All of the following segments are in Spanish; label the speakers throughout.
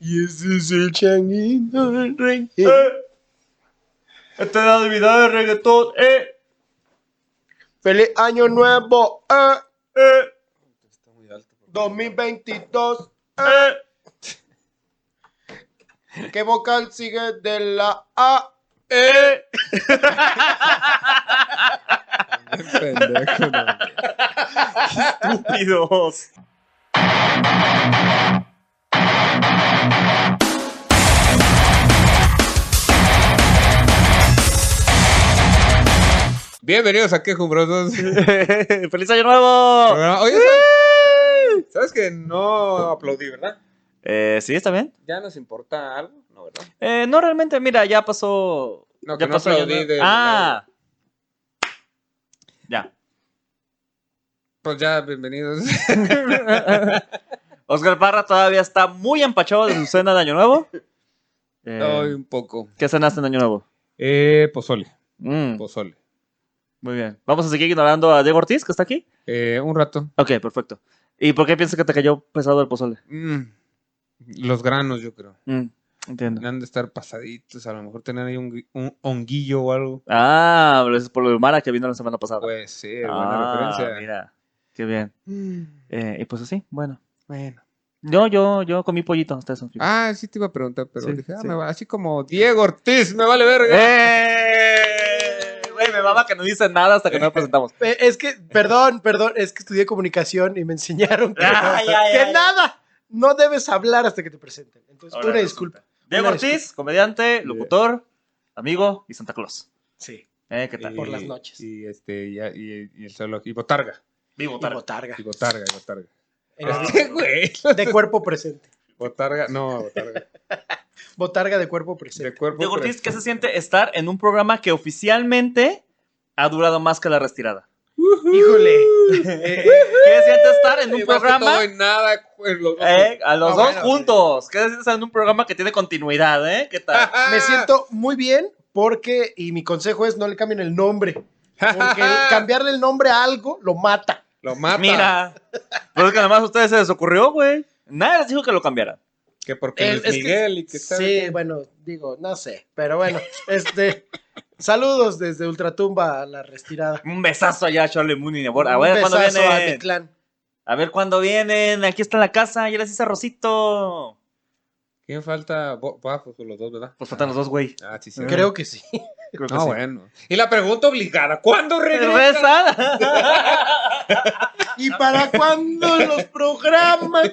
Speaker 1: Y ese es el changuito del reggae.
Speaker 2: ¡Eh! Esta es la Navidad de reggaetón, ¡eh!
Speaker 1: ¡Feliz Año Nuevo! ¡Eh!
Speaker 2: ¡eh!
Speaker 3: Está muy alto.
Speaker 1: 2022.
Speaker 2: ¡eh!
Speaker 1: ¿Qué vocal sigue de la A? ¡Eh!
Speaker 3: Pendejo, no.
Speaker 2: ¡Estúpidos!
Speaker 3: Bienvenidos a Quejumbrosos.
Speaker 2: ¡Feliz año nuevo!
Speaker 3: Programa- Oye, ¿sabes- ¿sabes que no aplaudí, verdad?
Speaker 2: Eh, ¿Sí está bien?
Speaker 3: Ya nos importa algo, ¿no, verdad?
Speaker 2: Eh, no, realmente, mira, ya pasó.
Speaker 3: No, que
Speaker 2: ya
Speaker 3: no
Speaker 2: pasó. año
Speaker 3: aplaudí
Speaker 2: nuevo.
Speaker 3: de-
Speaker 2: ah. Ya.
Speaker 3: Pues ya, bienvenidos.
Speaker 2: Eh. Oscar Parra todavía está muy empachado de su cena de año nuevo. Eh,
Speaker 3: Hoy un poco.
Speaker 2: ¿Qué cenaste en año nuevo?
Speaker 3: Eh, pozole,
Speaker 2: Mm,
Speaker 3: pozole.
Speaker 2: muy bien. Vamos a seguir ignorando a Diego Ortiz, que está aquí.
Speaker 3: Eh, un rato.
Speaker 2: Ok, perfecto. ¿Y por qué piensas que te cayó pesado el pozole?
Speaker 3: Mm, Los granos, yo creo.
Speaker 2: Mm, entiendo.
Speaker 3: Han de estar pasaditos. A lo mejor tenían ahí un, gui- un honguillo o algo.
Speaker 2: Ah, pero eso es por lo de Mara que vino la semana pasada.
Speaker 3: Puede ser,
Speaker 2: ah,
Speaker 3: buena referencia.
Speaker 2: mira. Qué bien.
Speaker 3: Mm,
Speaker 2: Eh, y pues así, bueno.
Speaker 3: Bueno.
Speaker 2: Yo, yo, yo comí pollito hasta eso.
Speaker 3: Ah, sí te iba a preguntar, pero
Speaker 2: Sí,
Speaker 3: dije, ah,
Speaker 2: sí.
Speaker 3: me va- así como Diego Ortiz, me vale verga.
Speaker 2: ¡Eh! Güey, me mama que no dicen nada hasta que nos presentamos.
Speaker 1: Eh, Es que, perdón, perdón, es que estudié comunicación y me enseñaron que,
Speaker 2: Ay, ay,
Speaker 1: que
Speaker 2: ay.
Speaker 1: nada, no debes hablar hasta que te presenten. Entonces,
Speaker 2: Ahora
Speaker 1: una
Speaker 2: resulta.
Speaker 1: disculpa.
Speaker 2: Diego
Speaker 1: Una
Speaker 2: Ortiz, comediante, locutor, amigo y Santa Claus.
Speaker 1: Sí,
Speaker 2: Eh, ¿qué tal?
Speaker 3: Y-
Speaker 1: por las noches.
Speaker 3: Y este, y, y- y el solo, y botarga.
Speaker 2: Vivo
Speaker 1: y
Speaker 2: tarde.
Speaker 1: botarga.
Speaker 3: Y botarga, y botarga.
Speaker 1: Era
Speaker 3: Este güey.
Speaker 1: De cuerpo presente.
Speaker 3: Botarga, no, botarga.
Speaker 1: Botarga de cuerpo presente.
Speaker 3: De cuerpo.
Speaker 2: Diego
Speaker 3: pero-
Speaker 2: Ortiz, ¿qué se siente estar en un programa que oficialmente ha durado más que la retirada?
Speaker 1: Híjole. Eh,
Speaker 2: ¿Qué se siente estar en un
Speaker 3: Y más que todo
Speaker 2: programa?
Speaker 3: en nada, pues, güey, los dos.
Speaker 2: eh, a los
Speaker 3: Ah,
Speaker 2: dos
Speaker 3: bueno, sí.
Speaker 2: juntos. ¿Qué se siente estar en un programa que tiene continuidad, eh? ¿Qué tal?
Speaker 3: Ah.
Speaker 1: me siento muy bien porque, y mi consejo es no le cambien el nombre. Porque el- cambiarle el nombre a algo lo mata.
Speaker 3: Lo mata.
Speaker 2: Mira. Pues es que además a ustedes se les ocurrió, güey. Nadie les dijo que lo cambiaran.
Speaker 3: Que porque
Speaker 1: El-
Speaker 3: Luis
Speaker 1: es que-
Speaker 3: Miguel y que sabe
Speaker 1: Sí, bueno, digo, no sé, pero bueno, este, saludos desde Ultratumba a la retirada.
Speaker 2: Un besazo allá a Charlie Moon y Nebor. A
Speaker 1: Un
Speaker 2: ver cuándo
Speaker 1: besazo a
Speaker 2: vienen.
Speaker 1: Titlán.
Speaker 2: A ver cuándo vienen. Aquí está en la casa. Ya les hice arrocito.
Speaker 3: ¿Quién falta? Bo- Ah, pues los dos, ¿verdad?
Speaker 2: Pues faltan los dos, güey.
Speaker 3: Ah, sí, sí.
Speaker 1: Creo que sí.
Speaker 2: Creo que
Speaker 3: Ah,
Speaker 2: sí.
Speaker 3: bueno. Y la pregunta obligada, ¿cuándo regresa?
Speaker 2: Regresa.
Speaker 1: ¿Y para cuándo los programas?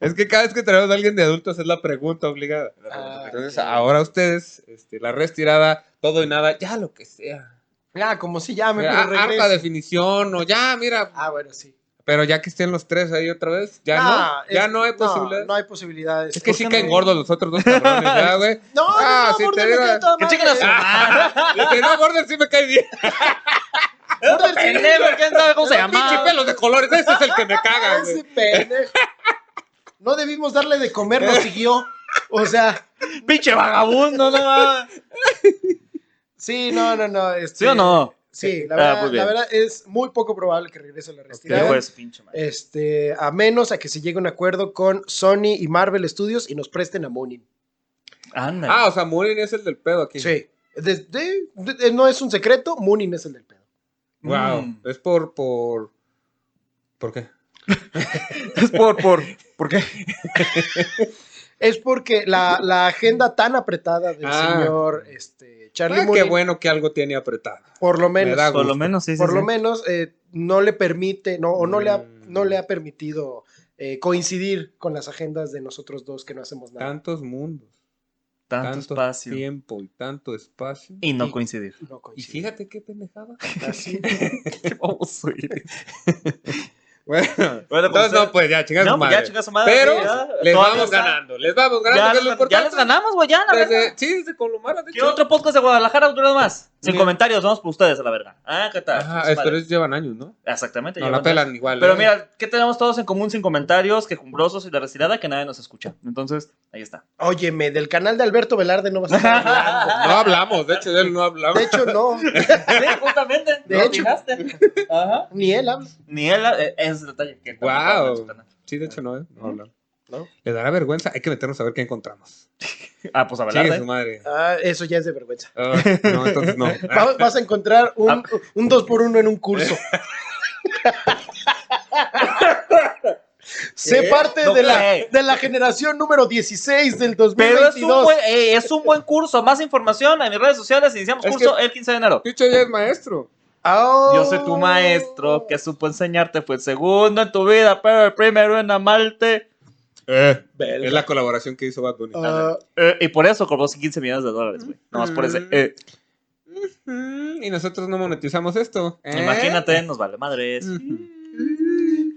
Speaker 3: Es que cada vez que traemos a alguien de adultos es la pregunta obligada.
Speaker 1: Ah,
Speaker 3: Entonces,
Speaker 1: claro.
Speaker 3: ahora ustedes, este, la retirada, todo y nada, ya lo que sea.
Speaker 1: Ya, como si llame,
Speaker 3: Mira,
Speaker 1: pero
Speaker 3: ah, harta
Speaker 1: regresa.
Speaker 3: definición o ya, mira.
Speaker 1: Ah, bueno, sí.
Speaker 3: Pero ya que estén los tres ahí otra vez, ya
Speaker 1: Ah,
Speaker 3: no, ya
Speaker 1: es-
Speaker 3: no hay posibilidad.
Speaker 1: No, hay posibilidades.
Speaker 3: es que
Speaker 2: ¿por
Speaker 3: sí
Speaker 2: qué
Speaker 3: que
Speaker 2: no?
Speaker 3: engordos los otros dos cabrones, ya, güey.
Speaker 1: No, no,
Speaker 3: Ah,
Speaker 1: no,
Speaker 3: sí,
Speaker 1: Borden
Speaker 3: te
Speaker 1: me
Speaker 3: digo.
Speaker 1: cae toda
Speaker 2: Que
Speaker 1: madre.
Speaker 2: chiquen a su madre.
Speaker 1: Ah.
Speaker 3: El que no Gordon sí me cae bien.
Speaker 1: Borden sí me
Speaker 2: Pendejo, ¿quién sabe cómo se
Speaker 3: Los pinche
Speaker 2: llama?
Speaker 3: pelos de colores, ese es el que me caga, güey.
Speaker 1: Ese Ah, pendejo. No debimos darle de comer, nos siguió. O sea,
Speaker 2: Pinche vagabundo, no mames.
Speaker 1: sí, no, no, no. este,
Speaker 2: ¿Sí o no?
Speaker 1: Sí, la
Speaker 2: Ah,
Speaker 1: verdad,
Speaker 2: muy bien. pues.
Speaker 1: la verdad es muy poco probable que regrese a la
Speaker 2: Qué
Speaker 1: retirada.
Speaker 3: Ok,
Speaker 2: juez, pinche madre.
Speaker 1: Este, a menos a que se llegue a un acuerdo con Sony y Marvel Studios y nos presten a Moonin. eh,
Speaker 2: Anda.
Speaker 3: Ah, o sea, Moonin es el del pedo aquí.
Speaker 1: Sí. De- de- de- no es un secreto, Moonin es el del pedo.
Speaker 3: Wow.
Speaker 2: Mm.
Speaker 3: Es por, por. ¿Por qué?
Speaker 2: es por, por, ¿por qué?
Speaker 1: Es porque la, la agenda tan apretada del
Speaker 3: Ah.
Speaker 1: señor este, Charlie
Speaker 3: Ah, qué
Speaker 1: Moonin,
Speaker 3: bueno que algo tiene apretado.
Speaker 1: por lo menos,
Speaker 3: Me da
Speaker 2: Por lo
Speaker 3: gusto.
Speaker 2: menos, sí, sí.
Speaker 1: por lo
Speaker 2: sí.
Speaker 1: menos eh, no le permite, no, o no le ha,
Speaker 3: Mm.
Speaker 1: no le ha permitido eh, coincidir con las agendas de nosotros dos que no hacemos nada.
Speaker 3: Tantos mundos,
Speaker 2: Tanto,
Speaker 3: tanto,
Speaker 2: espacio.
Speaker 3: tiempo y tanto espacio.
Speaker 2: Y no
Speaker 1: Y-
Speaker 2: coincidir.
Speaker 1: No
Speaker 3: Y
Speaker 1: coincide. Ah,
Speaker 3: fíjate qué pendejada.
Speaker 1: Así.
Speaker 2: Qué baboso eres.
Speaker 3: Bueno,
Speaker 2: Bueno, pues,
Speaker 3: entonces no, pues ya, chingas
Speaker 2: No,
Speaker 3: su
Speaker 2: pues
Speaker 3: madre.
Speaker 2: ya chingas su madre.
Speaker 3: Pero
Speaker 2: sí, ya.
Speaker 3: les
Speaker 2: Todavía
Speaker 3: vamos
Speaker 2: está-
Speaker 3: ganando, les vamos ganando,
Speaker 2: Ya,
Speaker 3: que es
Speaker 2: les, ya
Speaker 3: lo
Speaker 2: les
Speaker 3: importante.
Speaker 2: ganamos, güey, ya, la
Speaker 3: Desde-
Speaker 2: verga.
Speaker 3: sí, desde Columara, de
Speaker 2: ¿Qué
Speaker 3: hecho.
Speaker 2: otro podcast de Guadalajara dura más? Sin
Speaker 3: Ni-
Speaker 2: comentarios, vamos por ustedes a la verga. Ah, ¿qué tal?
Speaker 3: Ajá,
Speaker 2: Sus
Speaker 3: estos
Speaker 2: padres.
Speaker 3: es- llevan años, ¿no?
Speaker 2: Exactamente.
Speaker 3: No,
Speaker 2: ya
Speaker 3: la
Speaker 2: van-
Speaker 3: pelan igual.
Speaker 2: Pero
Speaker 3: ¿eh?
Speaker 2: mira, ¿qué tenemos todos en común sin comentarios, quejumbrosos y la retirada que nadie nos escucha? Entonces, ahí está.
Speaker 1: Óyeme, del canal de Alberto Velarde no vas a estar hablando.
Speaker 3: No
Speaker 2: ah.
Speaker 3: hablamos, de hecho, de él no hablamos.
Speaker 1: De hecho, no.
Speaker 2: Sí, justamente.
Speaker 1: De
Speaker 2: ¿no
Speaker 1: hecho.
Speaker 2: fijaste? Ajá.
Speaker 1: Ni él habla.
Speaker 2: Ni él, eh, ese es el detalle. Que
Speaker 3: Wow.
Speaker 2: tampoco habla en su canal.
Speaker 3: Sí, de hecho, no, ¿eh? No hablamos.
Speaker 1: ¿no?
Speaker 3: Le dará vergüenza. Hay que meternos a ver qué encontramos.
Speaker 2: Ah, pues a
Speaker 3: Chingue
Speaker 2: Velarde.
Speaker 3: su madre.
Speaker 1: Ah, eso ya es de vergüenza.
Speaker 3: Ah, no, entonces no.
Speaker 1: Va- vas a encontrar
Speaker 2: Ah.
Speaker 1: un, un 2x1 en un curso. Sé
Speaker 3: ¿Qué?
Speaker 1: parte
Speaker 2: No
Speaker 1: de, la,
Speaker 2: creo.
Speaker 1: de la generación número 16 del
Speaker 2: Pero es un,
Speaker 1: 2022.
Speaker 2: buen, eh, es un buen curso. Más información en mis redes sociales. Iniciamos
Speaker 3: Es
Speaker 2: curso el 15 de enero.
Speaker 3: Picho ya es maestro.
Speaker 1: Ah,
Speaker 2: Yo soy tu maestro que supo enseñarte. Fue el segundo en tu vida, pero el primero en amarte.
Speaker 3: Eh,
Speaker 1: Belga.
Speaker 3: es la colaboración que hizo Bad Bunny.
Speaker 1: Ah,
Speaker 2: Eh, y por eso cobró 15 millones de dólares, güey. Nomás por ese. eh.
Speaker 3: Mm, y nosotros no monetizamos esto. ¿eh? Mm.
Speaker 2: Imagínate, nos vale madres.
Speaker 3: Ujú.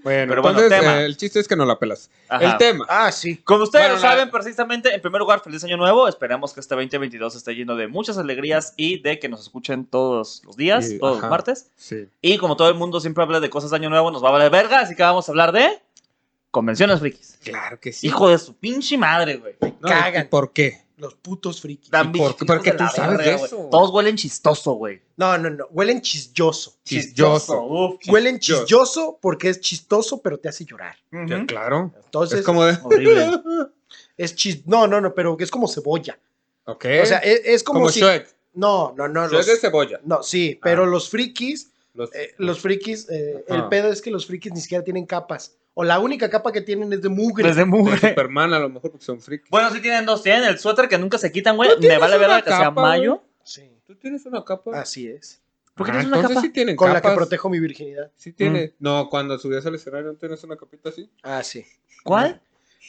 Speaker 3: Bueno,
Speaker 2: Pero bueno,
Speaker 3: entonces
Speaker 2: tema.
Speaker 3: eh, el chiste es que no la pelas.
Speaker 2: Ajá.
Speaker 3: El tema.
Speaker 1: ah, sí.
Speaker 2: Como ustedes
Speaker 3: Bueno,
Speaker 2: lo
Speaker 3: la-
Speaker 2: saben precisamente, en primer lugar, feliz año nuevo. Esperamos que este 2022 esté lleno de muchas alegrías y de que nos escuchen todos los días,
Speaker 3: Y-
Speaker 2: todos
Speaker 3: ajá.
Speaker 2: los martes.
Speaker 3: Sí.
Speaker 2: Y como todo el mundo siempre habla de cosas de año nuevo, nos va a valer verga, así que vamos a hablar de convenciones frikis.
Speaker 3: Claro que sí.
Speaker 2: Hijo de su pinche madre, güey.
Speaker 3: No,
Speaker 1: cagan.
Speaker 3: ¿y ¿Por qué?
Speaker 1: Los putos frikis.
Speaker 2: Tan
Speaker 3: por qué?
Speaker 2: hijos
Speaker 3: Porque
Speaker 2: de la
Speaker 3: tú sabes de
Speaker 2: güey.
Speaker 3: eso.
Speaker 2: Todos huelen chistoso, güey.
Speaker 1: No, no, no. Huelen chisyoso.
Speaker 3: Chisyoso.
Speaker 2: Uf.
Speaker 1: Huelen
Speaker 3: Chisyoso.
Speaker 1: chisyoso porque es chistoso, pero te hace llorar.
Speaker 3: Ya,
Speaker 2: Ujú.
Speaker 3: claro.
Speaker 1: Entonces,
Speaker 3: es como de.
Speaker 2: Horrible.
Speaker 1: es chis... No, no, no, pero es como cebolla.
Speaker 3: Ok.
Speaker 1: O sea, es, es como,
Speaker 3: ¿Eh? como
Speaker 1: si...
Speaker 3: Shrek.
Speaker 1: No, no, no.
Speaker 3: Shrek
Speaker 1: Los...
Speaker 3: de cebolla.
Speaker 1: No, sí, pero
Speaker 3: Ah.
Speaker 1: los frikis,
Speaker 3: Los-
Speaker 1: eh, los frikis, eh,
Speaker 3: Ajá.
Speaker 1: el pedo es que los frikis ni siquiera tienen capas. O la única capa que tienen es de mugre.
Speaker 2: Desde
Speaker 3: Pues de
Speaker 2: mugre.
Speaker 3: Superman, a lo mejor, porque son frikis.
Speaker 2: Bueno, sí tienen dos. Tienen el suéter que nunca se quitan, güey.
Speaker 3: ¿Tú
Speaker 2: Me
Speaker 3: tienes
Speaker 2: vale
Speaker 3: una
Speaker 2: verga que sea
Speaker 3: capa, güey?
Speaker 2: mayo.
Speaker 1: Sí,
Speaker 3: ¿Tú tienes una capa?
Speaker 1: así es.
Speaker 2: Ah, ¿Por qué
Speaker 3: Ah,
Speaker 2: tienes una
Speaker 3: entonces
Speaker 2: capa?
Speaker 3: sí tienen
Speaker 1: Con la que
Speaker 3: capas.
Speaker 1: protejo mi virginidad.
Speaker 3: Sí
Speaker 2: Mm.
Speaker 3: tiene. No, cuando subías al escenario, ¿no tienes una capita así?
Speaker 1: Ah, sí.
Speaker 2: ¿Cuál?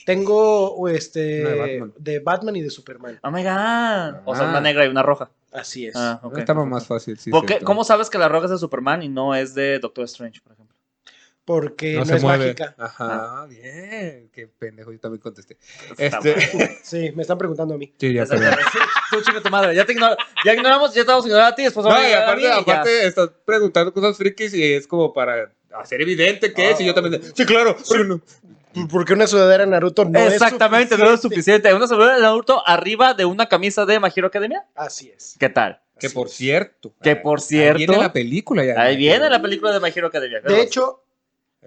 Speaker 1: Tengo o este
Speaker 3: Una de
Speaker 1: de
Speaker 3: Batman.
Speaker 1: Batman. y de Superman.
Speaker 2: Oh my god. O sea,
Speaker 3: Ah.
Speaker 2: una negra y una roja.
Speaker 1: Así es.
Speaker 2: Ah, ok.
Speaker 3: Estaba más fácil, sí.
Speaker 2: ¿Por qué-
Speaker 3: cierto.
Speaker 2: ¿Cómo sabes que la roja es de Superman y no es de Doctor Strange, por ejemplo?
Speaker 1: Porque no,
Speaker 3: se
Speaker 1: es
Speaker 3: mueve.
Speaker 1: mágica.
Speaker 3: Ajá, bien. Qué pendejo, yo también contesté.
Speaker 2: Ah. Está
Speaker 3: Este.
Speaker 2: bueno.
Speaker 1: Sí, me están preguntando a mí.
Speaker 3: Sí, ya,
Speaker 2: Ya
Speaker 3: perdón.
Speaker 2: sabes. Tú chinga tu madre. Ya te ignor- ya ignoramos, ya estamos ignorando a ti. Después vamos
Speaker 3: No,
Speaker 2: a
Speaker 3: y
Speaker 2: ignorar a
Speaker 3: aparte,
Speaker 2: mí y ya.
Speaker 3: aparte estás preguntando cosas frikis y es como para hacer evidente que es. Y yo también. de, Sí, claro. pero no". Mm.
Speaker 1: Porque una sudadera Naruto no
Speaker 2: Exactamente,
Speaker 1: es
Speaker 2: no es suficiente. Una salud del adulto arriba de una camisa de Magiro Academia.
Speaker 1: Así es.
Speaker 2: ¿Qué tal?
Speaker 3: Que
Speaker 1: Así
Speaker 3: por
Speaker 1: es.
Speaker 3: cierto.
Speaker 2: Que por
Speaker 3: Ahí viene
Speaker 2: cierto.
Speaker 3: la película ya.
Speaker 2: Ahí viene la película de Magiro Academia.
Speaker 1: De hecho,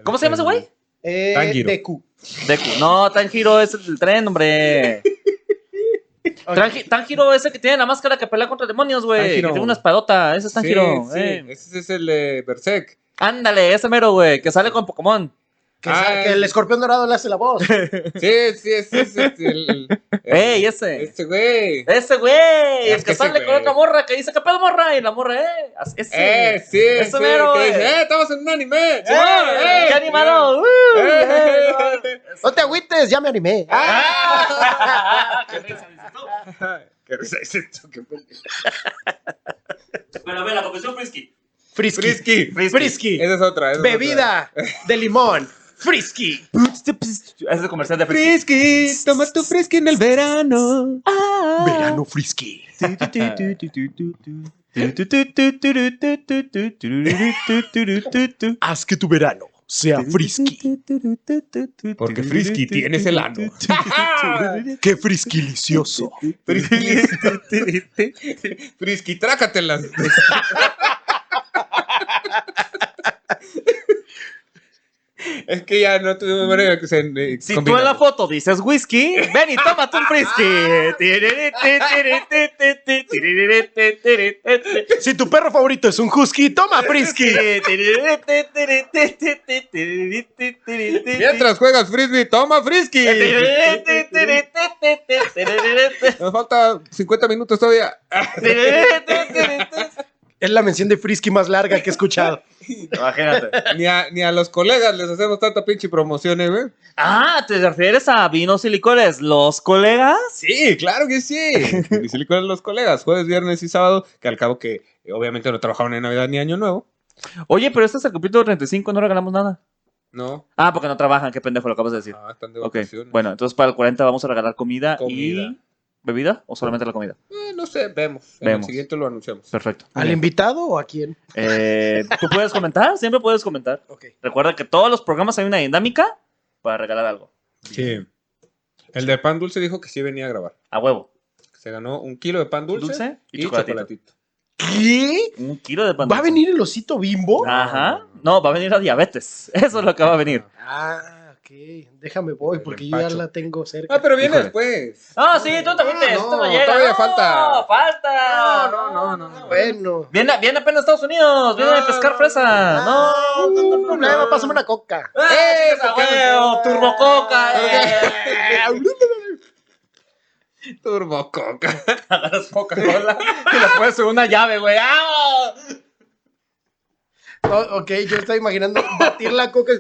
Speaker 2: ¿Cómo se llama ese güey?
Speaker 1: eh,
Speaker 3: Tanjiro.
Speaker 1: Deku.
Speaker 2: Deku. No, Tanjiro es el del tren, hombre. Tanji- Tanjiro es el que tiene la máscara que pelea contra demonios, güey. Que
Speaker 3: Tanjiro.
Speaker 2: tiene una espadota. Ese es Tanjiro.
Speaker 3: Sí, sí,
Speaker 2: eh.
Speaker 3: Ese es el de Berserk.
Speaker 2: Ándale, ese mero, güey, que sale con Pokémon.
Speaker 1: Que,
Speaker 3: Ah,
Speaker 1: que el escorpión dorado le hace la voz.
Speaker 3: Sí, sí, ese es este, el. el-
Speaker 2: Ey, ese.
Speaker 3: Este güey.
Speaker 2: Ese güey, el
Speaker 3: Es que
Speaker 2: que
Speaker 3: ese
Speaker 2: sale con
Speaker 3: güey.
Speaker 2: otra morra que dice, ¿qué pedo morra? Y la morra, eh. as- Ese.
Speaker 3: Eh, sí,
Speaker 2: Ese
Speaker 3: sí,
Speaker 2: mero,
Speaker 3: que
Speaker 2: güey.
Speaker 3: dice, eh, estamos en un anime.
Speaker 2: ¡Eh!
Speaker 3: Simón, eh,
Speaker 2: ¡Qué animado! ¡Uh!
Speaker 3: Eh.
Speaker 2: Eh,
Speaker 1: No te agüites, ya me animé.
Speaker 2: ¡Ah! ¡Qué risa, dices tú!
Speaker 3: Qué risa es esto, qué pendejo.
Speaker 2: Pero a ver, la confesión frisky.
Speaker 1: Frisky. Frisky.
Speaker 3: Frisky. Esa es otra. esa es
Speaker 1: Bebida de limón. Frisky.
Speaker 2: Ese es el comercial de
Speaker 3: otra.
Speaker 2: frisky.
Speaker 3: Frisky. Toma tu frisky en el verano.
Speaker 1: Verano frisky. Haz que tu verano sea frisky.
Speaker 3: Porque frisky tienes el ano.
Speaker 1: Qué frisky delicioso.
Speaker 3: Frisky, trácatelas. es que ya no tuve memoria que se eh,
Speaker 2: Si tú en
Speaker 3: combinaba.
Speaker 2: la foto dices whisky, ven y tómate un frisky.
Speaker 1: Si tu perro favorito es un husky, toma frisky.
Speaker 3: Mientras juegas frisbee, toma frisky. Nos falta 50 minutos todavía.
Speaker 1: Es la mención de frisky más larga que he escuchado.
Speaker 2: Imagínate.
Speaker 3: Ni a, ni a los colegas les hacemos tanta pinche promoción, ¿eh, güey?
Speaker 2: Ah, ¿te refieres a vinos y licores? ¿Los colegas?
Speaker 3: Sí, claro que sí. Y si le cuelan los colegas, jueves, viernes y sábado, que al cabo que eh, obviamente no trabajaron en Navidad ni Año Nuevo.
Speaker 2: Oye, pero este es el capítulo 35, no regalamos nada.
Speaker 3: No,
Speaker 2: Ah, porque no trabajan, qué pendejo lo acabas de decir.
Speaker 3: no están Ah, de
Speaker 2: ok,
Speaker 3: vacaciones.
Speaker 2: bueno, entonces para el 40 vamos a regalar comida,
Speaker 3: Comida.
Speaker 2: y... ¿Bebida o solamente la comida?
Speaker 3: Eh, no sé, vemos. En el
Speaker 2: Vemos.
Speaker 3: siguiente lo anunciamos.
Speaker 2: Perfecto.
Speaker 1: ¿Al invitado o a quién?
Speaker 2: Eh, ¿Tú puedes comentar? Siempre puedes comentar.
Speaker 1: Ok.
Speaker 2: Recuerda que todos los programas hay una dinámica para regalar algo.
Speaker 3: Sí. El de pan dulce dijo que sí venía a grabar.
Speaker 2: A huevo.
Speaker 3: que Se ganó un kilo de pan dulce,
Speaker 2: Dulce
Speaker 3: y,
Speaker 2: y
Speaker 3: chocolatito.
Speaker 2: chocolatito.
Speaker 1: ¿Qué?
Speaker 2: Un kilo de pan.
Speaker 1: ¿Va
Speaker 2: dulce.
Speaker 1: a
Speaker 3: Ah.
Speaker 1: venir el osito bimbo?
Speaker 2: Ajá. No, va a venir la diabetes. Eso es lo que va a venir.
Speaker 1: Ah, ok. Ok, déjame voy, porque yo ya
Speaker 3: empacho.
Speaker 1: la tengo cerca.
Speaker 3: Ah, pero viene
Speaker 2: Híjole.
Speaker 3: después.
Speaker 2: No, sí, tú te fuiste.
Speaker 3: Ah, no,
Speaker 2: esto no llega.
Speaker 3: todavía
Speaker 2: No,
Speaker 3: falta.
Speaker 2: falta.
Speaker 3: No, no, no, no.
Speaker 1: Bueno.
Speaker 2: Viene, viene apenas a Estados Unidos. Viene a
Speaker 3: No,
Speaker 2: pescar
Speaker 3: Ah, no,
Speaker 2: fresa. No.
Speaker 1: No, no, no, no, no, pásame una coca.
Speaker 2: ¡Eh,
Speaker 3: ¡Eh, coca! Ah,
Speaker 2: ¡Turbococa! eh.
Speaker 3: Turbococa.
Speaker 2: Agarras Coca-Cola y le pones en una llave, güey. ¡Ah!
Speaker 1: No, Oh, ok, yo estaba imaginando batir la coca.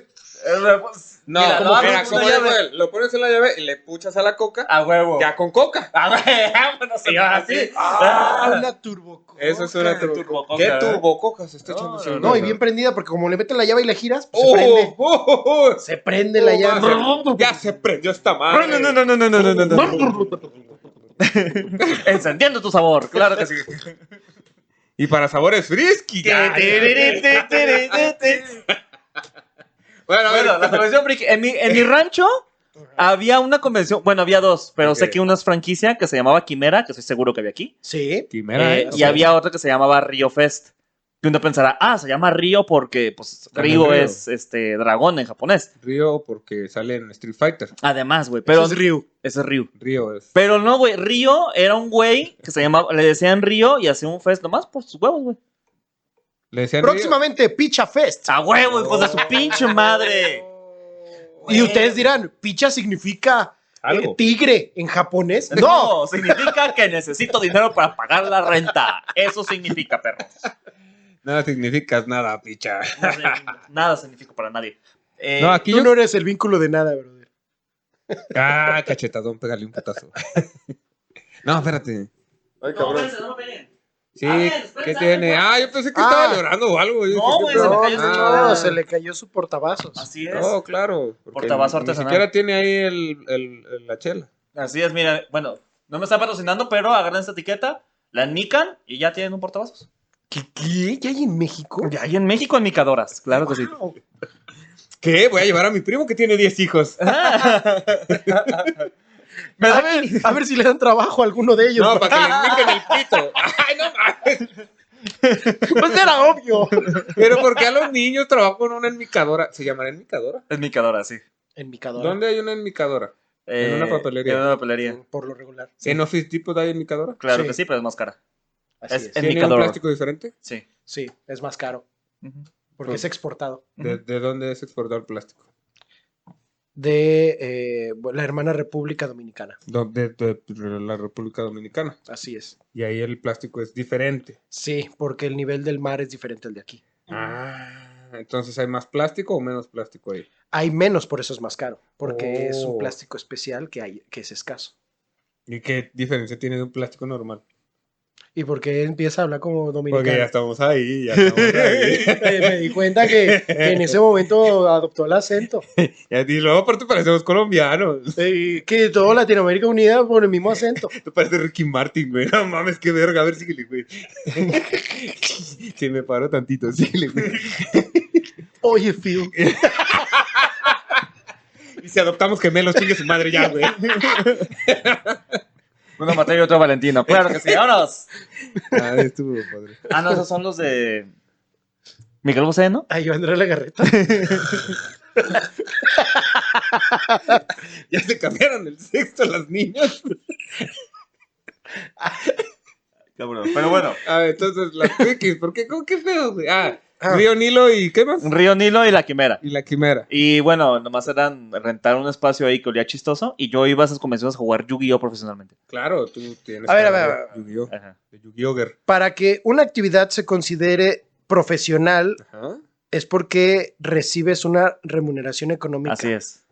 Speaker 3: No,
Speaker 2: Mira, lo
Speaker 3: como
Speaker 2: abres
Speaker 3: era,
Speaker 2: con
Speaker 3: como
Speaker 2: una
Speaker 3: dijo
Speaker 2: llave. Ah,
Speaker 3: él, lo pones en la llave y le puchas a la coca,
Speaker 2: A huevo.
Speaker 3: ya con coca.
Speaker 2: A huevo. Vámonos, señor, así.
Speaker 1: Ah, una turbococa.
Speaker 3: Eso es una
Speaker 2: Turbococa,
Speaker 3: turbococa.
Speaker 2: ¿eh?
Speaker 3: ¿Qué turbococa se está
Speaker 2: No,
Speaker 3: echando?
Speaker 2: no,
Speaker 3: señor?
Speaker 1: No, y bien prendida, porque como le metes la llave y la giras, pues
Speaker 3: ¡Oh!
Speaker 1: se prende.
Speaker 3: ¡Oh, oh, oh!
Speaker 1: Se prende la llave.
Speaker 3: Ya se prendió esta madre.
Speaker 2: No, no, no, no, no, no, no, no, no. eh. Encendiendo tu sabor, claro que sí.
Speaker 3: Y para sabores frisky. ya, ya, ya. Bueno, a ver,
Speaker 2: Bueno, la convención friki. En mi, en mi rancho
Speaker 1: Ah,
Speaker 2: había una convención, bueno, había dos, pero sé
Speaker 3: Ok.
Speaker 2: que una es franquicia que se llamaba Quimera, que estoy seguro que había aquí.
Speaker 1: Sí.
Speaker 3: Quimera,
Speaker 2: Eh,
Speaker 3: ¿eh?
Speaker 2: y había otra que se llamaba Río Fest. Que uno pensará, ah, se llama Río porque, pues,
Speaker 3: Ajá,
Speaker 2: Río
Speaker 3: Río.
Speaker 2: es este dragón en japonés.
Speaker 3: Río porque sale en Street Fighter.
Speaker 2: Además, güey, pero.
Speaker 1: Eso es Ryu.
Speaker 2: Ese es Río.
Speaker 3: Río es.
Speaker 2: Pero no, güey, Río era un güey que se llamaba, le decían Río y hacía un fest nomás por sus huevos, güey.
Speaker 3: Le decían Río.
Speaker 1: Próximamente, Picha Fest.
Speaker 2: A huevo, hijos de su pinche madre.
Speaker 1: Y ustedes dirán, Picha significa
Speaker 3: Algo.
Speaker 1: eh, tigre en japonés. No,
Speaker 2: No, significa que necesito dinero para pagar la renta. Eso significa, perro.
Speaker 3: Nada significas nada, picha.
Speaker 2: No sé, nada significa para nadie. Eh,
Speaker 3: No, aquí
Speaker 1: tú
Speaker 3: yo.
Speaker 1: no eres el vínculo de nada, brother.
Speaker 3: Ah, cachetadón, pégale un putazo. No, espérate.
Speaker 2: no, espérense, no me peguen.
Speaker 3: Sí,
Speaker 2: A ver, espera,
Speaker 3: ¿qué
Speaker 2: espera,
Speaker 3: tiene?
Speaker 2: espera.
Speaker 3: Ah, yo pensé que
Speaker 1: Ah.
Speaker 3: estaba llorando o algo. Yo
Speaker 2: No,
Speaker 3: dije, ¿qué
Speaker 2: güey,
Speaker 3: pedo?
Speaker 2: se le
Speaker 1: No,
Speaker 2: cayó
Speaker 1: no,
Speaker 2: su-
Speaker 1: no, se le cayó su portavasos.
Speaker 2: Así es.
Speaker 3: No, claro. porque
Speaker 2: Portavasos
Speaker 3: ni-
Speaker 2: artesanal.
Speaker 3: Ni siquiera tiene ahí el, el- el- la chela.
Speaker 2: Así es, mira, bueno, no me está patrocinando, pero agarran esta etiqueta, la nican y ya tienen un portavasos.
Speaker 1: ¿Qué, qué? ¿Ya hay en México?
Speaker 2: Ya hay en México nicadoras, claro que sí.
Speaker 1: Wow.
Speaker 3: ¿Qué? Voy a llevar a mi primo que tiene 10 hijos.
Speaker 2: Me
Speaker 1: A
Speaker 2: da-
Speaker 1: ver, a ver si le dan trabajo a alguno de ellos.
Speaker 3: No, para que le indiquen el pito. Ay, no mames.
Speaker 1: pues era obvio.
Speaker 3: Pero ¿por qué a los niños trabajo con una enmicadora? ¿Se llamará enmicadora?
Speaker 2: Es nicadora, sí. Eh,
Speaker 1: En Micadora,
Speaker 3: ¿Dónde hay una enmicadora? En una papelería.
Speaker 2: En una papelería.
Speaker 1: por lo regular.
Speaker 3: ¿En Office Depot hay enmicadora?
Speaker 2: Claro
Speaker 1: Sí.
Speaker 2: que sí, pero es más cara.
Speaker 1: Así
Speaker 2: Es-
Speaker 1: es,
Speaker 2: es-
Speaker 3: ¿Tiene un
Speaker 2: Enmicadora.
Speaker 3: plástico diferente?
Speaker 2: Sí.
Speaker 1: Sí, es más caro
Speaker 2: Ujú.
Speaker 1: porque
Speaker 3: Pues-
Speaker 1: es exportado
Speaker 3: ¿De,
Speaker 2: Ujú.
Speaker 3: de dónde es exportado el plástico?
Speaker 1: de eh, la hermana República Dominicana.
Speaker 3: Do- De, de- de la República Dominicana.
Speaker 1: Así es.
Speaker 3: Y ahí el plástico es diferente.
Speaker 1: Sí, porque el nivel del mar es diferente al de aquí.
Speaker 3: Ah, entonces hay más plástico o menos plástico ahí.
Speaker 1: Hay menos, por eso es más caro, porque es un
Speaker 3: Oh.
Speaker 1: plástico especial que, hay, que es escaso.
Speaker 3: ¿Y qué diferencia tiene de un plástico normal?
Speaker 1: Y porque empieza a hablar como
Speaker 3: Porque ya
Speaker 1: dominicano.
Speaker 3: estamos ahí, ya estamos ahí.
Speaker 1: Eh, Me di cuenta que, que en ese momento adoptó el acento.
Speaker 3: Ya, Y luego aparte parecemos colombianos.
Speaker 1: Eh, que toda Latinoamérica unida por el mismo acento.
Speaker 3: Tú pareces Ricky Martin, güey. No mames, qué verga. A ver, síguele, güey. Se me paró tantito, síguele, güey.
Speaker 1: Oye, Phil.
Speaker 3: Y si adoptamos gemelos, chingue su madre ya, güey.
Speaker 2: Uno Mateo y otro Valentino, claro que sí. ¡Vámonos!
Speaker 3: Ah, estuvo padre.
Speaker 2: Ah, no, esos son los de... Miguel Bosé, ¿no?
Speaker 1: Ay, yo André Lagarreta.
Speaker 3: Ya se cambiaron el sexto las niñas.
Speaker 2: Pero bueno.
Speaker 3: A ver, Ah, entonces, las frikis, ¿por qué? ¿Cómo qué feo, güey? Ah,
Speaker 1: Ah.
Speaker 3: Río Nilo y ¿qué más?
Speaker 2: Río Nilo y La Quimera.
Speaker 3: Y la quimera.
Speaker 2: Y bueno, nomás eran rentar un espacio ahí que olía chistoso y yo iba a esas convenciones a jugar Yu-Gi-Oh profesionalmente.
Speaker 3: Claro, tú tienes.
Speaker 1: A ver,
Speaker 3: que
Speaker 1: a ver,
Speaker 3: hablar
Speaker 1: a ver.
Speaker 3: de Yu-Gi-Oh!
Speaker 2: Ajá.
Speaker 3: De Yu-Gi-Oh! Girl.
Speaker 1: Para que una actividad se considere profesional
Speaker 3: Ajá.
Speaker 1: es porque recibes una remuneración económica.
Speaker 2: Así es.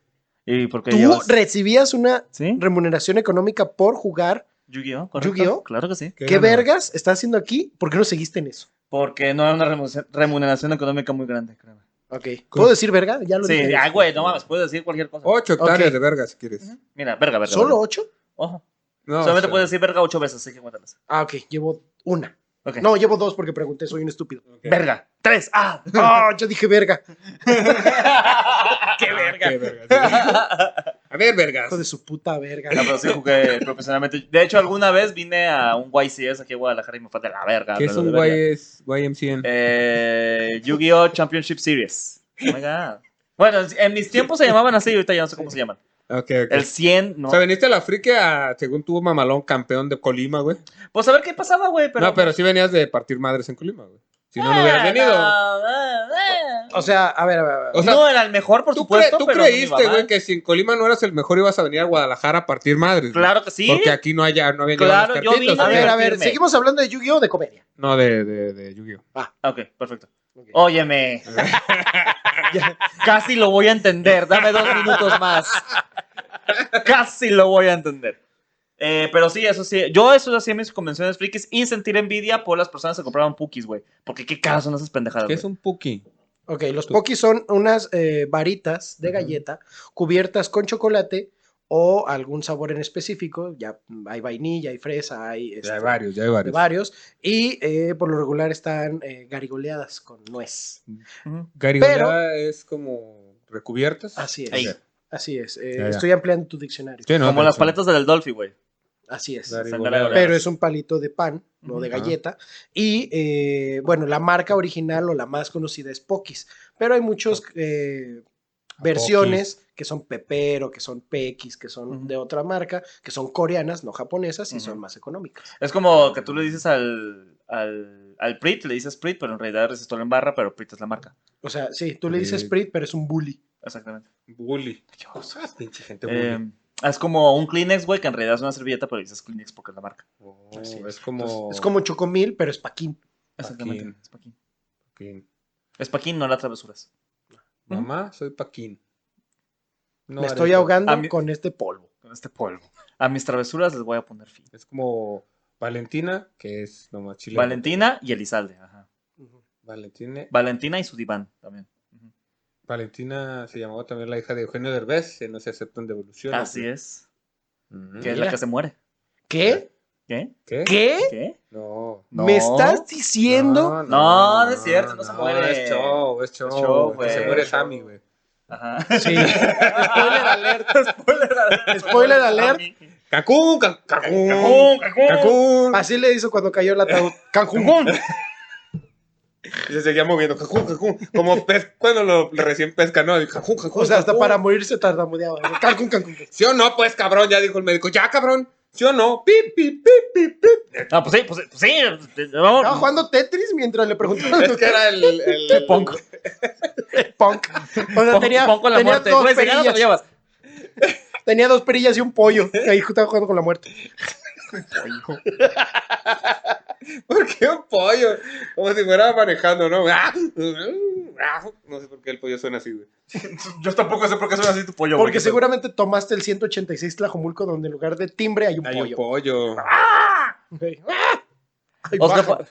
Speaker 2: ¿Y por qué
Speaker 1: Tú
Speaker 2: llevas-
Speaker 1: recibías una
Speaker 2: ¿Sí?
Speaker 1: remuneración económica por jugar.
Speaker 2: Yu-Gi-Oh, correcto.
Speaker 1: Yu-Gi-Oh.
Speaker 2: Claro que sí.
Speaker 1: ¿Qué,
Speaker 3: ganaba?
Speaker 1: vergas está haciendo aquí? ¿Por qué no seguiste en eso?
Speaker 2: Porque no era una remuneración- remuneración económica muy grande, creo.
Speaker 1: Ok. ¿Puedo decir verga? Ya lo
Speaker 2: Sí,
Speaker 1: dije.
Speaker 2: ah, güey, no mames, puedes decir cualquier cosa.
Speaker 3: Ocho hectáreas
Speaker 1: Ok.
Speaker 3: de verga, si quieres.
Speaker 2: Mira, verga, verga.
Speaker 1: ¿Solo
Speaker 2: verga.
Speaker 1: ocho?
Speaker 2: Ojo.
Speaker 3: No,
Speaker 2: Solamente
Speaker 3: o sea,
Speaker 2: puedes decir verga ocho veces, así que cuéntalas.
Speaker 1: Ah, ok. Llevo una.
Speaker 2: Ok.
Speaker 1: No, llevo dos porque pregunté, soy un estúpido.
Speaker 3: ok.
Speaker 2: Verga. Tres. Ah.
Speaker 1: Ah, yo dije verga.
Speaker 2: qué
Speaker 3: Ah,
Speaker 2: verga.
Speaker 3: qué verga. a ver, vergas.
Speaker 1: Hijo de su puta verga.
Speaker 2: No, pero sí jugué profesionalmente. De hecho, alguna vez vine a un YCS aquí en Guadalajara y me fue de la verga.
Speaker 3: ¿Qué es
Speaker 2: pero
Speaker 3: un
Speaker 2: de verga.
Speaker 3: YS, YMCN?
Speaker 2: Eh, Yu-Gi-Oh! Championship Series. Oh my god. Bueno, en mis tiempos se llamaban así, ahorita ya no sé cómo se llaman.
Speaker 3: Ok, ok.
Speaker 2: El 100, no.
Speaker 3: O sea, veniste a la friki a, según tuvo mamalón campeón de Colima, güey.
Speaker 2: Pues a ver qué pasaba, güey. Pero... Eh, Ah,
Speaker 3: no, pero sí venías de partir madres en Colima, güey. Si no, no hubieras venido.
Speaker 1: O sea, a ver, a ver, a ver.
Speaker 3: O sea,
Speaker 2: no era el mejor, por
Speaker 3: tú,
Speaker 2: supuesto.
Speaker 3: cre- tú
Speaker 2: pero no iba
Speaker 3: creíste,
Speaker 2: mal.
Speaker 3: güey, que si en Colima no eras el mejor ibas a venir a Guadalajara a partir madres. güey.
Speaker 2: Claro que sí.
Speaker 3: Porque aquí no, haya, no había llegado
Speaker 2: Claro,
Speaker 3: los
Speaker 2: yo
Speaker 3: cartitos,
Speaker 2: vine
Speaker 1: A
Speaker 3: güey.
Speaker 1: ver, a ver,
Speaker 2: Firme.
Speaker 1: seguimos hablando de Yu-Gi-Oh! o de comedia.
Speaker 3: No, de, de, de Yu-Gi-Oh.
Speaker 2: Ok, perfecto. Óyeme. Ya, Casi lo voy a entender. Dame dos minutos más. Casi lo voy a entender. Eh, pero sí, eso sí. Yo eso hacía en mis convenciones frikis y sentir envidia por las personas que compraban pukis, güey. Porque qué caras son esas pendejadas.
Speaker 3: ¿Qué
Speaker 2: güey.
Speaker 3: es un Puki?
Speaker 1: Ok, los pokis son unas eh, varitas de galleta cubiertas con chocolate o algún sabor en específico. Ya mm, hay vainilla, hay fresa, hay, este,
Speaker 3: Ya hay varios, ya hay
Speaker 1: de
Speaker 3: varios.
Speaker 1: varios. Y eh, por lo regular están eh, garigoleadas con nuez.
Speaker 2: Ujú.
Speaker 3: Garibaldi es como recubiertas.
Speaker 1: Así es.
Speaker 2: Ahí.
Speaker 3: Ok.
Speaker 1: Así es. eh,
Speaker 3: Ya, ya.
Speaker 1: Estoy ampliando tu diccionario.
Speaker 3: Sí, no,
Speaker 2: Como
Speaker 3: no,
Speaker 2: las
Speaker 3: no.
Speaker 2: paletas del Dolphy, güey.
Speaker 1: Así es.
Speaker 3: Garigoleadas.
Speaker 2: Sandalia.
Speaker 1: Pero es un palito de pan, no de
Speaker 2: Ujú.
Speaker 1: galleta. Y eh, bueno, la marca original o la más conocida es Pokis. Pero hay muchos eh, versiones que son Pepero, que son Pekis, que son
Speaker 2: Ujú.
Speaker 1: de otra marca, que son coreanas, no japonesas, y
Speaker 2: Ujú.
Speaker 1: son más económicas.
Speaker 2: Es como que tú le dices al, al, al Prit, le dices Prit, pero en realidad es resistor en barra, pero Prit es la marca.
Speaker 1: O sea, sí, tú le dices
Speaker 3: Ok.
Speaker 1: Sprit, pero es un bully.
Speaker 2: Exactamente.
Speaker 3: Bully.
Speaker 2: Dios.
Speaker 3: Ah, pinche gente
Speaker 2: Eh, es como un Kleenex, güey, que en realidad es una servilleta, pero dices Kleenex porque es la marca.
Speaker 3: Oh,
Speaker 1: así
Speaker 3: es como.
Speaker 1: Es como Chocomil, pero es Paquín.
Speaker 2: Exactamente.
Speaker 3: Paquín.
Speaker 2: Es Paquín.
Speaker 3: Paquín.
Speaker 2: Es Paquín, no la travesuras.
Speaker 3: Mamá, soy Paquín. No
Speaker 1: Me
Speaker 3: haré
Speaker 1: estoy
Speaker 3: eso.
Speaker 1: ahogando
Speaker 2: A mí-
Speaker 1: con este polvo.
Speaker 2: Con este polvo. A mis travesuras les voy a poner fin.
Speaker 3: Es como Valentina, que es nomás chile.
Speaker 2: Valentina y Elizalde. Ajá.
Speaker 3: Valentina.
Speaker 2: Valentina y su diván también. Ujú.
Speaker 3: Valentina se llamaba también la hija de Eugenio Derbez, en No se aceptan devoluciones.
Speaker 2: Así es.
Speaker 3: Ujú.
Speaker 2: Que es
Speaker 1: Mira.
Speaker 2: la que se muere.
Speaker 1: ¿Qué?
Speaker 2: ¿Qué?
Speaker 3: ¿Qué?
Speaker 1: ¿Qué?
Speaker 2: ¿Qué?
Speaker 3: No.
Speaker 2: ¿Eh? No.
Speaker 1: ¿Me estás
Speaker 2: No,
Speaker 1: diciendo?
Speaker 2: no es cierto, no se muere.
Speaker 3: Es show, es show.
Speaker 2: Es show,
Speaker 3: güey. Se
Speaker 1: güey.
Speaker 3: muere Sammy, güey.
Speaker 2: Ajá.
Speaker 1: Sí.
Speaker 2: Spoiler alert. Spoiler alert.
Speaker 1: Spoiler alert.
Speaker 3: Cacún, ca- Cacún.
Speaker 2: Cacún, cacún.
Speaker 3: Cacún.
Speaker 1: Así le hizo cuando cayó el ataúd. Cancún.
Speaker 3: Y se seguía moviendo. Cacún, cacún. Como pez cuando lo, lo recién pesca, ¿no? Y Cacún, cacún.
Speaker 1: O sea, hasta
Speaker 3: cacún.
Speaker 1: para morirse tardamudeaba. Cancún, Cancún.
Speaker 3: ¿Sí o no, pues, cabrón? Ya dijo el médico. Ya, cabrón. ¿Sí o no? Pip, pip, pip, pip, pip.
Speaker 2: Ah, pues sí, pues sí, pues sí. te- te- vamos.
Speaker 1: Estaba jugando Tetris mientras le preguntaban
Speaker 3: Es que era el... el, el-
Speaker 2: Pongo.
Speaker 1: punk. O sea,
Speaker 2: Pon-
Speaker 1: tenía,
Speaker 2: pon con la
Speaker 1: tenía
Speaker 2: muerte.
Speaker 1: dos
Speaker 2: Güey, si ganas, te lo
Speaker 1: perillas,
Speaker 2: llevas.
Speaker 1: tenía dos perillas y un pollo. Y ahí estaba jugando con la muerte.
Speaker 3: ¿Por qué un pollo? Como si fuera manejando, ¿no? Ah, ah. No sé por qué el pollo suena así, güey.
Speaker 2: Yo tampoco sé por qué suena así tu pollo.
Speaker 1: Porque seguramente tomaste el 186 Tlajomulco, donde en lugar de timbre hay un
Speaker 3: Hay un
Speaker 1: pollo.
Speaker 3: pollo. Ah,
Speaker 1: Ok. ¡Ah! Ay,
Speaker 2: Oscar,
Speaker 1: baja.
Speaker 2: Pa-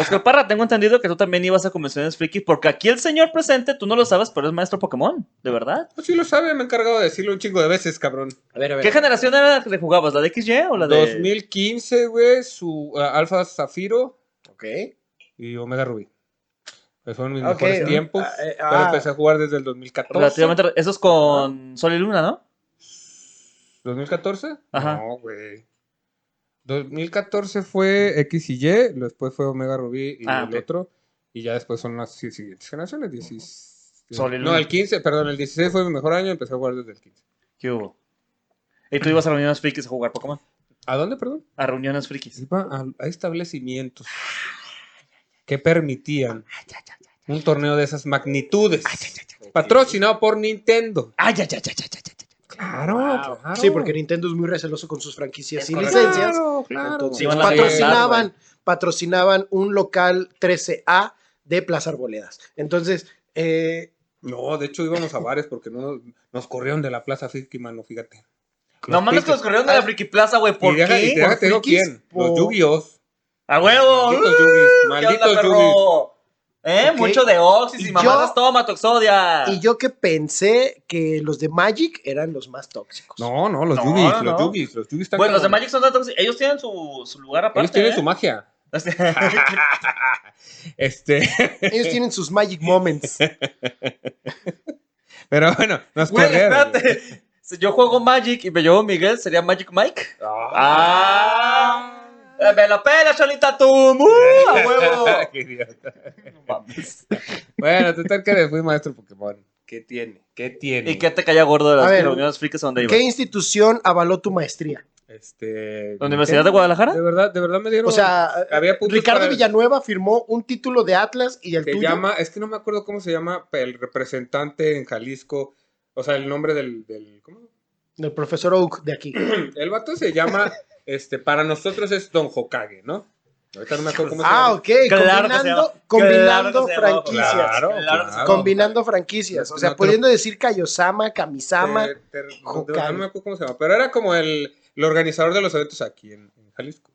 Speaker 2: Oscar Parra, tengo entendido que tú también ibas a convenciones frikis porque aquí el señor presente, tú no lo sabes, pero es maestro Pokémon, de verdad.
Speaker 3: Pues sí lo sabe, me he encargado de decirlo un chingo de veces, cabrón.
Speaker 1: A ver, a ver.
Speaker 2: ¿Qué generación era la que le jugabas? ¿La de XY o la de
Speaker 3: 2015, güey, su ah, Alfa Zafiro
Speaker 1: Ok.
Speaker 3: y Omega Ruby. Pues fueron mis
Speaker 1: Ok,
Speaker 3: mejores
Speaker 1: ah,
Speaker 3: tiempos.
Speaker 1: eh,
Speaker 3: Pero
Speaker 1: ah.
Speaker 3: empecé a jugar desde el 2014.
Speaker 2: relativamente eso es con Sol y Luna, ¿no?
Speaker 3: ¿2014?
Speaker 2: Ajá.
Speaker 3: No, güey. 2014 fue X y Y, después fue Omega Rubí y
Speaker 2: Ah,
Speaker 3: el
Speaker 2: ok.
Speaker 3: otro. Y ya después son las si- siguientes generaciones. 16.
Speaker 2: Sol y
Speaker 3: No,
Speaker 2: Luna.
Speaker 3: el 15, perdón, el 16 fue mi mejor año, empecé a jugar desde el 15.
Speaker 2: ¿Qué hubo? Y tú ibas a reuniones frikis a jugar Pokémon.
Speaker 3: ¿A dónde, perdón?
Speaker 2: A reuniones frikis.
Speaker 3: Iba a, a establecimientos que permitían
Speaker 2: Ah,
Speaker 3: un torneo de esas magnitudes. Patrocinado por Nintendo.
Speaker 2: Ay, ay, ay, ay, ay, ay, ay.
Speaker 3: Claro,
Speaker 1: Wow.
Speaker 3: claro.
Speaker 1: Sí, porque Nintendo es muy receloso con sus franquicias
Speaker 2: Es
Speaker 1: sin
Speaker 2: correcto.
Speaker 1: licencias.
Speaker 3: Claro, claro.
Speaker 1: Entonces,
Speaker 2: Iban a la
Speaker 1: patrocinaban,
Speaker 2: legalidad,
Speaker 1: patrocinaban un local 13A de Plaza Arboledas. Entonces, eh,
Speaker 3: No, de hecho íbamos a bares porque no, nos corrieron de la plaza Friki, mano, fíjate.
Speaker 2: No mames que los corrieron de la friki plaza, güey. ¿Por
Speaker 3: ¿Por Ah. y deja, y
Speaker 2: qué?
Speaker 3: deja-
Speaker 1: ¿Por
Speaker 3: te digo
Speaker 1: frikis?
Speaker 3: quién. Los
Speaker 1: Por-
Speaker 3: Yugios.
Speaker 2: ¡A huevo!
Speaker 3: Malditos Yugis.
Speaker 2: ¿Qué onda,
Speaker 3: Malditos Yugis.
Speaker 2: perro? ¿Eh?
Speaker 1: Ok.
Speaker 2: Mucho de Oxys y,
Speaker 1: Y yo-
Speaker 2: mamadas. Toma, Toxodia.
Speaker 1: y yo que pensé que los de Magic eran los más tóxicos.
Speaker 3: No, no, los
Speaker 2: No, no.
Speaker 3: Yugis, los Yugis, los Yugis están
Speaker 2: Bueno, los de
Speaker 3: como-
Speaker 2: Magic son tantos. Ellos tienen su, su lugar aparte.
Speaker 3: Ellos tienen
Speaker 2: ¿eh?
Speaker 3: su magia.
Speaker 2: Este-
Speaker 3: Este,
Speaker 1: Ellos tienen sus Magic Moments.
Speaker 3: pero bueno, nos
Speaker 2: Güey,
Speaker 3: corrieron.
Speaker 2: espérate. Si yo juego Magic y me llevo Miguel, ¿sería Magic Mike?
Speaker 3: Ah.
Speaker 2: ¡Ah! Eh, ¡Me la pela, Cholita Tum! ¡Uh! ¡A huevo!
Speaker 3: Ah, Qué idiota.
Speaker 2: No mames.
Speaker 3: Bueno, total que le fui maestro Pokémon. ¿Qué tiene? ¿Qué tiene?
Speaker 2: ¿Y qué te caía gordo de
Speaker 1: A
Speaker 2: las
Speaker 1: ver,
Speaker 2: reuniones frikis a donde ibas?
Speaker 1: ¿Qué institución avaló tu maestría?
Speaker 3: Este.
Speaker 2: ¿La Universidad de Guadalajara?
Speaker 3: De verdad, de verdad me dieron.
Speaker 1: O sea,
Speaker 3: había puntos
Speaker 1: Ricardo
Speaker 3: para-
Speaker 1: Villanueva firmó un título de Atlas y el
Speaker 3: Se
Speaker 1: tuyo.
Speaker 3: llama, es que no me acuerdo cómo se llama el representante en Jalisco. O sea, el nombre del. del- ¿Cómo?
Speaker 1: Del profesor Oak de aquí.
Speaker 3: El vato se llama. este, para nosotros es Don Hokage, ¿no? Ahorita no me acuerdo cómo
Speaker 1: Ah,
Speaker 3: se llama.
Speaker 1: ok.
Speaker 2: Claro que se
Speaker 1: combinando
Speaker 2: llama. Claro que
Speaker 1: combinando
Speaker 2: se llama.
Speaker 1: franquicias.
Speaker 3: Claro,
Speaker 2: Claro que se
Speaker 3: claro.
Speaker 1: Combinando franquicias. O sea,
Speaker 3: No, pero-
Speaker 1: pudiendo decir Kaiosama, Kamisama.
Speaker 3: Te- te- no,
Speaker 1: Hokage.
Speaker 3: de verdad no me acuerdo cómo se llama. Pero era como el, el organizador de los eventos aquí en, en Jalisco.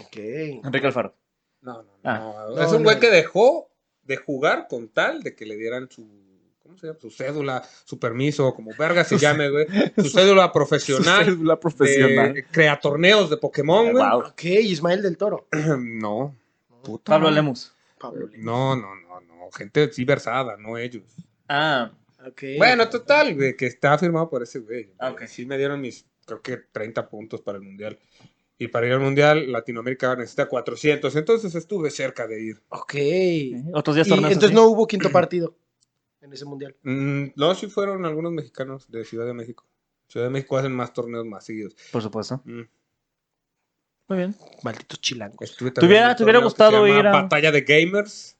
Speaker 1: Ok.
Speaker 2: Enrique Alfaro.
Speaker 3: No, no, no.
Speaker 2: Ah.
Speaker 3: O sea, es
Speaker 1: No,
Speaker 3: un güey
Speaker 1: no.
Speaker 3: que dejó de jugar con tal de que le dieran su. ¿Cómo se llama? Su cédula, su permiso, como verga se llame, güey. Su cédula profesional.
Speaker 2: La
Speaker 3: de- Eh, crea torneos de Pokémon, güey.
Speaker 2: Wow.
Speaker 1: Ok, Ismael del Toro.
Speaker 3: No. Puta
Speaker 2: Pablo
Speaker 3: madre.
Speaker 2: Lemus.
Speaker 1: Pablo.
Speaker 3: No, no, no, no. Gente sí versada, no ellos.
Speaker 2: Ah,
Speaker 1: Ok.
Speaker 3: Bueno, total, güey, que está firmado por ese güey.
Speaker 2: Ah, ok.
Speaker 3: Sí me dieron mis, creo que 30 puntos para el Mundial. Y para ir al Mundial, Latinoamérica necesita 400. Entonces estuve cerca de ir.
Speaker 1: Ok.
Speaker 2: otros días
Speaker 1: ¿Eh? Y
Speaker 2: torneos.
Speaker 1: entonces
Speaker 2: así.
Speaker 1: no hubo quinto partido en ese mundial.
Speaker 3: Mm, no, sí fueron algunos mexicanos de Ciudad de México. Ciudad de México hacen más torneos más seguidos.
Speaker 2: Por supuesto.
Speaker 3: Mm.
Speaker 2: Muy bien.
Speaker 1: Malditos chilangos.
Speaker 3: Estuve
Speaker 2: ¿Te hubiera-
Speaker 3: en un
Speaker 2: te hubiera
Speaker 3: torneo que
Speaker 2: gustado
Speaker 3: se llama
Speaker 2: ir a-
Speaker 3: Batalla de Gamers,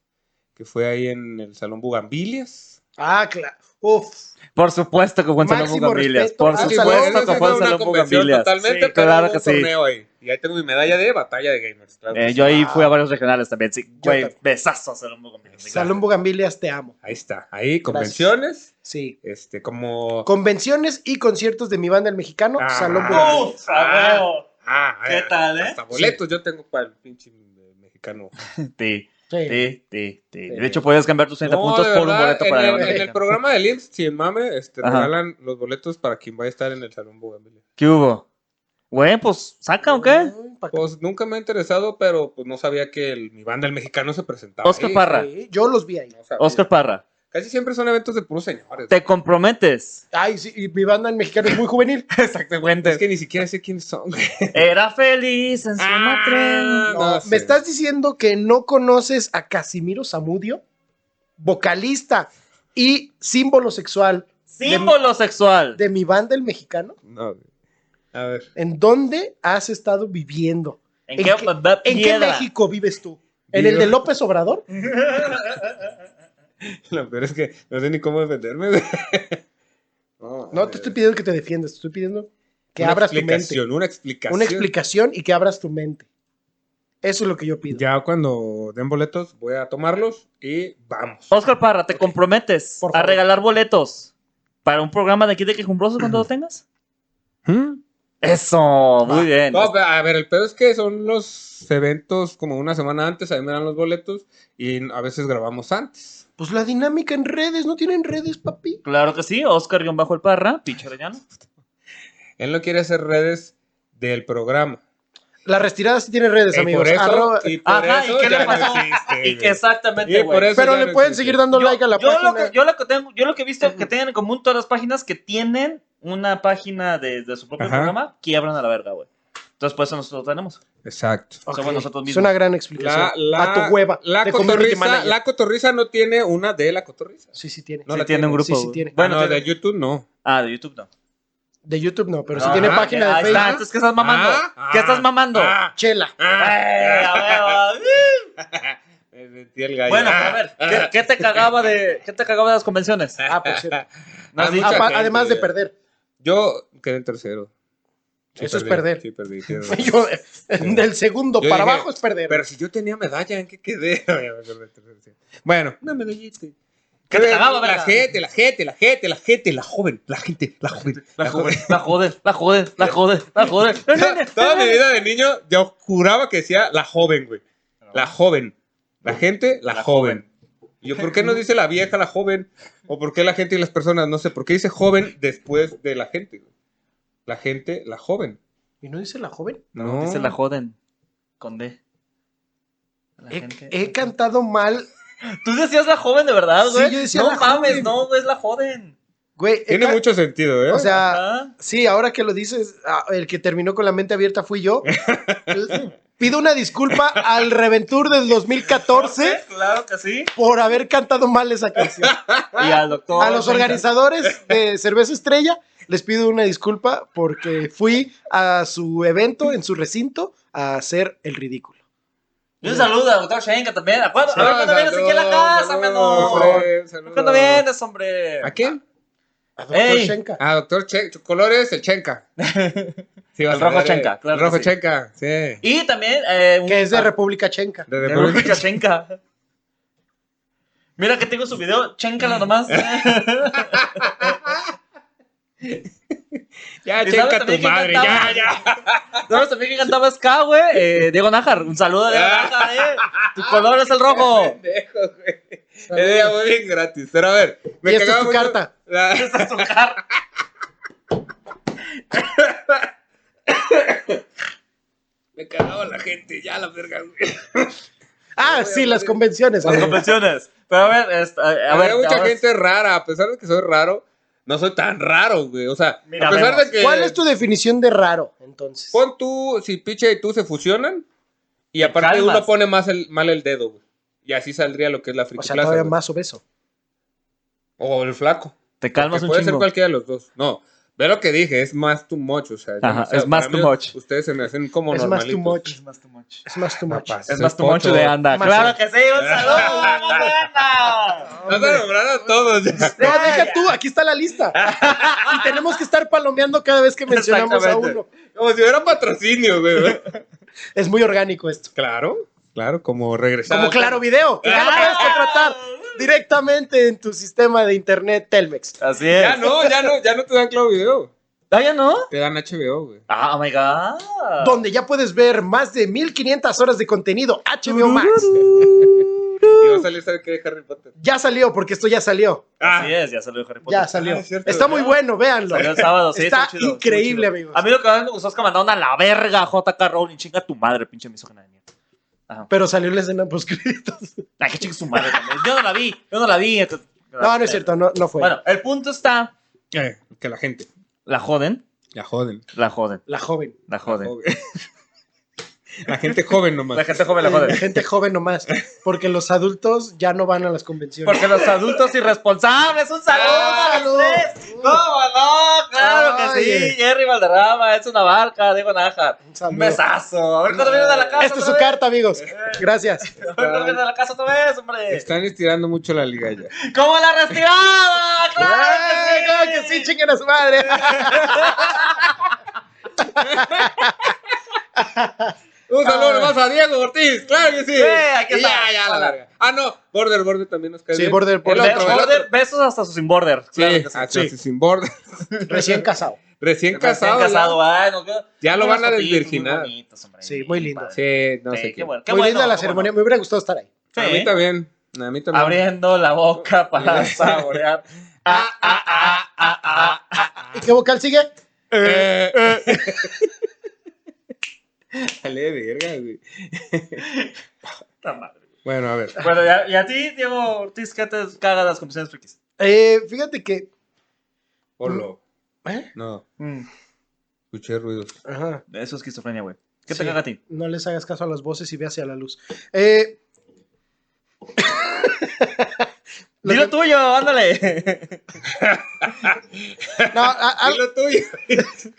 Speaker 3: que fue ahí en el Salón Bugambilias.
Speaker 1: Ah, claro. Uf.
Speaker 2: Por supuesto que fue en Salón
Speaker 1: Máximo
Speaker 2: Bugambilias.
Speaker 1: respeto
Speaker 2: Por
Speaker 1: al
Speaker 3: Ah, sí,
Speaker 1: Salón-
Speaker 3: bueno,
Speaker 2: supuesto
Speaker 3: esa
Speaker 2: que
Speaker 3: fue
Speaker 2: fue en
Speaker 3: una
Speaker 2: Salón
Speaker 3: convención
Speaker 2: Bugambilias.
Speaker 3: Totalmente,
Speaker 2: Sí, claro
Speaker 3: hubo
Speaker 2: que
Speaker 3: un
Speaker 2: sí.
Speaker 3: torneo ahí. Y ahí tengo mi medalla de batalla de gamers. claro que
Speaker 2: Eh,
Speaker 3: sí.
Speaker 2: yo ahí
Speaker 1: Ah.
Speaker 2: fui a varios regionales también. Sí, güey,
Speaker 1: también.
Speaker 2: besazo a Salón Bugambilias. sí,
Speaker 1: Salón Bugambilias, te amo.
Speaker 3: Ahí está, ahí convenciones,
Speaker 1: Sí.
Speaker 3: este como
Speaker 1: Convenciones y conciertos de mi banda el mexicano.
Speaker 3: Ah.
Speaker 1: Salón
Speaker 2: claro.
Speaker 1: Bugambilias.
Speaker 2: Uf, a huevo.
Speaker 3: ah,
Speaker 2: ¿Qué
Speaker 3: eh,
Speaker 2: tal, eh?
Speaker 3: Hasta boletos yo tengo para el pinche eh, mexicano.
Speaker 2: Sí,
Speaker 1: Sí.
Speaker 2: sí, sí, sí.
Speaker 1: Sí.
Speaker 2: De hecho, podías cambiar tus 30
Speaker 3: No,
Speaker 2: puntos
Speaker 3: de
Speaker 2: por un
Speaker 3: verdad,
Speaker 2: boleto
Speaker 3: en
Speaker 2: para
Speaker 3: el-
Speaker 2: la
Speaker 3: en, el,
Speaker 2: América.
Speaker 3: programa del IMSS, sin mame, este
Speaker 2: Ajá.
Speaker 3: regalan los boletos para quien vaya a estar en el Salón Bugambilias.
Speaker 2: ¿Qué hubo? Güey, pues saca o qué?
Speaker 1: Ay, pa' que-
Speaker 3: Pues nunca me ha interesado, pero pues no sabía que el- mi banda el mexicano se presentaba.
Speaker 2: Oscar
Speaker 3: ahí.
Speaker 2: Parra.
Speaker 1: Sí, Yo los vi ahí.
Speaker 3: No sabía.
Speaker 2: Oscar Parra,
Speaker 3: Casi siempre son eventos de puros señores.
Speaker 2: te comprometes.
Speaker 1: Ay, sí, y mi banda en mexicano es muy juvenil.
Speaker 2: Exactamente.
Speaker 3: Es que ni siquiera sé quiénes son.
Speaker 2: Era feliz en su
Speaker 3: Ah,
Speaker 2: matrimonio.
Speaker 1: No,
Speaker 3: No sé.
Speaker 1: ¿Me estás diciendo que no conoces a Casimiro Zamudio? Vocalista y símbolo sexual
Speaker 2: Símbolo sexual.
Speaker 1: de mi banda el mexicano.
Speaker 3: No, güey. A ver.
Speaker 1: ¿En dónde has estado viviendo?
Speaker 2: ¿En, qué,
Speaker 1: qué- en qué
Speaker 2: piedra?
Speaker 1: México vives tú? ¿En el de
Speaker 3: Vivo-
Speaker 1: López Obrador?
Speaker 3: Lo peor es que no sé ni cómo defenderme. güey.
Speaker 1: No te estoy pidiendo que te defiendas, te estoy pidiendo que
Speaker 3: Una
Speaker 1: abras tu mente.
Speaker 3: explicación, Una explicación.
Speaker 1: Una explicación y que abras tu mente. Eso es lo que yo pido.
Speaker 3: Ya cuando den boletos voy a tomarlos y vamos.
Speaker 2: Oscar Parra, ¿te comprometes
Speaker 1: Por
Speaker 2: a
Speaker 1: favor.
Speaker 2: regalar boletos para un programa de aquí de Quejumbrosos cuando lo tengas?
Speaker 3: ¿Mm?
Speaker 2: Eso,
Speaker 1: Va.
Speaker 2: muy bien.
Speaker 3: No, pero, a ver, el pedo es que son los eventos como una semana antes, ahí me dan los boletos y a veces grabamos antes.
Speaker 1: Pues la dinámica en redes, ¿no tienen redes, papi?
Speaker 2: Claro que sí, Oscar guión bajo el Parra, pinche Arellano.
Speaker 3: Él no quiere hacer redes del programa.
Speaker 1: La retirada sí tiene redes,
Speaker 3: Y
Speaker 1: Pues, amigos.
Speaker 3: por eso,
Speaker 1: Arroba-
Speaker 3: y por
Speaker 2: Ajá, ¿y
Speaker 3: eso
Speaker 2: qué
Speaker 3: ya
Speaker 2: le
Speaker 3: no
Speaker 2: pasó?
Speaker 3: existe,
Speaker 2: Y que
Speaker 3: güey.
Speaker 2: exactamente,
Speaker 3: Y por
Speaker 2: güey.
Speaker 3: eso
Speaker 1: Pero
Speaker 3: ya
Speaker 1: le
Speaker 3: no
Speaker 1: pueden
Speaker 3: existe.
Speaker 1: seguir dando
Speaker 2: Yo-
Speaker 1: like a la
Speaker 2: yo
Speaker 1: página.
Speaker 2: Lo que, yo lo que tengo, yo lo que he visto que tienen en común todas las páginas que tienen una página de, de su propio
Speaker 3: Ajá.
Speaker 2: programa, quiebran a la verga, güey. Entonces, por eso nosotros lo tenemos.
Speaker 3: Exacto.
Speaker 1: Ok,
Speaker 2: somos nosotros
Speaker 1: Es
Speaker 2: mismos.
Speaker 1: una gran explicación.
Speaker 3: La,
Speaker 1: a
Speaker 3: la-
Speaker 1: tu hueva.
Speaker 3: La
Speaker 1: de community
Speaker 3: cotorriza,
Speaker 1: manager.
Speaker 3: la cotorriza no tiene una de la cotorriza.
Speaker 1: Sí, sí tiene.
Speaker 3: No
Speaker 2: Sí
Speaker 3: la
Speaker 2: tiene un
Speaker 3: tienen,
Speaker 2: grupo.
Speaker 1: sí, sí
Speaker 2: güey.
Speaker 1: tiene.
Speaker 2: Bueno,
Speaker 3: ah, no,
Speaker 2: tiene-
Speaker 3: de YouTube no.
Speaker 2: ah, de YouTube no.
Speaker 1: De YouTube no, pero sí
Speaker 2: Ah,
Speaker 1: tiene
Speaker 3: Ajá,
Speaker 1: página de
Speaker 2: ahí está,
Speaker 1: Facebook.
Speaker 2: entonces, ¿qué estás mamando?
Speaker 3: Ah,
Speaker 2: ¿Qué estás
Speaker 3: ah,
Speaker 2: mamando?
Speaker 3: ah,
Speaker 1: Chela.
Speaker 2: Eh, a ver, a ver.
Speaker 3: Me sentí el gallo. Ah,
Speaker 2: Bueno, a ver, ¿qué, qué te cagaba de, qué te cagaba de las convenciones?
Speaker 1: Ah, por cierto.
Speaker 2: No has
Speaker 3: Ah,
Speaker 2: dicho.
Speaker 3: mucha
Speaker 1: Apa-
Speaker 3: gente,
Speaker 1: además de
Speaker 3: güey.
Speaker 1: perder.
Speaker 3: Yo quedé en tercero.
Speaker 1: Eso es
Speaker 3: perdí,
Speaker 1: perder.
Speaker 3: Sí, perdí. tienes razón.
Speaker 1: Yo, del segundo
Speaker 3: Yo
Speaker 1: para
Speaker 3: dije,
Speaker 1: abajo es perder.
Speaker 3: Pero si yo tenía medalla, ¿en qué quedé? Ya me acordé, tercero, sí. bueno, una medallita.
Speaker 2: ¿Qué te cagaba,
Speaker 3: la
Speaker 2: verga?
Speaker 3: gente, la gente, la gente, la gente, la joven, la gente, la joven,
Speaker 2: La joder, la joder, la joder, la joder, la joder.
Speaker 3: Toda mi vida de niño yo juraba que decía la joven, güey. La joven. La gente, la,
Speaker 2: La
Speaker 3: joven. Y yo, ¿por qué no dice la vieja, la joven? ¿O por qué la gente y las personas? No sé, ¿por qué dice joven después de la gente? güey? La gente, la joven.
Speaker 1: ¿Y no dice la joven?
Speaker 3: No,
Speaker 2: Dice la joden. Con D. La
Speaker 1: He,
Speaker 2: gente-
Speaker 1: he cantado mal.
Speaker 2: Tú decías la joven de verdad,
Speaker 1: Sí,
Speaker 2: güey.
Speaker 1: yo decía
Speaker 2: no
Speaker 1: la
Speaker 2: mames,
Speaker 1: joven.
Speaker 2: no, güey, es la joden. Ah.
Speaker 1: Güey,
Speaker 3: Tiene
Speaker 1: esta-
Speaker 3: mucho sentido, ¿eh?
Speaker 1: O sea,
Speaker 2: Ajá.
Speaker 1: sí, ahora que lo dices, ah, el que terminó con la mente abierta fui yo. Pido una disculpa al Reventur del 2014
Speaker 2: Claro que sí.
Speaker 1: por haber cantado mal esa canción.
Speaker 2: Y al doctor.
Speaker 1: Ah, A los organizadores de Cerveza Estrella les pido una disculpa porque fui a su evento en su recinto a hacer el ridículo.
Speaker 2: Y un saludo al doctor Shenka también. ¿A, cuándo- a ver
Speaker 3: Ah,
Speaker 2: cuándo vienes aquí a la casa,
Speaker 3: saludos,
Speaker 2: menor.
Speaker 3: hombre, saludos.
Speaker 2: ¿Cuándo vienes, hombre?
Speaker 3: ¿A quién?
Speaker 1: A Dr.
Speaker 2: Ey.
Speaker 1: Shenka.
Speaker 3: Ah, doctor Che, colores, el Chenca. Sí, vas
Speaker 2: El
Speaker 3: a
Speaker 2: rojo
Speaker 3: ver,
Speaker 2: Chenca,
Speaker 3: eh,
Speaker 2: claro
Speaker 3: El rojo
Speaker 2: que sí.
Speaker 3: Chenca, sí.
Speaker 2: Y también. eh, un-
Speaker 1: Que es de
Speaker 2: ah,
Speaker 1: República Chenca.
Speaker 3: De
Speaker 2: de
Speaker 3: República
Speaker 2: República Chenka. Mira que tengo su video, chéncala nomás.
Speaker 3: Ya,
Speaker 2: ¿Y
Speaker 3: Chenca
Speaker 2: sabes
Speaker 3: tu
Speaker 2: también quién
Speaker 3: madre,
Speaker 2: cantaba?
Speaker 3: ya, ya.
Speaker 2: ¿Sabes también que cantaba Ska, güey? Eh, Diego Nájar, un saludo a Diego Nájar, eh. Tu color es el rojo.
Speaker 3: Pendejo, güey. Era muy bien gratis. Pero a ver,
Speaker 1: Y esta
Speaker 3: cagaba
Speaker 1: es tu
Speaker 3: mucho
Speaker 1: carta.
Speaker 3: la-
Speaker 2: Esa es tu cara.
Speaker 3: Me cagaba la gente, ya la verga, güey.
Speaker 1: Ah, sí, las convenciones.
Speaker 2: Las convenciones. Pero a ver, esta- a, ver.
Speaker 3: Había mucha
Speaker 2: ahora-
Speaker 3: gente rara, a pesar de que soy raro, no soy tan raro, güey. O sea,
Speaker 2: Mira,
Speaker 3: a pesar
Speaker 2: vemos.
Speaker 3: de que.
Speaker 1: ¿Cuál es tu definición de raro, entonces?
Speaker 3: Pon tú, si Picha y tú se fusionan, y aparte
Speaker 2: calmas.
Speaker 3: uno pone más el, mal el dedo, güey. Y así saldría lo que es la
Speaker 1: O
Speaker 3: frikiplaza.
Speaker 1: sea, todavía
Speaker 3: güey.
Speaker 1: más obeso.
Speaker 3: O el flaco.
Speaker 2: Te
Speaker 3: Que
Speaker 2: calmas
Speaker 3: puede
Speaker 2: un
Speaker 3: ser
Speaker 2: chingo.
Speaker 3: cualquiera de los dos. No, ve lo que dije, es más too much. O sea, yo
Speaker 2: Ajá,
Speaker 3: no sé,
Speaker 2: es más
Speaker 3: para
Speaker 2: too
Speaker 3: mí,
Speaker 2: much.
Speaker 3: Ustedes se me hacen como
Speaker 1: Es más too
Speaker 3: normalitos.
Speaker 1: much.
Speaker 2: más too much.
Speaker 1: Es más too much.
Speaker 3: Capaz.
Speaker 2: Es
Speaker 3: Soy
Speaker 2: más too much
Speaker 3: pocho.
Speaker 2: de anda.
Speaker 1: Más
Speaker 2: Claro
Speaker 1: sí.
Speaker 2: que sí, un saludo a los de anda.
Speaker 3: Vas a nombrar a todos ya.
Speaker 1: No, deja tú, aquí está la lista. Y tenemos que estar palomeando cada vez que mencionamos a
Speaker 2: Exactamente.
Speaker 1: uno.
Speaker 3: Como si hubiera patrocinio, güey.
Speaker 1: Es muy orgánico esto.
Speaker 3: Claro, claro, como regresar.
Speaker 1: Como
Speaker 3: al-
Speaker 1: Claro Video, que ya lo puedes contratar directamente en tu sistema de internet Telmex.
Speaker 2: Así
Speaker 3: Ya
Speaker 2: es.
Speaker 3: no, ya no, ya no te dan Claro Video.
Speaker 2: ¿Ah, ya no?
Speaker 3: Te dan HBO, güey.
Speaker 2: Ah, oh my god.
Speaker 1: Donde ya puedes ver más de 1500 horas de contenido HBO Max.
Speaker 3: Y va a salir, ¿sabes qué? Harry Potter.
Speaker 1: Ya salió, porque esto ya salió.
Speaker 2: Así es, ya salió Harry Potter.
Speaker 1: Ya salió.
Speaker 3: Ah, es cierto,
Speaker 1: Está muy
Speaker 3: ¿verdad?
Speaker 1: bueno, véanlo.
Speaker 2: Salió el sábado, sí,
Speaker 1: Está
Speaker 2: chido,
Speaker 1: increíble,
Speaker 2: chido.
Speaker 1: amigos.
Speaker 2: A mí lo que más me gustó es que mandaron a la verga a JK Rowling. Chinga tu madre, pinche misógena de mierda.
Speaker 1: Pero salió la escena post créditos.
Speaker 2: Ay, que chingue su madre también. Yo no la vi, yo no la vi. entonces-
Speaker 3: Ah,
Speaker 1: No, no es cierto, no, no fue.
Speaker 2: Bueno, el punto está.
Speaker 3: Eh, que la gente.
Speaker 2: La joden,
Speaker 3: La joden.
Speaker 2: la joden,
Speaker 1: la joven.
Speaker 2: la joden.
Speaker 3: Joven. La gente joven nomás.
Speaker 2: La gente joven la
Speaker 1: Eh, La
Speaker 2: joden.
Speaker 1: gente joven nomás. Porque los adultos ya no van a las convenciones.
Speaker 2: Porque los adultos irresponsables, un saludo
Speaker 1: Ah,
Speaker 2: a los
Speaker 1: saludo.
Speaker 2: tres. ¿Cómo no? Claro que sí.
Speaker 1: Oye.
Speaker 2: Jerry Valderrama, es una barca, Diego Nájar.
Speaker 1: Un saludo.
Speaker 2: Un besazo. A ver cuándo vienen a la casa.
Speaker 1: Esta es su
Speaker 2: otra vez.
Speaker 1: carta, amigos. Gracias.
Speaker 2: A ver cuándo vienen a la casa otra vez, hombre.
Speaker 3: Están estirando mucho la liga ya.
Speaker 2: ¿Cómo la retirada?
Speaker 1: ¡Ay,
Speaker 2: ¡Claro que sí!
Speaker 1: chinguen a su madre.
Speaker 3: Un saludo nomás a Diego Ortiz, claro que sí.
Speaker 2: Ah. Sí, aquí
Speaker 3: Y
Speaker 2: está.
Speaker 3: ya, ya, la larga. Ah, no, Border, Border también nos cae
Speaker 1: Sí,
Speaker 3: bien.
Speaker 1: Border,
Speaker 3: El
Speaker 1: Border.
Speaker 3: otro, el
Speaker 2: Border,
Speaker 3: otro.
Speaker 2: besos hasta su sin border.
Speaker 3: Sí,
Speaker 2: claro que sí.
Speaker 3: hasta sin Border.
Speaker 1: Recién casado.
Speaker 3: Recién casado.
Speaker 2: Recién
Speaker 3: ya.
Speaker 2: casado, ay, nos quedan
Speaker 3: Ya lo
Speaker 2: unas
Speaker 3: van a
Speaker 2: fotitos
Speaker 3: desvirginar.
Speaker 2: muy bonitas, hombre,
Speaker 1: Sí,
Speaker 2: bien
Speaker 1: muy lindo.
Speaker 2: padre.
Speaker 3: Sí, no
Speaker 2: Sí,
Speaker 3: sé qué.
Speaker 2: qué bueno. qué
Speaker 1: Muy
Speaker 2: bueno,
Speaker 1: linda la
Speaker 2: cómo
Speaker 1: ceremonia.
Speaker 2: no.
Speaker 1: Me hubiera gustado estar ahí.
Speaker 2: Sí,
Speaker 3: A mí también. A mí también.
Speaker 2: Abriendo la boca para saborear. Ah, ah, ah, ah, ah, ah.
Speaker 1: ¿Y qué vocal sigue?
Speaker 3: Eh, eh. Dale, verga, güey.
Speaker 2: Puta madre.
Speaker 3: Bueno, a ver.
Speaker 2: Bueno, y a, y a ti, Diego Ortiz, ¿qué te caga las comisiones frikis?
Speaker 1: Eh, fíjate que.
Speaker 3: Olo.
Speaker 1: ¿Eh?
Speaker 3: No, escuché ruidos.
Speaker 1: Ajá.
Speaker 2: Eso es esquizofrenia, güey. ¿Qué
Speaker 1: Sí.
Speaker 2: te caga a ti?
Speaker 1: No les hagas caso a las voces y ve hacia la luz. Eh, Lo
Speaker 2: Dilo
Speaker 1: que-
Speaker 2: tuyo, ándale.
Speaker 1: no, a- a-
Speaker 3: ¿Y lo tuyo?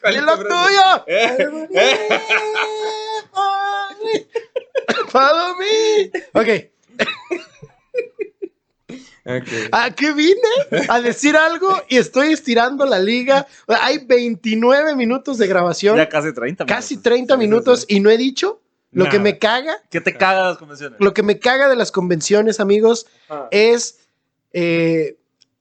Speaker 3: ¿Cuál
Speaker 1: ¡Y
Speaker 3: es
Speaker 1: lo
Speaker 3: tu frase?
Speaker 1: tuyo!
Speaker 3: Eh, eh.
Speaker 1: ¡Follow me! Ok,
Speaker 3: Ok.
Speaker 1: ¿a qué vine? A decir algo y estoy estirando la liga. O sea, Hay 29 minutos de grabación,
Speaker 2: Ya casi 30.
Speaker 1: casi
Speaker 2: minutos.
Speaker 1: 30
Speaker 3: sí, sí,
Speaker 1: minutos y no he dicho lo
Speaker 3: Nada.
Speaker 1: que me caga.
Speaker 2: ¿Qué te caga las convenciones?
Speaker 1: Lo que me caga de las convenciones, amigos,
Speaker 3: Ah.
Speaker 1: es, eh,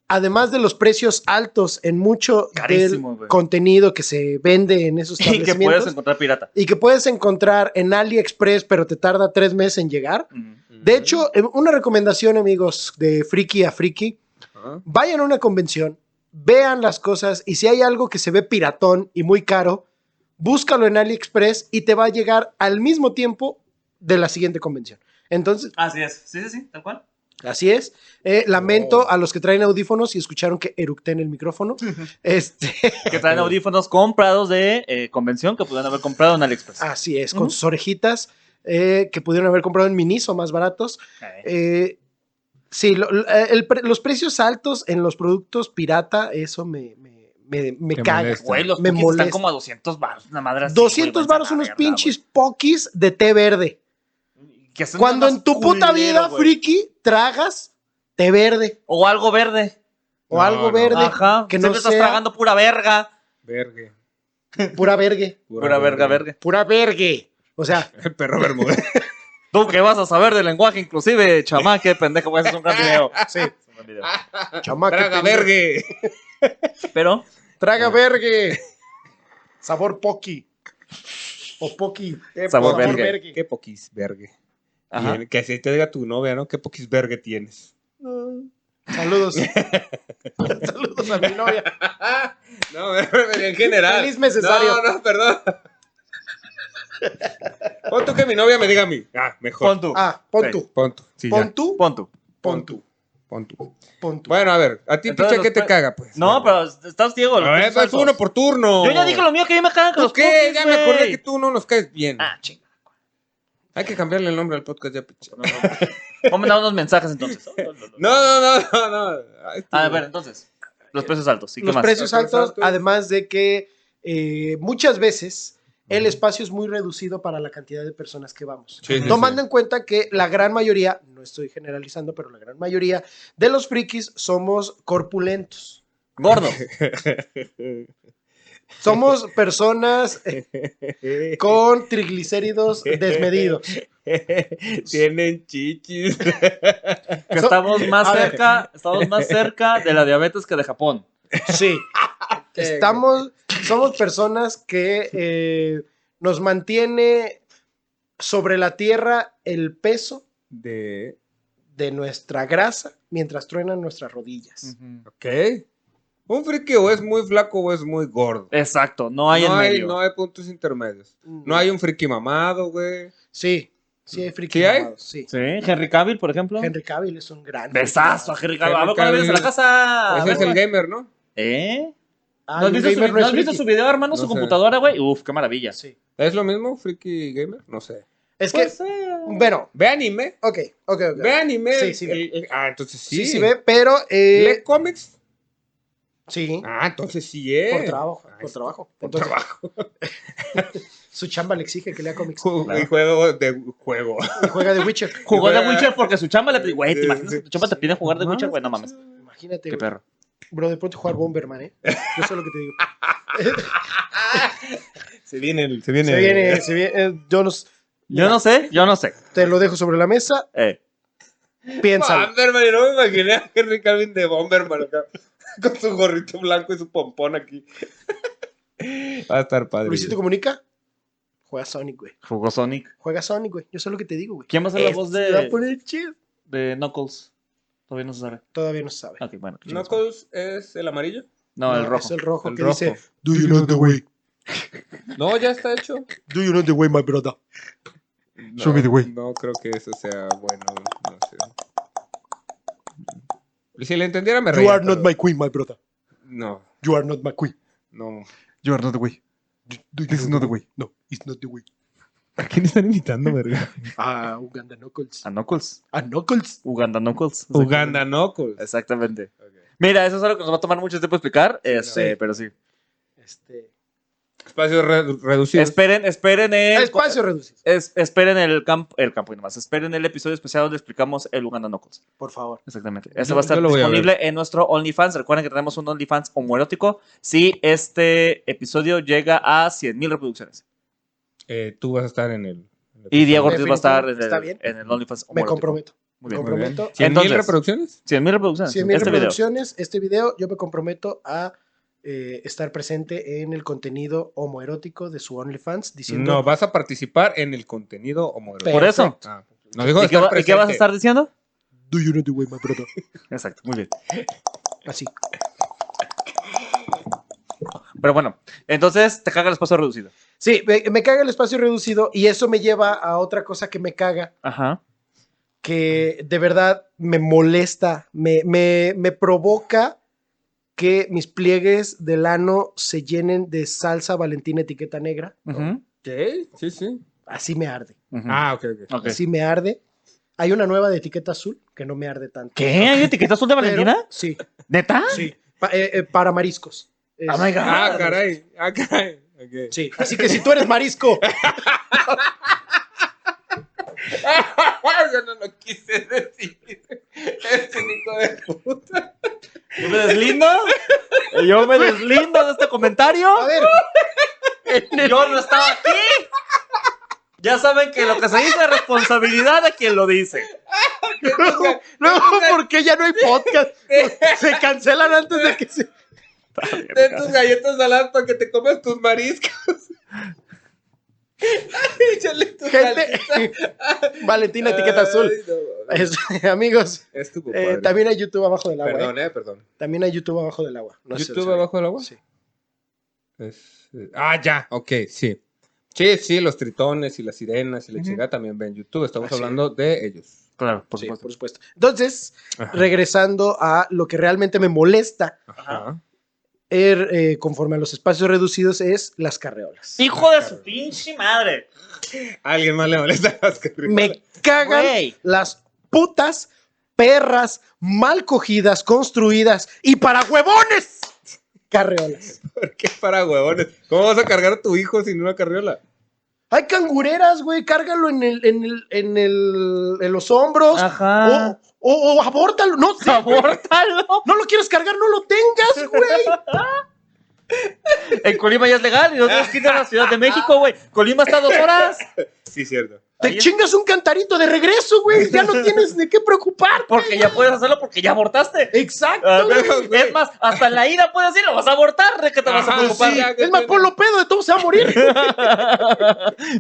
Speaker 1: además de los precios altos en mucho
Speaker 2: Carísimo,
Speaker 1: del
Speaker 2: güey.
Speaker 1: contenido que se vende en esos
Speaker 2: Y que puedes
Speaker 1: establecimientos
Speaker 2: encontrar pirata.
Speaker 1: y que puedes encontrar en AliExpress, pero te tarda tres meses en llegar.
Speaker 2: Ujú.
Speaker 1: De hecho, eh, una recomendación, amigos, de friki a friki,
Speaker 3: Ajá.
Speaker 1: vayan a una convención, vean las cosas y si hay algo que se ve piratón y muy caro, búscalo en AliExpress y te va a llegar al mismo tiempo de la siguiente convención. Entonces,
Speaker 2: Así es. Sí, sí, sí, tal cual.
Speaker 1: Así es. Eh, lamento a los que traen audífonos y escucharon que eructé en el micrófono. este,
Speaker 2: Que traen audífonos comprados de eh, convención que pudieron haber comprado en AliExpress.
Speaker 1: así es, con
Speaker 2: Ujú.
Speaker 1: sus orejitas eh, que pudieron haber comprado en Miniso más baratos.
Speaker 2: Eh,
Speaker 1: Eh, sí, lo- lo- eh, el pre- los precios altos en los productos pirata, eso me, me, me, me
Speaker 3: Te
Speaker 1: caga.
Speaker 3: molesta.
Speaker 2: Güey, los
Speaker 1: me
Speaker 2: cookies
Speaker 1: molesta.
Speaker 2: están como a 200 baros, una madre así,
Speaker 1: 200
Speaker 2: güey,
Speaker 1: varos
Speaker 2: vete a la
Speaker 1: unos
Speaker 2: verga,
Speaker 1: pinches pokis de té verde.
Speaker 2: güey. Que son
Speaker 1: Cuando
Speaker 2: nada
Speaker 1: en
Speaker 2: más
Speaker 1: tu puta
Speaker 2: culero,
Speaker 1: vida,
Speaker 2: güey.
Speaker 1: friki, tragas té verde
Speaker 2: O algo verde.
Speaker 1: o
Speaker 3: No,
Speaker 1: algo
Speaker 3: no.
Speaker 1: verde,
Speaker 2: Ajá.
Speaker 1: que
Speaker 2: Que
Speaker 1: no
Speaker 2: Siempre estás
Speaker 1: sea-
Speaker 2: tragando pura verga.
Speaker 3: Vergue.
Speaker 1: pura vergue,
Speaker 2: Pura verga, verga.
Speaker 1: pura vergue. O sea,
Speaker 3: El perro bermudez.
Speaker 2: Tú que vas a saber de lenguaje, inclusive, chamán, qué pendejo, güey, ese es un gran video.
Speaker 1: sí,
Speaker 2: Es un gran video.
Speaker 1: chamaco.
Speaker 3: Traga
Speaker 1: pendejo.
Speaker 3: vergue.
Speaker 2: Pero,
Speaker 1: Traga vergue. Sabor poqui. O poqui. Eh,
Speaker 2: Sabor
Speaker 1: por
Speaker 2: vergue.
Speaker 3: Qué poquis vergue.
Speaker 2: ajá.
Speaker 3: Bien, Que así te diga tu novia, ¿no? Qué poquis vergue tienes.
Speaker 1: Saludos. Saludos a mi novia.
Speaker 3: No, en general.
Speaker 1: Feliz necesario.
Speaker 3: No, no, perdón. Pon tú que mi novia me diga a mí. Ah, mejor.
Speaker 2: pon tú.
Speaker 1: Ah, pon tú.
Speaker 3: Pon tú. Sí,
Speaker 1: Pon
Speaker 3: ya.
Speaker 1: tú.
Speaker 2: Pon tú.
Speaker 1: Pon tú.
Speaker 3: Pon tú.
Speaker 1: Pon tú.
Speaker 3: Bueno, a ver. A ti,
Speaker 2: Entonces,
Speaker 3: picha, ¿qué te
Speaker 2: pues,
Speaker 3: caga, pues?
Speaker 2: No, pero estás ciego. los
Speaker 3: A ver,
Speaker 2: pinches
Speaker 3: es uno
Speaker 2: altos.
Speaker 3: por turno.
Speaker 2: Yo ya dije lo mío que a mí me cagan con los
Speaker 3: ¿Tú qué?
Speaker 2: cookies,
Speaker 3: Ya me
Speaker 2: güey.
Speaker 3: acordé que tú no nos caes bien.
Speaker 2: Ah, chinga.
Speaker 3: Hay que cambiarle el nombre al podcast ya, picha.
Speaker 2: No, no. Vamos a dar unos mensajes entonces.
Speaker 3: No, no, no, no, no. Ay, tú.
Speaker 2: A ver, entonces. Los precios altos. ¿Y qué
Speaker 1: Los
Speaker 2: más?
Speaker 1: precios
Speaker 3: Los precios
Speaker 1: altos,
Speaker 3: altos.
Speaker 1: además de que eh, muchas veces el
Speaker 3: Ujú.
Speaker 1: espacio es muy reducido para la cantidad de personas que vamos.
Speaker 3: Sí, sí,
Speaker 1: Tomando
Speaker 3: sí.
Speaker 1: en cuenta que la gran mayoría, no estoy generalizando, pero la gran mayoría de los frikis somos corpulentos.
Speaker 2: Gordo.
Speaker 1: Somos personas eh, con triglicéridos desmedidos.
Speaker 3: Tienen chichis.
Speaker 2: Que estamos más
Speaker 1: A ver.
Speaker 2: cerca, estamos más cerca de la diabetes que de Japón.
Speaker 1: Sí. Estamos, somos personas que eh, nos mantiene sobre la tierra el peso
Speaker 3: De.
Speaker 1: de nuestra grasa mientras truenan nuestras rodillas.
Speaker 3: Ok. Un friki o es muy flaco o es muy gordo.
Speaker 2: Exacto, no hay
Speaker 3: no,
Speaker 2: en
Speaker 3: hay,
Speaker 2: medio.
Speaker 3: no hay puntos intermedios.
Speaker 2: Mm.
Speaker 3: No hay un friki mamado, güey.
Speaker 1: Sí, sí hay friki.
Speaker 3: ¿Sí hay?
Speaker 1: mamados, Sí.
Speaker 2: Sí, Henry Cavill, por ejemplo.
Speaker 1: Henry Cavill es un gran.
Speaker 2: Besazo a Henry Cavill. A
Speaker 3: Henry
Speaker 2: ver cuándo vienes a la
Speaker 3: Cavill.
Speaker 2: casa. Ah, A
Speaker 3: Ese
Speaker 2: ver,
Speaker 3: es el
Speaker 2: güey.
Speaker 3: gamer, ¿no?
Speaker 2: ¿Eh?
Speaker 1: Ah,
Speaker 2: ¿No has
Speaker 1: un
Speaker 2: visto, su,
Speaker 1: gamer
Speaker 2: ¿no has
Speaker 1: es
Speaker 2: visto
Speaker 1: friki.
Speaker 2: su video, hermano?
Speaker 3: No
Speaker 2: su
Speaker 3: sé.
Speaker 2: computadora, güey. Uf, qué maravilla.
Speaker 1: Sí.
Speaker 3: ¿Es lo mismo, friki gamer? No sé.
Speaker 1: Es que,
Speaker 2: Pues, eh,
Speaker 1: bueno,
Speaker 3: Ve anime.
Speaker 1: ok, ok, ok.
Speaker 3: Ve anime.
Speaker 1: Sí, sí ve.
Speaker 3: El- el- ah, entonces sí.
Speaker 1: sí, sí, ve, pero. eh,
Speaker 3: ¿Lee cómics?
Speaker 1: sí,
Speaker 3: Ah, entonces sí es.
Speaker 1: por trabajo,
Speaker 3: Ahí
Speaker 1: por
Speaker 3: está.
Speaker 1: trabajo.
Speaker 3: Por
Speaker 1: Entonces,
Speaker 3: trabajo.
Speaker 1: Su chamba le exige que lea cómics.
Speaker 3: Ju-
Speaker 2: Claro.
Speaker 3: Y juego de juego.
Speaker 1: Y juega de Witcher.
Speaker 2: Jugó de
Speaker 3: Güey.
Speaker 2: Witcher porque su chamba le pide. Güey, ¿te
Speaker 3: Sí,
Speaker 2: imaginas
Speaker 3: sí.
Speaker 2: que tu chamba te pide jugar de
Speaker 3: No
Speaker 2: Witcher?
Speaker 3: mames,
Speaker 2: Güey, no mames.
Speaker 1: Imagínate,
Speaker 2: Qué
Speaker 1: güey.
Speaker 2: perro.
Speaker 1: bro, de pronto jugar Bomberman, ¿eh? Yo sé lo que te digo.
Speaker 3: Se viene el. Se viene,
Speaker 1: Se viene, se viene. eh, yo no s-
Speaker 2: Yo no sé, yo no sé.
Speaker 1: te lo dejo sobre la mesa.
Speaker 2: Eh.
Speaker 1: Piénsalo.
Speaker 3: Bomberman, y no me imaginé a Henry Calvin de Bomberman acá. Con su gorrito blanco y su pompón aquí. Va a estar padre.
Speaker 1: Luisito comunica. Juega Sonic, güey.
Speaker 2: Jugó Sonic.
Speaker 1: Juega Sonic, güey. Yo sé lo que te digo, güey.
Speaker 2: ¿Quién va a ser la voz
Speaker 1: Se va a
Speaker 2: de,
Speaker 1: poner chido.
Speaker 2: de Knuckles? Todavía no se sabe.
Speaker 1: Todavía no se sabe.
Speaker 2: Ok, bueno. chingas,
Speaker 3: ¿Knuckles es el amarillo?
Speaker 2: No, el
Speaker 1: Es
Speaker 2: rojo.
Speaker 1: el rojo
Speaker 3: Ah, El
Speaker 1: que
Speaker 3: rojo.
Speaker 1: dice: Do you know the way?
Speaker 3: No, ya está hecho.
Speaker 1: Do you know the way, my brother?
Speaker 3: No,
Speaker 1: Show me the way.
Speaker 3: No creo que eso sea bueno. No sé. Y si le entendiera, me
Speaker 1: You
Speaker 3: reía.
Speaker 1: are not
Speaker 3: pero-
Speaker 1: my queen, my brother.
Speaker 3: No,
Speaker 1: You are not my queen.
Speaker 3: no.
Speaker 1: You are not the way. Do- do you
Speaker 3: This is
Speaker 1: know
Speaker 3: not the
Speaker 1: way. No, it's not the way.
Speaker 3: ¿A quién están imitando, verga?
Speaker 1: Ah, Uganda Knuckles.
Speaker 2: A Knuckles.
Speaker 1: Ah, Knuckles.
Speaker 2: Uganda Knuckles.
Speaker 3: Uganda Knuckles.
Speaker 2: Exactamente. Mira, eso es algo que nos va a tomar mucho tiempo explicar. Este,
Speaker 1: Sí.
Speaker 2: pero sí.
Speaker 1: Este...
Speaker 3: Espacios re- reducidos.
Speaker 2: Esperen, esperen el.
Speaker 1: Espacio reducido.
Speaker 2: es- esperen el campo, el campo y nomás. Esperen el episodio especial donde explicamos el Uganda Knuckles.
Speaker 1: Por favor.
Speaker 2: Exactamente. Ese
Speaker 3: Yo-
Speaker 2: va a estar
Speaker 3: yo lo voy a
Speaker 2: disponible en nuestro OnlyFans. Recuerden que tenemos un OnlyFans homoerótico. Si este episodio llega a 100.000 reproducciones.
Speaker 3: Eh, tú vas a estar en el.
Speaker 2: Y Diego Ortiz va a estar en
Speaker 1: Definitivo, está bien.
Speaker 2: el, en el OnlyFans
Speaker 1: Me
Speaker 2: homoerótico.
Speaker 1: comprometo.
Speaker 2: Muy bien.
Speaker 1: Me comprometo.
Speaker 3: ¿Cien mil
Speaker 2: Entonces-
Speaker 3: reproducciones?
Speaker 2: 100.000 reproducciones.
Speaker 1: 100 mil
Speaker 2: este video.
Speaker 1: reproducciones, este video, yo me comprometo a eh, estar presente en el contenido homoerótico de su OnlyFans diciendo
Speaker 3: No, vas a participar en el contenido homoerótico.
Speaker 2: Por eso.
Speaker 3: Ah, no dijo
Speaker 2: ¿Y qué,
Speaker 3: estar
Speaker 2: va- y qué vas a
Speaker 3: presente.
Speaker 2: estar diciendo?
Speaker 1: Do you know the way, my brother?
Speaker 2: Exacto, muy bien.
Speaker 1: Así.
Speaker 2: Pero bueno, entonces te caga el espacio reducido.
Speaker 1: Sí, me, me caga el espacio reducido y eso me lleva a otra cosa que me caga,
Speaker 2: Ajá.
Speaker 1: que de verdad me molesta, me, me, me provoca que mis pliegues del ano se llenen de salsa Valentina etiqueta negra.
Speaker 2: Ujú,
Speaker 3: ¿Qué? Sí, sí.
Speaker 1: Así me arde.
Speaker 2: ujú.
Speaker 3: Ah, ok, ok.
Speaker 2: Ok.
Speaker 1: Así me arde. Hay una nueva de etiqueta azul que no me arde tanto.
Speaker 2: ¿Qué? ¿Hay etiqueta azul de
Speaker 1: Pero-
Speaker 2: Valentina?
Speaker 1: sí,
Speaker 2: ¿Neta?
Speaker 1: sí. Pa- eh, eh, para mariscos. Es-
Speaker 2: Oh my God.
Speaker 3: Ah, caray. Ah, caray. Ok.
Speaker 1: Sí, así que si tú eres marisco,
Speaker 3: Yo no lo quise decir. Es un hijo de puta.
Speaker 2: Yo me deslindo. Yo me deslindo de este comentario.
Speaker 1: a ver,
Speaker 2: Yo no estaba aquí. Ya saben que lo que se dice es responsabilidad de quien lo dice.
Speaker 1: luego, luego ¿por qué ya no hay podcast? Se cancelan antes de que se...
Speaker 3: Ten tus galletas saladas para que te comas tus mariscos. Ay, échale tu
Speaker 1: Gente, Valentina etiqueta azul.
Speaker 2: Eh,
Speaker 1: Es- amigos,
Speaker 3: Es
Speaker 1: eh, también hay YouTube abajo del agua. ¿eh?
Speaker 3: Perdón, eh, perdón.
Speaker 1: También hay YouTube abajo del agua. No sé si lo
Speaker 3: ¿YouTube
Speaker 1: sabía.
Speaker 3: abajo del agua?
Speaker 1: Sí.
Speaker 3: Es- eh, Ah, ya, ok, sí. Sí, sí, los tritones y las sirenas y la chingada también ven YouTube. Estamos
Speaker 1: Así es.
Speaker 3: hablando de ellos.
Speaker 2: Claro, por
Speaker 1: Sí,
Speaker 2: supuesto.
Speaker 1: por supuesto. Entonces,
Speaker 3: Ajá.
Speaker 1: regresando a lo que realmente me molesta
Speaker 3: Ajá.
Speaker 1: er, eh, conforme a los espacios reducidos es las carreolas.
Speaker 2: Hijo de su pinche madre.
Speaker 3: Alguien más le molesta las carreras.
Speaker 1: Me cagan
Speaker 2: Güey.
Speaker 1: las putas perras mal cogidas, construidas y para huevones carreolas.
Speaker 3: ¿Por qué para huevones? ¿Cómo vas a cargar a tu hijo sin una carriola?
Speaker 1: Hay cangureras, güey, cárgalo en el, en el, en el, en los hombros.
Speaker 3: Oh,
Speaker 2: Ajá.
Speaker 1: O, o, o abórtalo, no sé, güey.
Speaker 2: Abórtalo.
Speaker 1: No lo quieres cargar, no lo tengas, güey.
Speaker 2: En Colima ya es legal y no tienes que ir a la Ciudad de México, güey. Colima está a dos horas.
Speaker 3: Sí, cierto.
Speaker 1: Te
Speaker 2: Ahí es-
Speaker 1: chingas un cantarito de regreso, güey. Ya no tienes de qué preocupar.
Speaker 2: Porque ya puedes hacerlo porque ya abortaste.
Speaker 1: Exacto.
Speaker 2: Ah,
Speaker 1: güey.
Speaker 3: no, güey.
Speaker 2: Es más, hasta en la ida puedes ir, lo vas a abortar. ¿De qué te vas a
Speaker 3: Ajá,
Speaker 2: preocupar?
Speaker 3: sí.
Speaker 1: Es más, ponlo pedo, de todo se va a morir.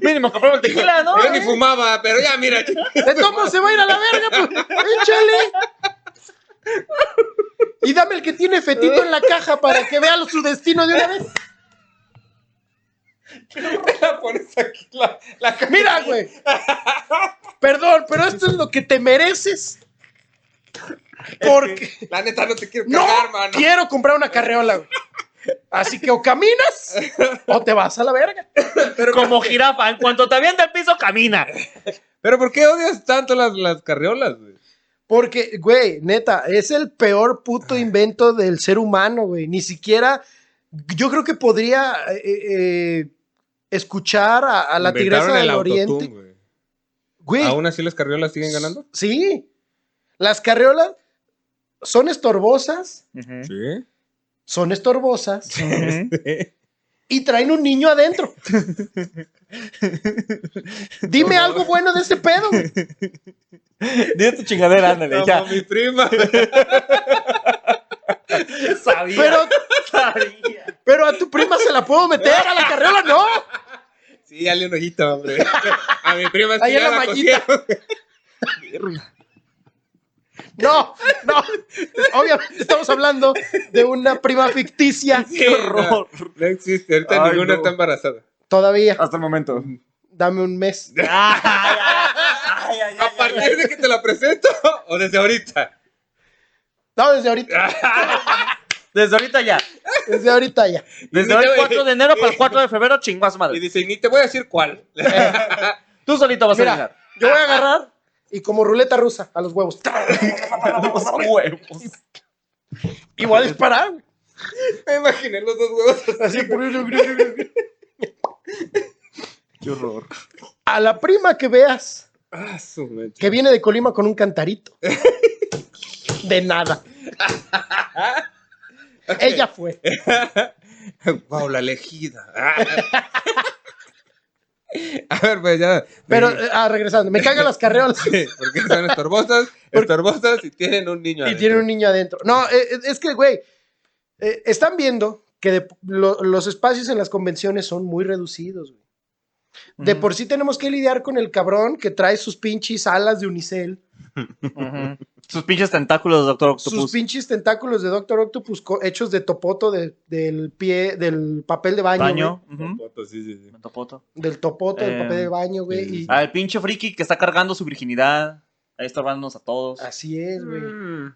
Speaker 2: Mínimo que pruebe el tequila, ¿no?
Speaker 3: Yo ni fumaba, pero ya, mira.
Speaker 1: De tomo se va a ir a la verga, pues. Échale. Y dame el que tiene fetito en la caja para que vea su destino de una vez.
Speaker 3: la pones aquí la, la ca-
Speaker 1: Mira, güey. Perdón, pero esto es lo que te mereces. Porque
Speaker 3: La neta no te quiero
Speaker 1: no
Speaker 3: cargar, mano.
Speaker 1: quiero comprar una carreola, güey. Así que o caminas o te vas a la verga.
Speaker 3: Pero,
Speaker 2: Como jirafa, en cuanto te avienta el piso, camina.
Speaker 3: pero ¿por qué odias tanto las, las carriolas, güey?
Speaker 1: Porque, güey, neta, es el peor puto invento del ser humano, güey. Ni siquiera, yo creo que podría eh, eh, escuchar a, a la
Speaker 3: Inventaron
Speaker 1: tigresa del
Speaker 3: el autotune,
Speaker 1: oriente.
Speaker 3: güey.
Speaker 1: Güey,
Speaker 3: ¿Aún así las carriolas siguen ganando?
Speaker 1: sí. Las carreolas son estorbosas,
Speaker 3: Sí.
Speaker 1: son estorbosas
Speaker 3: este.
Speaker 1: y traen un niño adentro. Dime algo bueno de este pedo, güey.
Speaker 2: Dile tu chingadera, ándale,
Speaker 3: Como
Speaker 2: ya.
Speaker 3: mi prima.
Speaker 2: Sabía.
Speaker 1: Pero,
Speaker 2: sabía.
Speaker 1: pero a tu prima se la puedo meter, a la carreola no.
Speaker 3: Sí, dale un ojito, hombre. A mi prima es que
Speaker 1: Ahí en
Speaker 3: ya
Speaker 1: la
Speaker 3: la
Speaker 1: mallita.
Speaker 3: cosieron.
Speaker 1: No, no. Obviamente estamos hablando de una prima ficticia
Speaker 2: Qué horror.
Speaker 3: No, no existe, ahorita
Speaker 2: Ay, no.
Speaker 3: ninguna está embarazada.
Speaker 1: todavía.
Speaker 2: Hasta el momento.
Speaker 1: Dame un mes.
Speaker 2: Ay, ay, ay, ay,
Speaker 3: ¿A partir de que te la presento o desde ahorita?
Speaker 1: No, desde ahorita.
Speaker 2: Desde ahorita ya.
Speaker 1: Desde ahorita ya.
Speaker 2: Desde hoy 4 de enero para el 4 de febrero, chingas
Speaker 3: Y
Speaker 2: madre.
Speaker 3: dice, ni te voy a decir cuál.
Speaker 2: Tú solito vas a
Speaker 1: Mira,
Speaker 2: llegar.
Speaker 1: yo voy a agarrar y como ruleta rusa a los huevos.
Speaker 2: huevos.
Speaker 1: Y voy a disparar. güey.
Speaker 3: Me imaginé los dos huevos.
Speaker 1: Así. A la prima que veas
Speaker 3: Ah, su mecha.
Speaker 1: que viene de Colima con un cantarito. De nada. Ella fue.
Speaker 3: Wow, la elegida. Ah. A ver, pues ya.
Speaker 1: Pero eh, ah, regresando, me cagan las carreolas.
Speaker 3: Sí, porque son estorbosas, estorbosas y tienen un niño.
Speaker 1: Y tiene un niño adentro. No, eh, eh, es que, güey, eh, están viendo que de- lo- los espacios en las convenciones son muy reducidos, güey. De por sí tenemos que lidiar con el cabrón que trae sus pinches alas de unicel,
Speaker 2: Ujú. Sus pinches tentáculos, doctor
Speaker 1: sus
Speaker 2: Octopus.
Speaker 1: pinches tentáculos de Doctor Octopus co- hechos de topoto de- del pie, del papel de baño,
Speaker 2: Baño. ujú.
Speaker 3: Foto, sí, sí, sí.
Speaker 2: Mentopoto.
Speaker 1: güey, del topoto, del
Speaker 2: Eh,
Speaker 1: papel de baño, güey. y-
Speaker 2: Al pinche friki que está cargando su virginidad. ahí estorbándonos a todos.
Speaker 1: Así es, güey.
Speaker 3: Mm.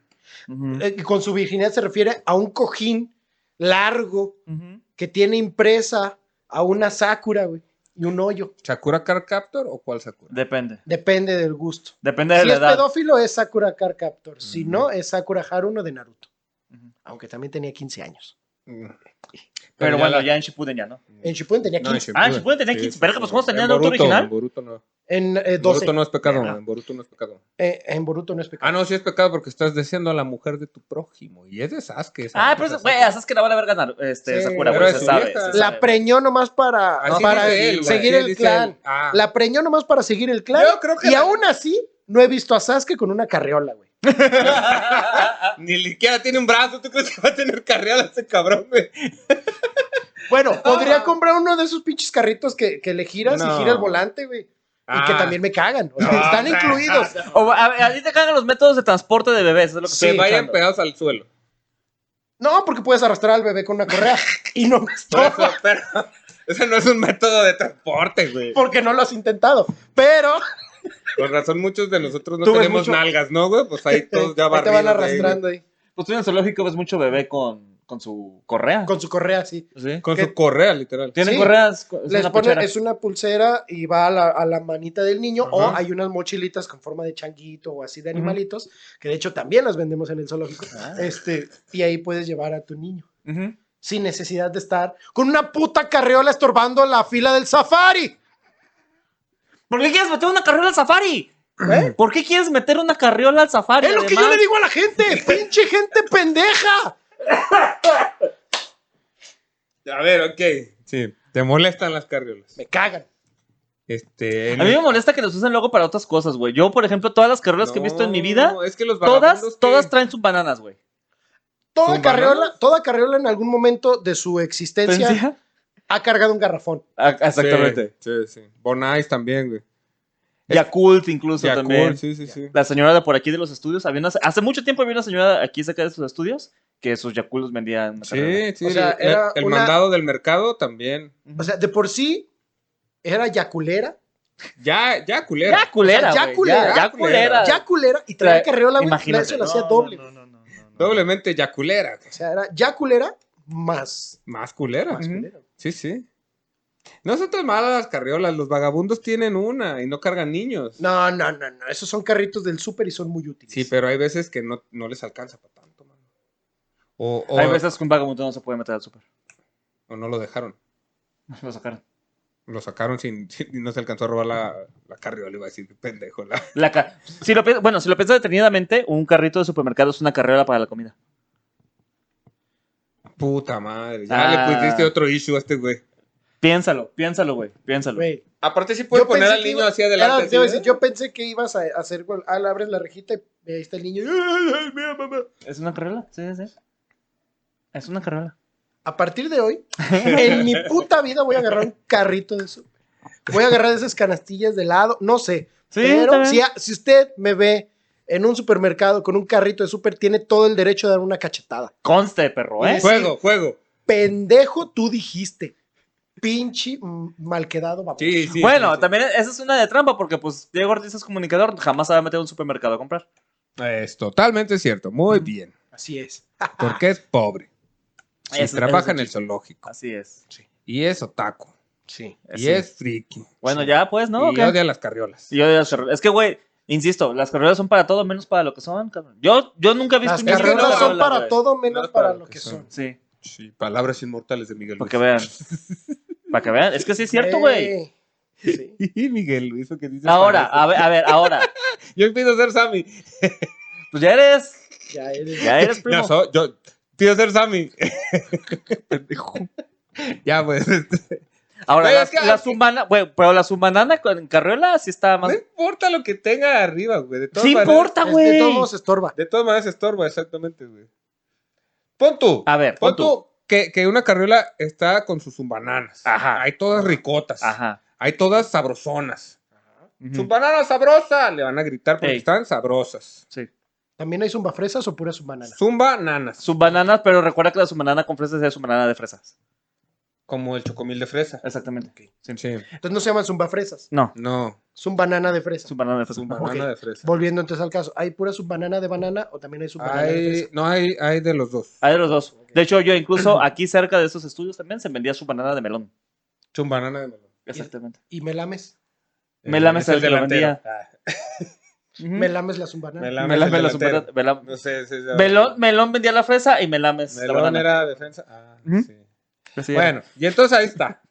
Speaker 2: Ujú.
Speaker 1: Eh, que con su virginidad se refiere a un cojín largo
Speaker 2: Ujú.
Speaker 1: que tiene impresa a una sakura, güey, y un hoyo.
Speaker 3: ¿Sakura Card Captor o cuál Sakura?
Speaker 2: Depende.
Speaker 1: Depende del gusto.
Speaker 2: Depende de
Speaker 1: si
Speaker 2: la
Speaker 1: es
Speaker 2: edad.
Speaker 1: pedófilo, es Sakura Card Captor. Si
Speaker 3: Ujú.
Speaker 1: no, es Sakura Haruno de Naruto.
Speaker 2: Ujú.
Speaker 1: Aunque también tenía 15 años.
Speaker 3: Mm.
Speaker 2: Pero
Speaker 3: ya
Speaker 2: bueno,
Speaker 3: la-
Speaker 2: ya en Shippuden ya, ¿no?
Speaker 1: En Shippuden tenía
Speaker 3: No,
Speaker 1: 15.
Speaker 2: Ah, en Shippuden tenía
Speaker 3: sí,
Speaker 2: 15.
Speaker 3: sí,
Speaker 2: Verga,
Speaker 3: sí.
Speaker 2: pues, ¿cómo tenía
Speaker 3: En
Speaker 2: el auto
Speaker 3: Boruto,
Speaker 2: original?
Speaker 3: En Boruto no.
Speaker 1: En eh,
Speaker 3: En
Speaker 1: 12.
Speaker 3: Boruto no es pecado.
Speaker 1: Verga.
Speaker 3: En Boruto no es pecado.
Speaker 1: Eh, en Boruto no es pecado.
Speaker 3: Ah, no, sí es pecado porque estás deseando a la mujer de tu prójimo. Y es de Sasuke. esa
Speaker 2: Ah,
Speaker 1: pues,
Speaker 3: mujer
Speaker 2: pero
Speaker 3: de
Speaker 2: güey,
Speaker 3: Sasuke.
Speaker 2: a que la van a ver ganar este,
Speaker 1: Sí,
Speaker 2: Sakura,
Speaker 3: pero
Speaker 2: güey,
Speaker 3: es
Speaker 2: se
Speaker 3: su
Speaker 2: sabe.
Speaker 3: vieja.
Speaker 2: se
Speaker 1: la
Speaker 2: sabe.
Speaker 1: preñó nomás para,
Speaker 3: Así
Speaker 1: para
Speaker 3: dice él, güey.
Speaker 1: seguir
Speaker 3: Ah, Sí,
Speaker 1: el
Speaker 3: dice
Speaker 1: clan.
Speaker 3: él. Ah.
Speaker 1: La preñó nomás para seguir el clan.
Speaker 3: Yo creo que
Speaker 1: y
Speaker 3: la-
Speaker 1: aún así, no he visto a Sasuke con una carriola, güey.
Speaker 3: Ni siquiera tiene un brazo. ¿Tú crees que va a tener carrera ese cabrón, güey?
Speaker 1: Bueno, podría comprar uno de esos pinches carritos que, que le giras y
Speaker 3: No.
Speaker 1: gira el volante, güey. Y que
Speaker 3: Ah.
Speaker 1: también me cagan. O sea, están incluidos.
Speaker 2: O, a, a ti te cagan los métodos de transporte de bebés, es lo que
Speaker 1: Sí,
Speaker 3: Se
Speaker 2: estoy
Speaker 3: vayan
Speaker 2: escuchando.
Speaker 3: pegados al suelo.
Speaker 1: No, porque puedes arrastrar al bebé con una correa. y no me
Speaker 3: Por
Speaker 1: estorba,
Speaker 3: eso, pero ese no es un método de transporte, güey.
Speaker 1: porque no lo has intentado. Pero
Speaker 3: Por razón, muchos de nosotros no
Speaker 1: Tú ves
Speaker 3: tenemos
Speaker 1: mucho-
Speaker 3: nalgas, ¿no, güey? Pues ahí todos ya
Speaker 1: ahí te
Speaker 3: barridos.
Speaker 1: van
Speaker 3: ahí,
Speaker 1: arrastrando ahí.
Speaker 2: Pues tú en el zoológico ves mucho bebé con, con su correa.
Speaker 1: Con su correa, sí.
Speaker 2: ¿Sí?
Speaker 3: güey. Con
Speaker 1: ¿Qué?
Speaker 3: su correa, literal.
Speaker 2: ¿Tienen
Speaker 1: Sí.
Speaker 2: correas? Es
Speaker 1: Les
Speaker 2: una
Speaker 1: pone-
Speaker 2: pechera.
Speaker 1: es una pulsera y va a la, a la manita del niño o
Speaker 3: Ajá.
Speaker 1: hay unas mochilitas con forma de changuito o así de
Speaker 2: Ujú.
Speaker 1: animalitos, que de hecho también las vendemos en el zoológico.
Speaker 2: Ah.
Speaker 1: Este, y ahí puedes llevar a tu niño
Speaker 2: Ujú.
Speaker 1: sin necesidad de estar con una puta carriola estorbando la fila del safari.
Speaker 2: ¿Por qué quieres meter una carriola al safari?
Speaker 1: ¿Eh?
Speaker 2: ¿Por qué quieres meter una carriola al safari?
Speaker 1: Es lo que yo
Speaker 2: además?
Speaker 1: le digo a la gente, pinche gente pendeja.
Speaker 3: A ver, ok. Sí, te molestan las carriolas.
Speaker 1: Me cagan.
Speaker 3: Este.
Speaker 2: A mí me molesta que los usen luego para otras cosas, güey. Yo, por ejemplo, todas las carriolas que he visto en mi vida,
Speaker 3: es que los
Speaker 2: todas,
Speaker 3: vagabundos que-
Speaker 2: todas traen sus bananas, güey.
Speaker 1: Toda
Speaker 3: ¿Son
Speaker 1: carriola,
Speaker 3: bananas?
Speaker 1: toda carriola en algún momento de su existencia
Speaker 2: ¿Pensía?
Speaker 1: ha cargado un garrafón.
Speaker 2: Ah, Exactamente.
Speaker 3: Sí, sí. sí. Bon Ice también, güey.
Speaker 2: Yakult incluso
Speaker 3: Yakult,
Speaker 2: también.
Speaker 3: sí, sí, sí.
Speaker 2: La señora de por aquí de los estudios, había una- hace mucho tiempo había una señora aquí cerca de sus estudios que sus Yakult los vendían. en la carriola.
Speaker 3: Sí, sí.
Speaker 1: O sea,
Speaker 3: el-
Speaker 1: era
Speaker 3: el
Speaker 1: una-
Speaker 3: mandado del mercado también.
Speaker 1: O sea, de por sí era yaculera,
Speaker 3: Ya, ya culera.
Speaker 2: Ya culera,
Speaker 1: O sea, ya
Speaker 2: güey,
Speaker 1: culera.
Speaker 2: ya, ya culera.
Speaker 1: ya culera y traía
Speaker 2: Trae-
Speaker 1: carriola, güey,
Speaker 2: Imagínate.
Speaker 1: eso lo hacía
Speaker 2: No,
Speaker 1: doble.
Speaker 2: no, no, no, no, no.
Speaker 3: Doblemente ya culera. güey.
Speaker 1: O sea, era ya culera más.
Speaker 3: Más culera.
Speaker 1: más
Speaker 3: Ujú.
Speaker 1: culera.
Speaker 3: Sí, sí. No son tan malas las carriolas. Los vagabundos tienen una y no cargan niños.
Speaker 1: No, no, no, no. Esos son carritos del súper y son muy útiles.
Speaker 3: Sí, pero hay veces que no, no les alcanza para tanto, mano. O, o-
Speaker 2: Hay veces que un vagabundo no se puede meter al súper.
Speaker 3: o no lo dejaron.
Speaker 2: Lo sacaron.
Speaker 3: Lo sacaron sin, sin- y no se alcanzó a robar la, la carriola. Iba a decir, pendejo. la-
Speaker 2: La ca- si lo piensas- bueno, si lo piensas detenidamente, un carrito de supermercado es una carriola para la comida.
Speaker 3: Puta madre. Ya
Speaker 2: Ah.
Speaker 3: le pusiste otro issue a este güey.
Speaker 2: Piénsalo, piénsalo, güey, piénsalo.
Speaker 1: Güey,
Speaker 3: Aparte, sí puede poner
Speaker 1: pensé
Speaker 3: al
Speaker 1: que
Speaker 3: niño
Speaker 1: iba-
Speaker 3: hacia adelante.
Speaker 1: Era-
Speaker 3: así,
Speaker 1: te iba a decir,
Speaker 3: ¿eh?
Speaker 1: yo pensé que ibas a hacer. gol. Ah, le abres la rejita y ahí está el niño. ¡Ay, ay, mira, mamá!
Speaker 2: ¿Es una carriola? Sí, sí, sí. Es una carriola.
Speaker 1: A partir de hoy, en mi puta vida voy a agarrar un carrito de súper. Voy a agarrar esas canastillas de lado, no sé.
Speaker 2: Sí, está
Speaker 1: pero
Speaker 2: bien.
Speaker 1: si, a- si usted me ve en un supermercado con un carrito de súper, tiene todo el derecho de dar una cachetada.
Speaker 2: Conste, perro, ¿eh?
Speaker 1: Sí.
Speaker 3: Juego, juego.
Speaker 1: Pendejo, tú dijiste. Pinche mm, malquedado, baboso.
Speaker 3: Sí, sí.
Speaker 2: bueno,
Speaker 3: sí, sí.
Speaker 2: también esa es una de trampa porque pues Diego Ortiz es comunicador, jamás se va a meter a un supermercado a comprar.
Speaker 3: Es totalmente cierto. Muy bien.
Speaker 1: Así es.
Speaker 3: Porque es pobre. Y
Speaker 2: Ese- ese es
Speaker 3: trabaja en el
Speaker 2: chiste.
Speaker 3: zoológico.
Speaker 2: Así es.
Speaker 3: Y es otaku.
Speaker 1: Sí.
Speaker 3: Y
Speaker 2: Sí.
Speaker 3: es friki.
Speaker 2: Bueno, ya pues, ¿no? ¿O
Speaker 3: y
Speaker 2: qué?
Speaker 3: odia las carriolas.
Speaker 2: Y odia las carriolas. Es que, güey, insisto, las carriolas son para todo menos para lo que son, cabrón. Yo, yo nunca he visto
Speaker 1: Las
Speaker 2: una
Speaker 1: carreras
Speaker 2: carriola,
Speaker 1: son para
Speaker 2: güey.
Speaker 1: todo menos
Speaker 3: No,
Speaker 1: para, lo que son.
Speaker 2: Sí,
Speaker 3: Sí, palabras inmortales de Miguel
Speaker 2: para
Speaker 3: Luis.
Speaker 2: que vean. Para que vean. Es que sí es cierto, güey.
Speaker 1: Ey. Sí.
Speaker 3: Y Miguel Luis, ¿o qué dices?
Speaker 2: Ahora,
Speaker 3: Parece-
Speaker 2: a ver, a ver, ahora.
Speaker 3: Yo empiezo a ser Sammy.
Speaker 2: Pues ya eres,
Speaker 1: Ya eres.
Speaker 2: ya eres primo.
Speaker 3: No, so- yo empiezo a ser Sammy. Pendejo. ya, pues. este,
Speaker 2: Ahora,
Speaker 3: Güey,
Speaker 2: las,
Speaker 3: es que-
Speaker 2: las humanas, güey, pero las humanas con carriola sí está
Speaker 3: No
Speaker 2: más.
Speaker 3: importa lo que tenga arriba, güey. De todas
Speaker 2: Sí
Speaker 3: maneras-
Speaker 2: importa,
Speaker 1: Es De
Speaker 2: güey.
Speaker 1: todos modos estorba.
Speaker 3: De todas maneras estorba, exactamente, güey. Pon tú.
Speaker 2: A ver, pon
Speaker 3: pon tú que, que una carriola está con sus bananas.
Speaker 2: Ajá.
Speaker 3: Hay todas ricotas.
Speaker 2: Ajá.
Speaker 3: Hay todas sabrosonas.
Speaker 2: Ujú.
Speaker 3: Sus bananas sabrosas. Le van a gritar porque
Speaker 2: Ey.
Speaker 3: están sabrosas.
Speaker 2: Sí.
Speaker 1: ¿También hay zumba fresas o pura zumbanana?
Speaker 3: Zumba nanas.
Speaker 2: Sus bananas, pero recuerda que la banana con fresas es banana de fresas.
Speaker 3: Como el chocomil de fresa.
Speaker 2: Exactamente. Sí.
Speaker 3: Sí.
Speaker 1: Entonces no se llaman zumba fresas,
Speaker 2: No,
Speaker 3: No,
Speaker 1: banana de fresa.
Speaker 2: su banana de fresa.
Speaker 3: su banana
Speaker 1: Ok.
Speaker 3: de fresa.
Speaker 1: Volviendo entonces al caso, ¿hay pura banana de banana o también hay banana de
Speaker 3: Hay,
Speaker 1: fresa?
Speaker 3: no, hay, hay de los dos.
Speaker 2: Hay de los dos. De hecho, yo incluso aquí cerca de esos estudios también se vendía su banana de melón.
Speaker 3: Chumbanana de melón.
Speaker 2: Exactamente.
Speaker 1: ¿Y me lames?
Speaker 2: Me
Speaker 3: Eh,
Speaker 2: lames
Speaker 3: es el
Speaker 2: el que lo
Speaker 3: delantero.
Speaker 2: vendía.
Speaker 3: Ah,
Speaker 2: ¿Mm?
Speaker 1: ¿Me lames la zumbanana?
Speaker 3: me lames
Speaker 2: Melón,
Speaker 3: el
Speaker 2: melón,
Speaker 3: delantero.
Speaker 2: melón.
Speaker 3: No sé, sí, sí,
Speaker 2: Melón, melón vendía la fresa y melames la
Speaker 3: Melón
Speaker 2: banana.
Speaker 3: era defensa. Ah,
Speaker 2: Ujú.
Speaker 3: sí.
Speaker 2: Así era.
Speaker 3: Bueno, y entonces ahí está.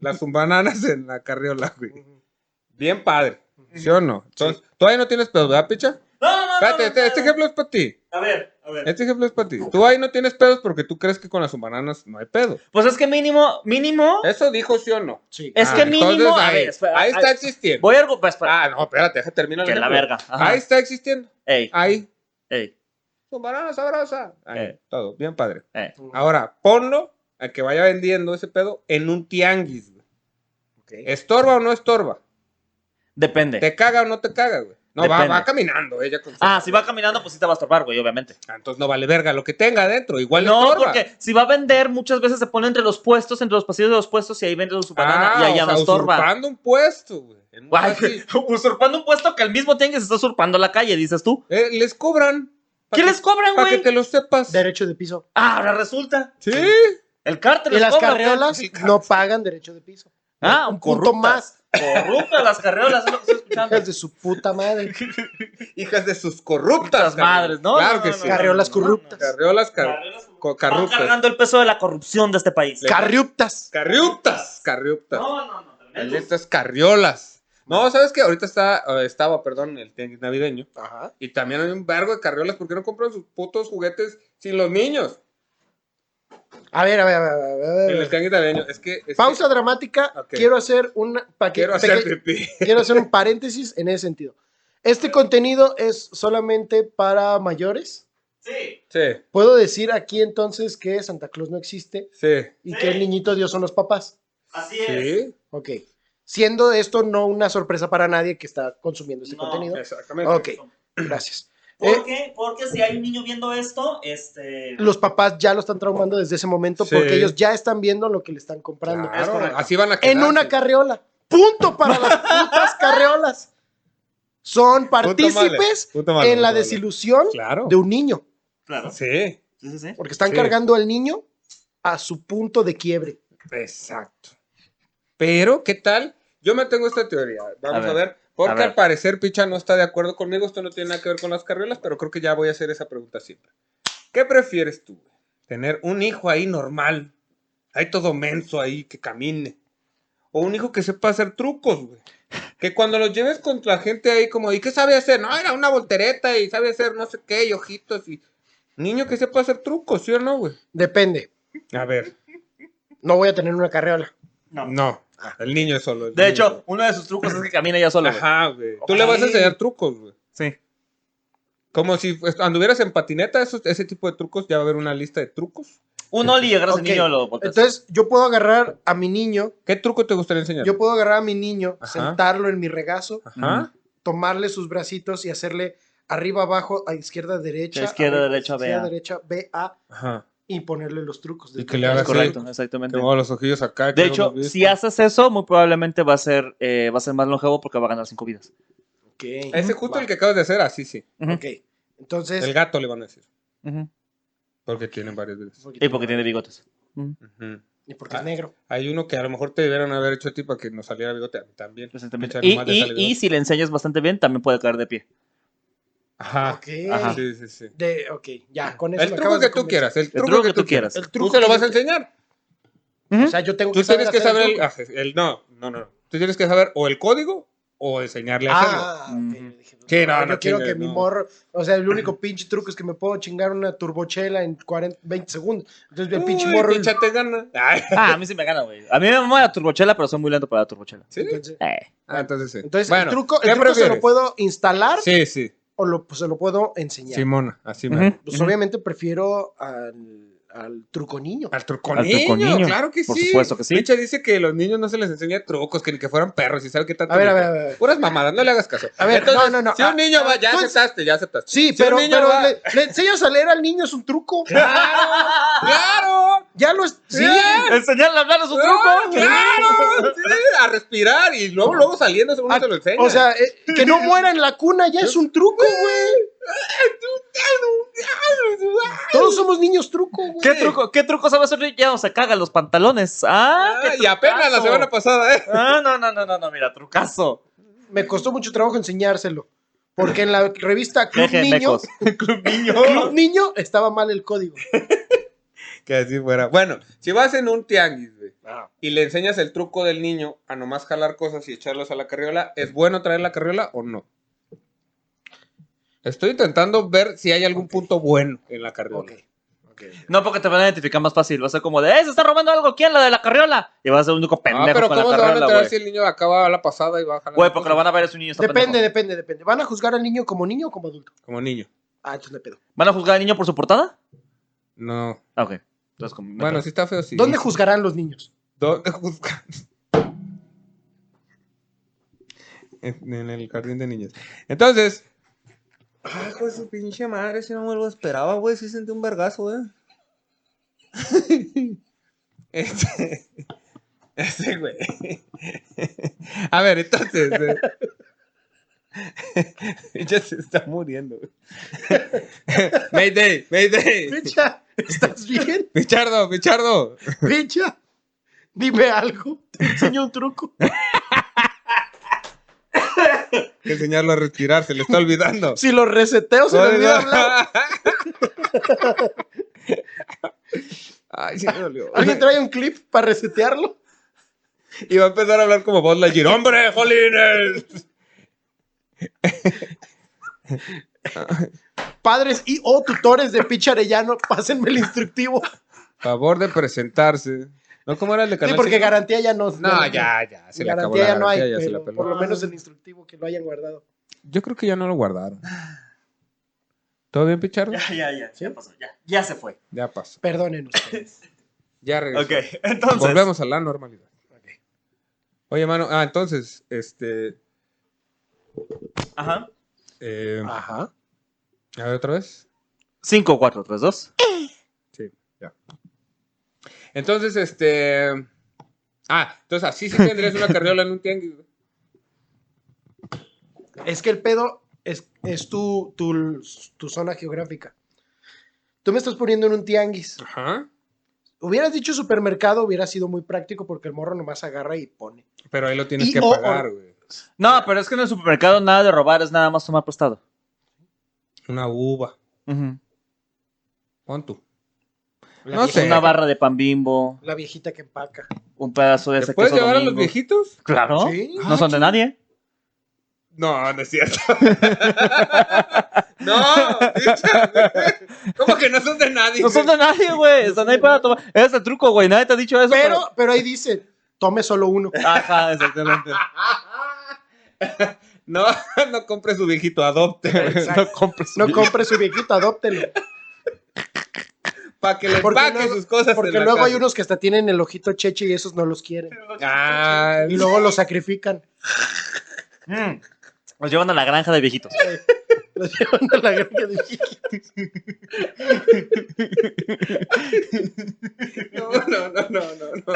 Speaker 3: Las zumbananas en la carriola, güey.
Speaker 1: Ujú.
Speaker 3: Bien padre. ¿Sí o no? Entonces, todavía no tienes pedos, ¿verdad, picha?
Speaker 2: No, no, no,
Speaker 3: Espérate,
Speaker 2: no,
Speaker 3: este,
Speaker 2: no,
Speaker 3: este
Speaker 2: no.
Speaker 3: ejemplo es para ti.
Speaker 2: A ver, a ver.
Speaker 3: Este ejemplo es para ti. Tú ahí no tienes pedos porque tú crees que con las zumbananas no hay pedo.
Speaker 2: Pues es que mínimo, mínimo.
Speaker 3: Eso dijo sí o no. Ah,
Speaker 1: Sí.
Speaker 2: Es que mínimo-
Speaker 3: entonces
Speaker 2: a
Speaker 3: ahí,
Speaker 2: ver, espera,
Speaker 3: ahí
Speaker 2: ahí-
Speaker 3: está existiendo.
Speaker 2: Voy a algo. Pues, para-
Speaker 3: Ah, no, espérate, deja terminar.
Speaker 2: que la verga. Ajá.
Speaker 3: Ahí está existiendo.
Speaker 2: Ey,
Speaker 3: Ahí.
Speaker 2: ey,
Speaker 3: Zumbanana sabrosa. Ahí,
Speaker 2: Eh.
Speaker 3: todo. Bien padre.
Speaker 2: ey.
Speaker 3: Ahora, ponlo a que vaya vendiendo ese pedo en un tianguis. güey.
Speaker 1: Ok.
Speaker 3: ¿Estorba o no estorba?
Speaker 2: Depende.
Speaker 3: ¿Te caga o no te caga, güey? No, va,
Speaker 2: Depende.
Speaker 3: va caminando ella con su-
Speaker 2: Ah, si va caminando, pues sí te vas a estorbar, güey, obviamente.
Speaker 3: Ah, Entonces no vale verga lo que tenga adentro. Igual
Speaker 2: No,
Speaker 3: estorba.
Speaker 2: porque si va a vender, muchas veces se pone entre los puestos, entre los pasillos de los puestos y ahí vende su banana
Speaker 3: Ah,
Speaker 2: y ahí ya
Speaker 3: o sea,
Speaker 2: no estorba.
Speaker 3: usurpando un puesto, güey. En un
Speaker 2: Guay,
Speaker 3: pasillo.
Speaker 2: usurpando un puesto que el mismo tiene que se está usurpando la calle, dices tú.
Speaker 3: Eh, les cobran. Pa'
Speaker 2: ¿Qué
Speaker 3: que-
Speaker 2: les cobran,
Speaker 3: Para que
Speaker 2: güey?
Speaker 3: te lo sepas.
Speaker 1: Derecho de piso.
Speaker 2: Ah, ahora resulta.
Speaker 3: Sí.
Speaker 2: El cártel
Speaker 1: Y
Speaker 2: les
Speaker 1: las
Speaker 2: cobra,
Speaker 1: carreolas
Speaker 3: güey.
Speaker 1: no pagan derecho de piso.
Speaker 2: güey. Ah,
Speaker 1: un punto
Speaker 2: corrupto
Speaker 1: más.
Speaker 2: Corrupta las carreolas, es lo que estoy escuchando.
Speaker 1: Hijas de su puta madre.
Speaker 3: Hijas de sus corruptas.
Speaker 2: Las madres, ¿no?
Speaker 3: Claro
Speaker 2: No,
Speaker 3: que
Speaker 2: no,
Speaker 3: sí.
Speaker 2: no, no,
Speaker 1: Carreolas
Speaker 2: no, no,
Speaker 1: corruptas.
Speaker 2: no, no.
Speaker 3: Carriolas car-
Speaker 2: Carreolas corruptas.
Speaker 3: co-
Speaker 2: Van
Speaker 3: carruptas.
Speaker 2: cargando el peso de la corrupción de este país.
Speaker 1: Carriuptas.
Speaker 3: Carriuptas. Carriuptas.
Speaker 2: No, no, no. tremendo.
Speaker 3: Malditas carriolas. No, ¿sabes qué? Ahorita está, eh, estaba, perdón, el tianguis navideño.
Speaker 1: Ajá.
Speaker 3: Y también hay un vergo de carriolas. ¿Por qué no compran sus putos juguetes sin los niños?
Speaker 1: A ver, a ver, a ver, a ver, a ver.
Speaker 3: En el tianguis navideño. Es que. es que
Speaker 1: Pausa dramática.
Speaker 3: Ok.
Speaker 1: Quiero hacer una pa-
Speaker 3: quiero
Speaker 1: que-
Speaker 3: hacer
Speaker 1: peque-
Speaker 3: pipí.
Speaker 1: quiero hacer un paréntesis en ese sentido. Este contenido es solamente para mayores.
Speaker 2: Sí.
Speaker 3: Sí,
Speaker 1: Puedo decir aquí entonces que Santa Claus no existe
Speaker 3: sí.
Speaker 1: y
Speaker 2: Sí.
Speaker 1: que el niñito Dios son los papás.
Speaker 2: Así
Speaker 3: Sí.
Speaker 1: Ok. Siendo esto no una sorpresa para nadie que está consumiendo este
Speaker 2: No.
Speaker 1: contenido.
Speaker 3: Exactamente.
Speaker 1: Ok, gracias. Eh,
Speaker 2: Porque, porque si hay un niño viendo esto, este.
Speaker 1: los papás ya lo están traumando desde ese momento
Speaker 3: Sí.
Speaker 1: porque ellos ya están viendo lo que le están comprando.
Speaker 3: Claro,
Speaker 2: Es correcto.
Speaker 3: así van a quedar.
Speaker 1: En una
Speaker 3: sí.
Speaker 1: carriola. Punto para las putas carriolas. Son partícipes
Speaker 3: Punto malo,
Speaker 1: en la
Speaker 3: punto malo.
Speaker 1: desilusión
Speaker 3: Claro.
Speaker 1: de un niño.
Speaker 2: Claro.
Speaker 3: Sí.
Speaker 2: Sí, sí, sí.
Speaker 1: Porque están
Speaker 3: Sí.
Speaker 1: cargando al niño a su punto de quiebre.
Speaker 3: Exacto. Pero, ¿qué tal? Yo me tengo esta teoría. Vamos a ver.
Speaker 2: ver,
Speaker 3: porque
Speaker 2: a ver.
Speaker 3: al parecer Picha no está de acuerdo conmigo. Esto no tiene nada que ver con las carriolas, pero creo que ya voy a hacer esa pregunta siempre. ¿Qué prefieres tú? güey? ¿Tener un hijo ahí normal? Hay todo menso ahí que camine. O un hijo que sepa hacer trucos, güey. Que cuando los lleves con la gente ahí como, ¿y qué sabe hacer? No, era una voltereta y sabe hacer no sé qué, y ojitos y... Niño que sepa hacer trucos, ¿sí o no, güey?
Speaker 1: Depende.
Speaker 3: A ver.
Speaker 1: No voy a tener una carriola.
Speaker 3: No, el niño es solo. el
Speaker 2: De
Speaker 3: niño es
Speaker 2: hecho, uno de sus trucos es que camina ya solo. güey.
Speaker 3: Ajá, güey. Tú le vas a enseñar trucos, güey.
Speaker 2: Sí.
Speaker 3: Como si pues, anduvieras en patineta, esos- ese tipo de trucos, ya va a haber una lista de trucos.
Speaker 2: Un Oli, agarras
Speaker 1: Ok.
Speaker 2: el niño lo botas.
Speaker 1: Entonces, yo puedo agarrar a mi niño,
Speaker 3: ¿Qué truco te gustaría enseñar?
Speaker 1: yo puedo agarrar a mi niño,
Speaker 3: Ajá.
Speaker 1: sentarlo en mi regazo,
Speaker 3: Ajá.
Speaker 1: tomarle sus bracitos y hacerle arriba, abajo, a izquierda, derecha.
Speaker 2: A izquierda,
Speaker 1: arriba,
Speaker 2: derecha,
Speaker 1: izquierda,
Speaker 2: vea.
Speaker 1: derecha, ve a
Speaker 3: Ajá.
Speaker 1: y ponerle los trucos.
Speaker 3: Y
Speaker 1: desde
Speaker 3: que le
Speaker 1: atrás.
Speaker 3: hagas
Speaker 2: Es correcto,
Speaker 3: sí.
Speaker 2: exactamente.
Speaker 3: Que mueva los ojillos acá. que
Speaker 2: De
Speaker 3: no
Speaker 2: hecho,
Speaker 3: los ves.
Speaker 2: si haces eso, muy probablemente va a ser, eh, va a ser más longevo porque va a ganar cinco vidas.
Speaker 1: Ok.
Speaker 3: Ese justo
Speaker 1: Va.
Speaker 3: el que acabas de hacer, así sí.
Speaker 2: Ujú,
Speaker 1: Ok. Entonces.
Speaker 3: El gato le van a decir.
Speaker 2: ujú.
Speaker 3: Porque tienen varias veces.
Speaker 2: Y porque tiene bigotes.
Speaker 3: Ujú.
Speaker 1: Y porque
Speaker 3: Ah.
Speaker 1: es negro.
Speaker 3: Hay uno que a lo mejor te debieran haber hecho a ti para que nos saliera bigote a mí también.
Speaker 2: Exactamente.
Speaker 3: Pinche
Speaker 2: Y,
Speaker 3: animal, ya
Speaker 2: y,
Speaker 3: sale
Speaker 2: y
Speaker 3: bigote.
Speaker 2: si le enseñas bastante bien, también puede caer de pie.
Speaker 3: Ah. Ajá.
Speaker 1: Ok.
Speaker 2: Ajá.
Speaker 3: Sí, sí, sí.
Speaker 1: De, ok, ya, con eso
Speaker 3: El
Speaker 1: me
Speaker 3: truco
Speaker 1: acabas de
Speaker 3: que tú
Speaker 1: convencer.
Speaker 3: quieras. El
Speaker 2: El truco que tú quieras.
Speaker 1: El
Speaker 3: Tú
Speaker 1: truco
Speaker 3: se lo
Speaker 1: que
Speaker 3: vas a
Speaker 1: yo quiera.
Speaker 3: enseñar.
Speaker 2: Ujú.
Speaker 1: O sea, yo tengo que
Speaker 3: Tú tienes que
Speaker 1: hacer
Speaker 3: saber
Speaker 1: el
Speaker 3: el,
Speaker 1: truco.
Speaker 3: ah, el- No, no, no. no. Tú tienes que saber o el código o enseñarle a hacerlo.
Speaker 1: Ah,
Speaker 2: hacerlo.
Speaker 1: ok, dije,
Speaker 3: Sí, no,
Speaker 1: no,
Speaker 3: no
Speaker 1: yo quiero
Speaker 3: chingues,
Speaker 1: que mi
Speaker 3: no.
Speaker 1: morro, o sea, el único pinche truco es que me puedo chingar una turbochela en 40, 20 segundos. Entonces el pinche
Speaker 3: Uy,
Speaker 1: morro.
Speaker 3: picha, te gana. Ay.
Speaker 2: Ah, a mí sí me gana, güey. A mí me mama la turbochela, pero soy muy lento para la turbochela.
Speaker 3: ¿Sí?
Speaker 1: Entonces,
Speaker 2: Eh.
Speaker 3: Ah, entonces sí.
Speaker 1: entonces el
Speaker 3: Bueno,
Speaker 1: truco,
Speaker 3: ¿qué
Speaker 1: el truco se
Speaker 3: prefieres?
Speaker 1: lo puedo instalar
Speaker 3: Sí, sí.
Speaker 1: o lo, pues, se lo puedo enseñar.
Speaker 3: Simona, así
Speaker 2: Ujú,
Speaker 3: mero.
Speaker 1: Pues
Speaker 2: ujú.
Speaker 1: obviamente prefiero al, al truco niño.
Speaker 3: Al truco
Speaker 2: Al truco niño,
Speaker 3: claro que
Speaker 2: por
Speaker 3: sí.
Speaker 2: supuesto que sí.
Speaker 3: Micha dice que los niños no se les enseña trucos, que ni que fueran perros, y sabe qué tanto.
Speaker 1: A ver, a
Speaker 3: ni-
Speaker 1: ver, a ver.
Speaker 3: Puras mamadas, no le hagas caso.
Speaker 1: A ver,
Speaker 3: Entonces,
Speaker 1: no, no, no.
Speaker 3: Si un
Speaker 1: Ah,
Speaker 3: niño va, ya
Speaker 1: entonces-
Speaker 3: aceptaste, ya aceptaste.
Speaker 1: Sí,
Speaker 3: Si un
Speaker 1: pero,
Speaker 3: niño
Speaker 1: pero
Speaker 3: va-
Speaker 1: le, le enseñas a leer al niño es un truco.
Speaker 3: ¡Claro!
Speaker 1: Ya lo es. Sí.
Speaker 3: Ya.
Speaker 2: Enseñarle a hablar es un truco.
Speaker 3: ¡Claro! Sí, a respirar y luego, luego saliendo según
Speaker 1: Ah,
Speaker 3: se lo enseña.
Speaker 1: O sea, eh, que no muera en la cuna ya es un truco, güey. Todos somos niños truco, güey.
Speaker 2: ¿Qué truco, ¿Qué truco sabe hacer? Ya, o sea, caga los pantalones. Ah,
Speaker 3: Ah, y apenas la semana pasada, ¿eh?
Speaker 2: Ah, no, no, no, no, no, mira, trucazo.
Speaker 1: Me costó mucho trabajo enseñárselo. Porque en la revista Club
Speaker 2: Dejen
Speaker 1: Niño,
Speaker 2: mecos.
Speaker 3: Club niño.
Speaker 1: Club Niño estaba mal el código.
Speaker 3: Que así fuera. Bueno, si vas en un tianguis, güey,
Speaker 1: Ah.
Speaker 3: y le enseñas el truco del niño a nomás jalar cosas y echarlas a la carriola, ¿es bueno traer la carriola o no? Estoy intentando ver si hay algún punto bueno en la carriola. Ah,
Speaker 1: Ok. ok.
Speaker 2: No, porque te van a identificar más fácil. Va a ser como de, ¡eh, se está robando algo! ¿Quién? La de la carriola. Y vas a ser el único
Speaker 3: Ah,
Speaker 2: pendejo
Speaker 3: pero
Speaker 2: con la
Speaker 3: ¿cómo se van a
Speaker 2: carriola,
Speaker 3: enterar
Speaker 2: güey.
Speaker 3: si el niño acaba la pasada y va a jalar?
Speaker 2: Güey, porque lo van a ver es un niño. está
Speaker 1: Depende,
Speaker 2: pendejo.
Speaker 1: depende, depende. ¿Van a juzgar al niño como niño o como adulto?
Speaker 3: Como niño.
Speaker 1: Ah, entonces le pedo.
Speaker 2: ¿Van a juzgar al niño por su portada?
Speaker 3: No.
Speaker 2: Ah, ok. Entonces, como, me
Speaker 3: Bueno,
Speaker 2: parece.
Speaker 3: si está feo, sí.
Speaker 1: ¿Dónde juzgarán los niños?
Speaker 3: ¿Dónde juzgan? En en el jardín de niños. Entonces. Ay, hijo de su pinche madre, si no me lo esperaba, güey. Sí sentí un vergazo, güey. Este. Este, güey. A ver, entonces. eh, Ella se está muriendo, güey. Mayday, Mayday.
Speaker 1: Picha, ¿estás bien?
Speaker 3: Pichardo, Pichardo.
Speaker 1: Picha, dime algo. Te enseño un truco.
Speaker 3: Hay que enseñarlo a respirar, se le está olvidando.
Speaker 1: Si lo reseteo, se le olvida hablar.
Speaker 3: Ay, sí me dolió.
Speaker 1: ¿Alguien trae un clip para resetearlo?
Speaker 3: Y va a empezar a hablar como Buzz Lightyear. ¡Hombre, jolines!
Speaker 1: Padres y o tutores de Picha Arellano, pásenme el instructivo.
Speaker 3: Favor de presentarse. ¿No cómo era el de
Speaker 1: Sí,
Speaker 3: Canal
Speaker 1: porque
Speaker 3: cinco?
Speaker 1: garantía ya no.
Speaker 3: No, ya, ya. Se le acabó la
Speaker 1: garantía ya no hay,
Speaker 3: garantía, ya se la
Speaker 1: pero
Speaker 3: peló.
Speaker 1: por lo menos el instructivo que lo hayan guardado.
Speaker 3: Yo creo que ya no lo guardaron. ¿Todo bien, Pichardo?
Speaker 2: Ya, ya, ya. Ya pasó. Ya, ya se fue.
Speaker 3: Ya pasó.
Speaker 1: Perdonen ustedes.
Speaker 3: Ya regresó.
Speaker 2: Ok, entonces.
Speaker 3: Volvemos a la normalidad. Oye, mano. Ah, entonces, este...
Speaker 2: Ajá.
Speaker 3: eh,
Speaker 1: Ajá.
Speaker 3: a ver, otra vez.
Speaker 2: 5, 4, 3, 2.
Speaker 3: Sí, ya. Entonces, este. Ah, entonces así sí tendrías una carriola en un tianguis. güey.
Speaker 1: Es que el pedo es, es tu, tu, tu zona geográfica. Tú me estás poniendo en un tianguis.
Speaker 3: Ajá.
Speaker 1: Hubieras dicho supermercado, hubiera sido muy práctico porque el morro nomás agarra y pone.
Speaker 3: Pero ahí lo tienes
Speaker 1: Y
Speaker 3: que
Speaker 1: o-
Speaker 3: pagar, güey.
Speaker 2: No, pero es que en el supermercado nada de robar es nada más tomar prestado.
Speaker 3: Una uva.
Speaker 2: Ujú.
Speaker 3: Pon tú.
Speaker 1: La
Speaker 3: No
Speaker 1: viejita-
Speaker 3: sé.
Speaker 2: Una barra de pan bimbo,
Speaker 1: La viejita que empaca.
Speaker 2: un pedazo de
Speaker 3: ¿Te
Speaker 2: ese
Speaker 3: puedes
Speaker 2: queso
Speaker 3: llevar a los
Speaker 2: domingo.
Speaker 3: viejitos? Ah,
Speaker 2: Claro.
Speaker 1: Sí.
Speaker 2: No son de nadie.
Speaker 3: No, no es cierto. no, ¿cómo que no son de nadie?
Speaker 2: No son de nadie, güey. Están ahí para tomar. Es el truco, güey. Nadie te ha dicho eso.
Speaker 1: Pero, pero ahí dice, tome solo uno.
Speaker 2: pero- Ajá, exactamente.
Speaker 3: No, no compre su viejito, adopte.
Speaker 2: No compres.
Speaker 1: No compre su viejito, adóptelo.
Speaker 3: Para que le
Speaker 1: Porque
Speaker 3: empaque
Speaker 1: luego-
Speaker 3: Pues sus cosas.
Speaker 1: Porque
Speaker 3: en la
Speaker 1: luego hay
Speaker 3: casa.
Speaker 1: unos que hasta tienen el ojito cheche y esos no los quieren.
Speaker 3: Ah,
Speaker 1: Y luego los sacrifican.
Speaker 2: Mm. Los llevan a la granja de viejitos.
Speaker 1: Los llevan a la granja de viejitos.
Speaker 3: no, no, no, no, no, no.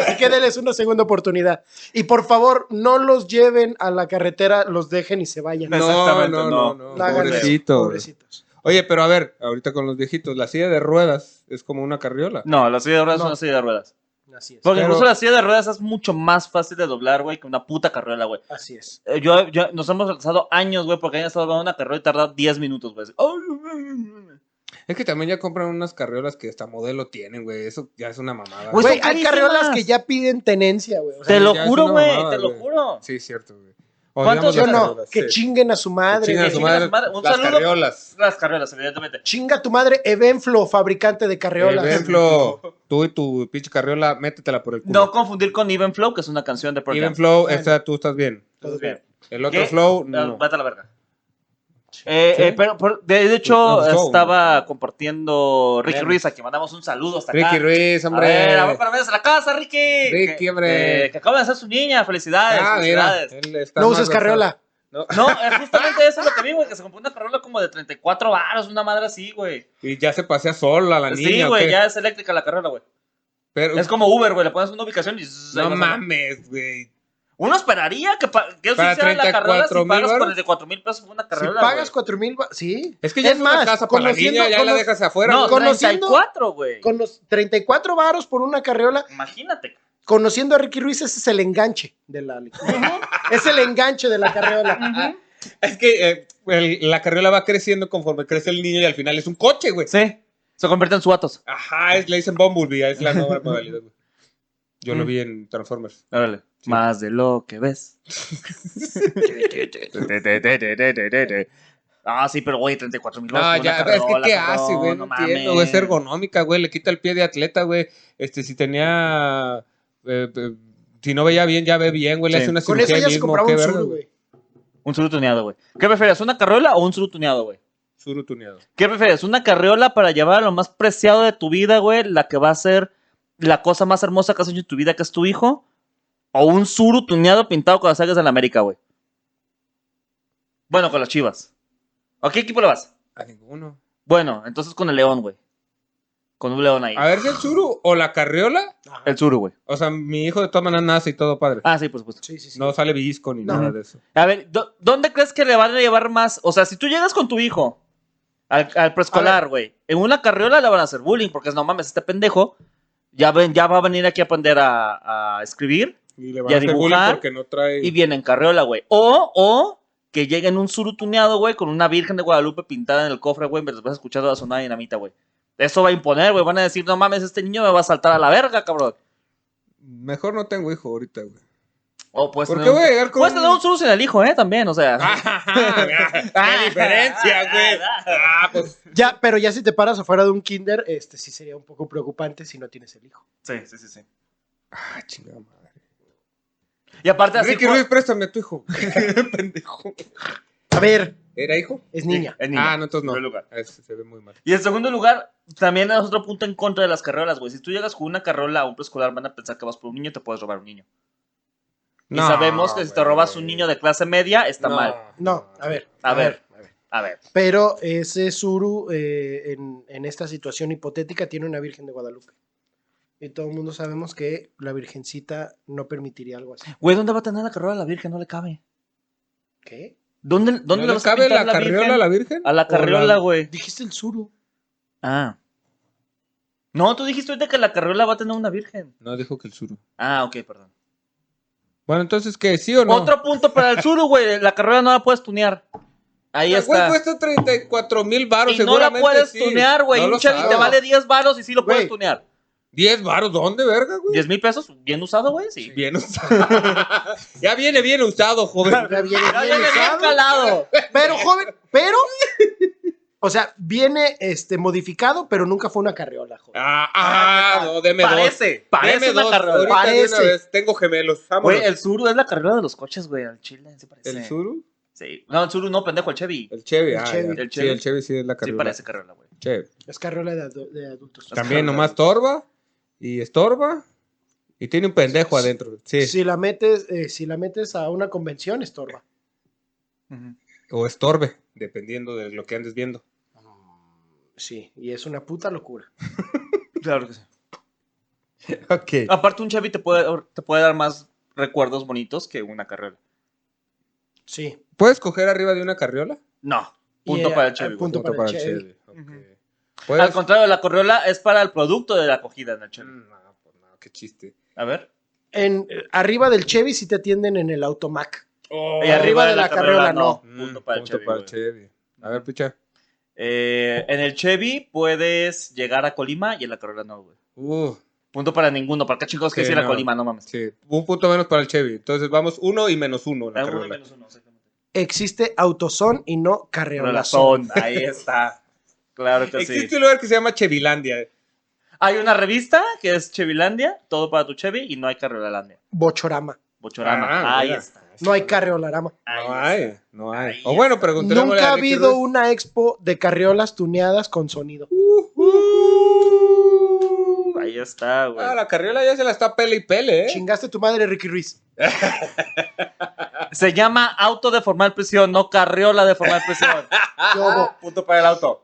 Speaker 1: Así que denles una segunda oportunidad. Y por favor, no los lleven a la carretera, los dejen y se vayan.
Speaker 2: No, Exactamente, no.
Speaker 1: La hagan eso,
Speaker 3: Pobrecito.
Speaker 1: pobrecitos.
Speaker 3: Oye, pero a ver, ahorita con los viejitos, la silla de ruedas es como una carriola.
Speaker 1: Mm.
Speaker 2: No, la silla de ruedas es
Speaker 1: No.
Speaker 2: una silla de ruedas.
Speaker 1: Así es.
Speaker 2: Porque
Speaker 3: Pero-
Speaker 2: incluso la silla de ruedas es mucho más fácil de doblar, güey, que una puta carriola, güey.
Speaker 3: Pues
Speaker 1: Así es.
Speaker 2: Eh, Yo, yo- nos hemos retrasado años, güey, porque hayan estado doblando una carriola y tarda 10 minutos, güey. Así, "Ay, güey".
Speaker 3: Es que también ya compran unas carriolas que hasta modelo tienen, güey. Eso ya es una mamada.
Speaker 2: Pues
Speaker 1: Güey,
Speaker 2: son
Speaker 1: hay
Speaker 2: carísimas.
Speaker 1: carriolas que ya piden tenencia, güey. O sea,
Speaker 2: Te lo
Speaker 3: ya es
Speaker 2: juro,
Speaker 3: una
Speaker 2: güey,
Speaker 3: mamada,
Speaker 2: te lo
Speaker 3: güey.
Speaker 2: juro.
Speaker 3: Sí, cierto, güey.
Speaker 2: ¿Cuántos-
Speaker 1: yo
Speaker 3: Odiamos las
Speaker 1: no,
Speaker 3: carriolas,
Speaker 1: que
Speaker 3: sí.
Speaker 1: chinguen a su madre.
Speaker 3: Chingan a su
Speaker 1: güey.
Speaker 3: madre.
Speaker 2: su madre. Un
Speaker 3: Las
Speaker 2: saludo.
Speaker 3: carriolas.
Speaker 2: Las carriolas, evidentemente.
Speaker 1: Chinga tu madre, Evenflo, fabricante de
Speaker 3: Por
Speaker 1: carriolas.
Speaker 3: ejemplo, tú y tu pinche carriola, métetela por el
Speaker 2: No
Speaker 3: culo.
Speaker 2: confundir con Even Flow, que es una canción de Pearl
Speaker 3: Even
Speaker 2: Jam.
Speaker 3: Flow,
Speaker 1: Bueno.
Speaker 3: esta tú estás bien.
Speaker 1: Entonces,
Speaker 2: Bien.
Speaker 3: El otro
Speaker 2: ¿Qué?
Speaker 3: Flow,
Speaker 2: Ah,
Speaker 3: no.
Speaker 2: Vete a la verga. Eh,
Speaker 3: Sí.
Speaker 2: eh, pero, pero, de hecho,
Speaker 3: Nos gustó,
Speaker 2: estaba compartiendo Ricky
Speaker 3: Bien.
Speaker 2: Ruiz, a quien mandamos un saludo hasta acá.
Speaker 3: Ricky Ruiz, hombre.
Speaker 2: A ver, a ver, para ver desde la casa, Ricky.
Speaker 3: Ricky,
Speaker 2: Que- eh,
Speaker 3: hombre.
Speaker 2: Que, que acaba de ser su niña, felicidades.
Speaker 3: Ah, mira.
Speaker 2: felicidades.
Speaker 3: él está
Speaker 1: No
Speaker 3: más
Speaker 1: uses carreola.
Speaker 2: No, es justamente eso lo que vi, güey, que se compró una carrola como de 34 varos, una madre así, güey.
Speaker 3: basado. Y ya se pasea sola la niña.
Speaker 2: Sí,
Speaker 3: ¿o
Speaker 2: güey,
Speaker 3: qué?
Speaker 2: ya es eléctrica la carrola, güey.
Speaker 3: Pero,
Speaker 2: Es como Uber, güey, le pones una ubicación y... zzz, ahí
Speaker 3: no
Speaker 2: vas a-
Speaker 3: mames, güey.
Speaker 2: Uno esperaría que, pa- que eso
Speaker 3: Para
Speaker 2: hiciera la carrola si
Speaker 3: 34,000
Speaker 2: pagas
Speaker 3: varos.
Speaker 2: 44 mil pesos por una
Speaker 1: Si
Speaker 2: carrola,
Speaker 1: pagas
Speaker 2: güey.
Speaker 1: cuatro mil, ba- sí.
Speaker 3: Es que ya es, una casa para la
Speaker 1: conociendo-
Speaker 3: niña, ya la
Speaker 1: cono-
Speaker 3: dejas afuera.
Speaker 2: No,
Speaker 3: güey.
Speaker 1: Conociendo-
Speaker 2: 34, güey.
Speaker 1: Con los 34 varos por una carreola,
Speaker 2: Imagínate.
Speaker 1: conociendo a Ricky Ruiz, ese es el enganche de la Es el enganche de la carreola.
Speaker 3: Es que eh, el- la carriola va creciendo conforme crece el niño y al final es un coche, güey.
Speaker 2: Sí, se convierte en suatos.
Speaker 3: Ajá, es, le dicen Bumblebee, es la nueva modalidad, güey. Yo
Speaker 1: Mm.
Speaker 3: lo vi en Transformers.
Speaker 2: Órale. Más de lo que ves. ah, sí, pero güey, 34 mil
Speaker 3: No, ya, es que ¿qué hace, güey? No, entiendo, güey. Es ergonómica, güey. Le quita el pie de atleta, güey. Este, si tenía... eh, eh, si no veía bien, ya ve bien, güey. Le
Speaker 2: Sí.
Speaker 3: hace una
Speaker 1: Con
Speaker 3: cirugía
Speaker 1: eso ya
Speaker 3: ahí
Speaker 1: se
Speaker 3: mismo,
Speaker 1: compraba
Speaker 3: qué
Speaker 1: un
Speaker 3: verga,
Speaker 1: sur,
Speaker 3: güey.
Speaker 1: güey.
Speaker 2: Un suru tuneado, güey. ¿Qué prefieres, una carriola o un suru tuneado, güey?
Speaker 3: Suru tuneado.
Speaker 2: ¿Qué prefieres, una carriola para llevar a lo más preciado de tu vida, güey? La que va a ser la cosa más hermosa que has hecho en tu vida, que es tu hijo. O un suru tuneado pintado con las águilas de la América, güey. Bueno, con las chivas. ¿A qué equipo le vas?
Speaker 3: A ninguno.
Speaker 2: Bueno, entonces con el león, güey. Con un león ahí.
Speaker 3: A ver si el suru o la carriola...
Speaker 2: Ah, El sur, güey.
Speaker 3: O sea, mi hijo de todas maneras nace y todo padre.
Speaker 2: Ah, sí, por supuesto.
Speaker 1: Sí, sí, sí.
Speaker 3: No sale visco ni
Speaker 1: No.
Speaker 3: nada de eso.
Speaker 2: A ver, ¿dó- ¿dónde crees que le van a llevar más? O sea, si tú llegas con tu hijo al, al preescolar, güey, en una carriola le van a hacer bullying porque es, no mames, este pendejo ya, ven, ya va a venir aquí a aprender a, a escribir
Speaker 3: Y le
Speaker 2: van Y a a hacer bullying dibujar, porque
Speaker 3: no trae...
Speaker 2: y viene en carriola, güey. O, o que llegue en un surutuneado, güey, con una virgen de Guadalupe pintada en el cofre, güey, mientras vas escuchando la sonada dinamita, güey. Eso va a imponer, güey. Van a decir, no mames, este niño me va a saltar a la verga, cabrón.
Speaker 3: Mejor no tengo hijo ahorita, güey.
Speaker 2: O pues.
Speaker 3: ¿Por qué voy a llegar con Ah,
Speaker 2: Puedes tener un suru sin el hijo, eh, también, o sea. Ah.
Speaker 3: ¡Qué diferencia, güey! Ah, pues...
Speaker 1: Ya, pero ya si te paras afuera de un kinder, este sí sería un poco preocupante si no tienes el hijo.
Speaker 2: Sí, sí, sí, sí.
Speaker 3: Ah, chingada madre.
Speaker 2: Y aparte así.
Speaker 3: Ricky
Speaker 2: fue-
Speaker 3: Ruiz, préstame a tu hijo. Pendejo.
Speaker 1: A ver,
Speaker 3: ¿Era hijo?
Speaker 1: es niña.
Speaker 2: Es niño.
Speaker 3: Ah, no, entonces no.
Speaker 2: Primer lugar.
Speaker 3: Ah, ese se ve muy mal.
Speaker 2: Y en segundo lugar, también es otro punto en contra de las carreolas, güey. Si tú llegas con una carreola a un preescolar, van a pensar que vas por un niño, te puedes robar un niño. y sabemos que si te
Speaker 3: güey.
Speaker 2: robas un niño de clase media, está
Speaker 3: No,
Speaker 2: mal.
Speaker 1: No, a ver.
Speaker 2: A ver. A ver.
Speaker 1: Pero ese Zuru, eh, en, en esta situación hipotética, tiene una Virgen de Guadalupe. Y todo el mundo sabemos que la Virgencita no permitiría algo así.
Speaker 2: Güey, ¿dónde va a tener la carreola la Virgen? No le cabe.
Speaker 1: ¿Qué?
Speaker 2: ¿Dónde, dónde
Speaker 3: ¿No
Speaker 2: le
Speaker 3: le
Speaker 2: vas a
Speaker 3: cabe
Speaker 2: pintar
Speaker 3: la carriola a la Virgen?
Speaker 2: A la
Speaker 3: ¿O
Speaker 2: carriola, güey.
Speaker 1: Dijiste el Zuru.
Speaker 2: Ah. No, tú dijiste ahorita que la carriola va a tener una virgen.
Speaker 3: No, dijo que el suru.
Speaker 2: Ah, ok, perdón.
Speaker 3: Bueno, entonces, ¿qué? ¿Sí o no?
Speaker 2: Otro punto para el suru, güey. La carriola no la puedes tunear. Ahí
Speaker 3: El
Speaker 2: está.
Speaker 3: güey cuesta 34 mil baros,
Speaker 2: y no la
Speaker 3: seguramente
Speaker 2: puedes
Speaker 3: sí.
Speaker 2: tunear, güey.
Speaker 3: No lo
Speaker 2: un Chevy te
Speaker 3: sabe.
Speaker 2: vale 10 varos y sí lo puedes
Speaker 1: Güey.
Speaker 2: tunear.
Speaker 3: 10 baros, ¿dónde, verga, güey?
Speaker 2: 10 mil pesos, bien usado, güey. Sí.
Speaker 3: Bien usado. ya viene bien usado, joven.
Speaker 1: Ya viene
Speaker 2: Ya viene
Speaker 1: bien
Speaker 2: bien
Speaker 1: usado.
Speaker 2: calado.
Speaker 1: Pero, joven, pero. O sea, viene este, modificado, pero nunca fue una carriola, joven.
Speaker 3: Ah, ah, no, deme
Speaker 2: Parece,
Speaker 3: dos.
Speaker 2: parece
Speaker 3: Deme
Speaker 2: una
Speaker 3: dos.
Speaker 2: carriola.
Speaker 3: Ahorita
Speaker 1: Parece.
Speaker 3: de una vez. Tengo gemelos. vámonos.
Speaker 2: Güey, el Zuru es la carrera de los coches, güey, al Chile, sí parece.
Speaker 3: ¿El Zuru?
Speaker 2: Sí. No, el Zuru no, pendejo, el Chevy.
Speaker 3: El Chevy.
Speaker 1: El
Speaker 3: ah,
Speaker 1: Chevy.
Speaker 3: ya.
Speaker 2: El
Speaker 3: Sí,
Speaker 2: Chevy.
Speaker 3: el Chevy sí es la
Speaker 2: Sí
Speaker 3: carriola.
Speaker 2: parece carriola, güey.
Speaker 3: Chevy.
Speaker 1: Es carriola de, adu- de adultos.
Speaker 3: También nomás torba y estorba y tiene un pendejo adentro. Sí.
Speaker 1: Si la metes, eh, si la metes a una convención, estorba.
Speaker 2: Ujú.
Speaker 3: O estorbe, dependiendo de lo que andes viendo.
Speaker 1: Mm, Sí, y es una puta locura.
Speaker 2: Claro que sí.
Speaker 3: Ok.
Speaker 2: Aparte, un Chevy te puede, te puede dar más recuerdos bonitos que una carrera.
Speaker 1: Sí.
Speaker 3: ¿Puedes coger arriba de una carriola?
Speaker 2: No. Punto
Speaker 1: Y, eh,
Speaker 2: para el Chevy. güey.
Speaker 1: Punto para el Chevy.
Speaker 3: Ok.
Speaker 2: Ujú. Ah,
Speaker 3: ¿Puedes-
Speaker 2: Al contrario, la carriola es para el producto de la acogida en el Chevy.
Speaker 3: No, pues no, qué chiste.
Speaker 2: A ver.
Speaker 1: En, eh, arriba del Chevy si te atienden en el Automac.
Speaker 2: Y arriba de la, carriola, no.
Speaker 3: Mm,
Speaker 2: Punto para el Chevy. güey.
Speaker 3: Chevy. A ver, picha.
Speaker 2: Eh, en el Chevy puedes llegar a Colima y en la carrera no, güey.
Speaker 3: Uh,
Speaker 2: Punto para ninguno. ¿Para qué chicos que
Speaker 3: Sí,
Speaker 2: decir a
Speaker 3: no.
Speaker 2: Colima? No mames.
Speaker 3: sí. Un punto menos para el Chevy. Entonces vamos uno y menos uno. en La
Speaker 2: Ah, uno
Speaker 3: carriola.
Speaker 2: menos uno, exactamente.
Speaker 1: Existe Autoson y no Carreolazón.
Speaker 2: Relazón, ahí está. Claro que
Speaker 3: Existe
Speaker 2: sí.
Speaker 3: un lugar que se llama Chevilandia.
Speaker 2: Hay una revista que es Chevilandia, todo para tu Chevy y no hay Carreolandia.
Speaker 1: Bochorama.
Speaker 2: Bochorama,
Speaker 3: Ah,
Speaker 2: ahí
Speaker 3: mira.
Speaker 2: está.
Speaker 1: No hay carriolarama.
Speaker 2: Ahí
Speaker 3: No
Speaker 2: está.
Speaker 3: hay, no hay.
Speaker 2: Ahí
Speaker 3: O bueno, preguntémosle
Speaker 1: Nunca ha
Speaker 3: a Ricky
Speaker 1: habido
Speaker 3: Ruiz.
Speaker 1: una expo de carriolas tuneadas con sonido.
Speaker 3: Uh,
Speaker 2: Ahí está, güey.
Speaker 3: Ah, la carriola ya se la está pele y pele, ¿eh?
Speaker 1: Chingaste tu madre, Ricky Ruiz.
Speaker 2: Se llama auto de formal prisión, no carriola de formal prisión.
Speaker 1: ¿Qué hubo?
Speaker 3: Punto para el auto.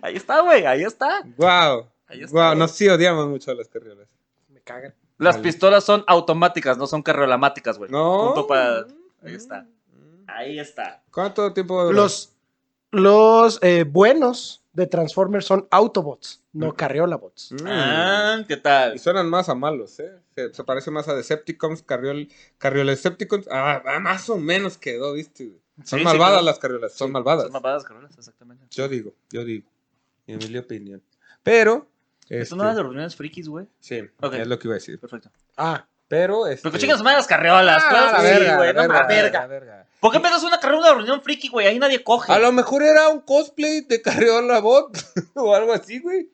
Speaker 2: Ahí está, güey, ahí está.
Speaker 3: Wow.
Speaker 2: Ahí está.
Speaker 3: Wow, nos sí odiamos mucho a las carriolas.
Speaker 1: Me cagan.
Speaker 2: Las
Speaker 3: Vale.
Speaker 2: pistolas son automáticas, no son carriolamáticas, güey.
Speaker 3: No.
Speaker 2: Punto para- Ahí está. Ahí está.
Speaker 3: ¿Cuánto tiempo? duró?
Speaker 1: Los, los eh, buenos de Transformers son Autobots, no carriolabots.
Speaker 3: Mm.
Speaker 2: Ah, ¿qué
Speaker 3: Y
Speaker 2: tal?
Speaker 3: suenan más a malos, ¿eh? Se, se parece más a Decepticons, Carriol, Carriolecepticons. Ah, ah, más o menos quedó, ¿viste? güey?
Speaker 2: Sí,
Speaker 3: Son
Speaker 2: sí,
Speaker 3: malvadas
Speaker 2: claro.
Speaker 3: las carriolas, son malvadas.
Speaker 2: Son malvadas carriolas, exactamente.
Speaker 3: Yo digo, yo digo. En mi opinión. Pero. Este.
Speaker 2: Esto no era de reuniones frikis, güey.
Speaker 3: Sí,
Speaker 2: Ok.
Speaker 3: es lo que iba a decir.
Speaker 2: Perfecto.
Speaker 1: Ah,
Speaker 3: Pero. Este...
Speaker 2: Pero que chingas madre las carriolas,
Speaker 3: Ah,
Speaker 2: claro
Speaker 3: la
Speaker 2: que sí,
Speaker 3: verga,
Speaker 2: güey.
Speaker 3: la
Speaker 2: No mames.
Speaker 3: verga, la verga.
Speaker 2: ¿Por qué me das una carriola de reunión friki, güey? Ahí nadie coge.
Speaker 3: A lo mejor era un cosplay de Carriola Bot o algo así, güey.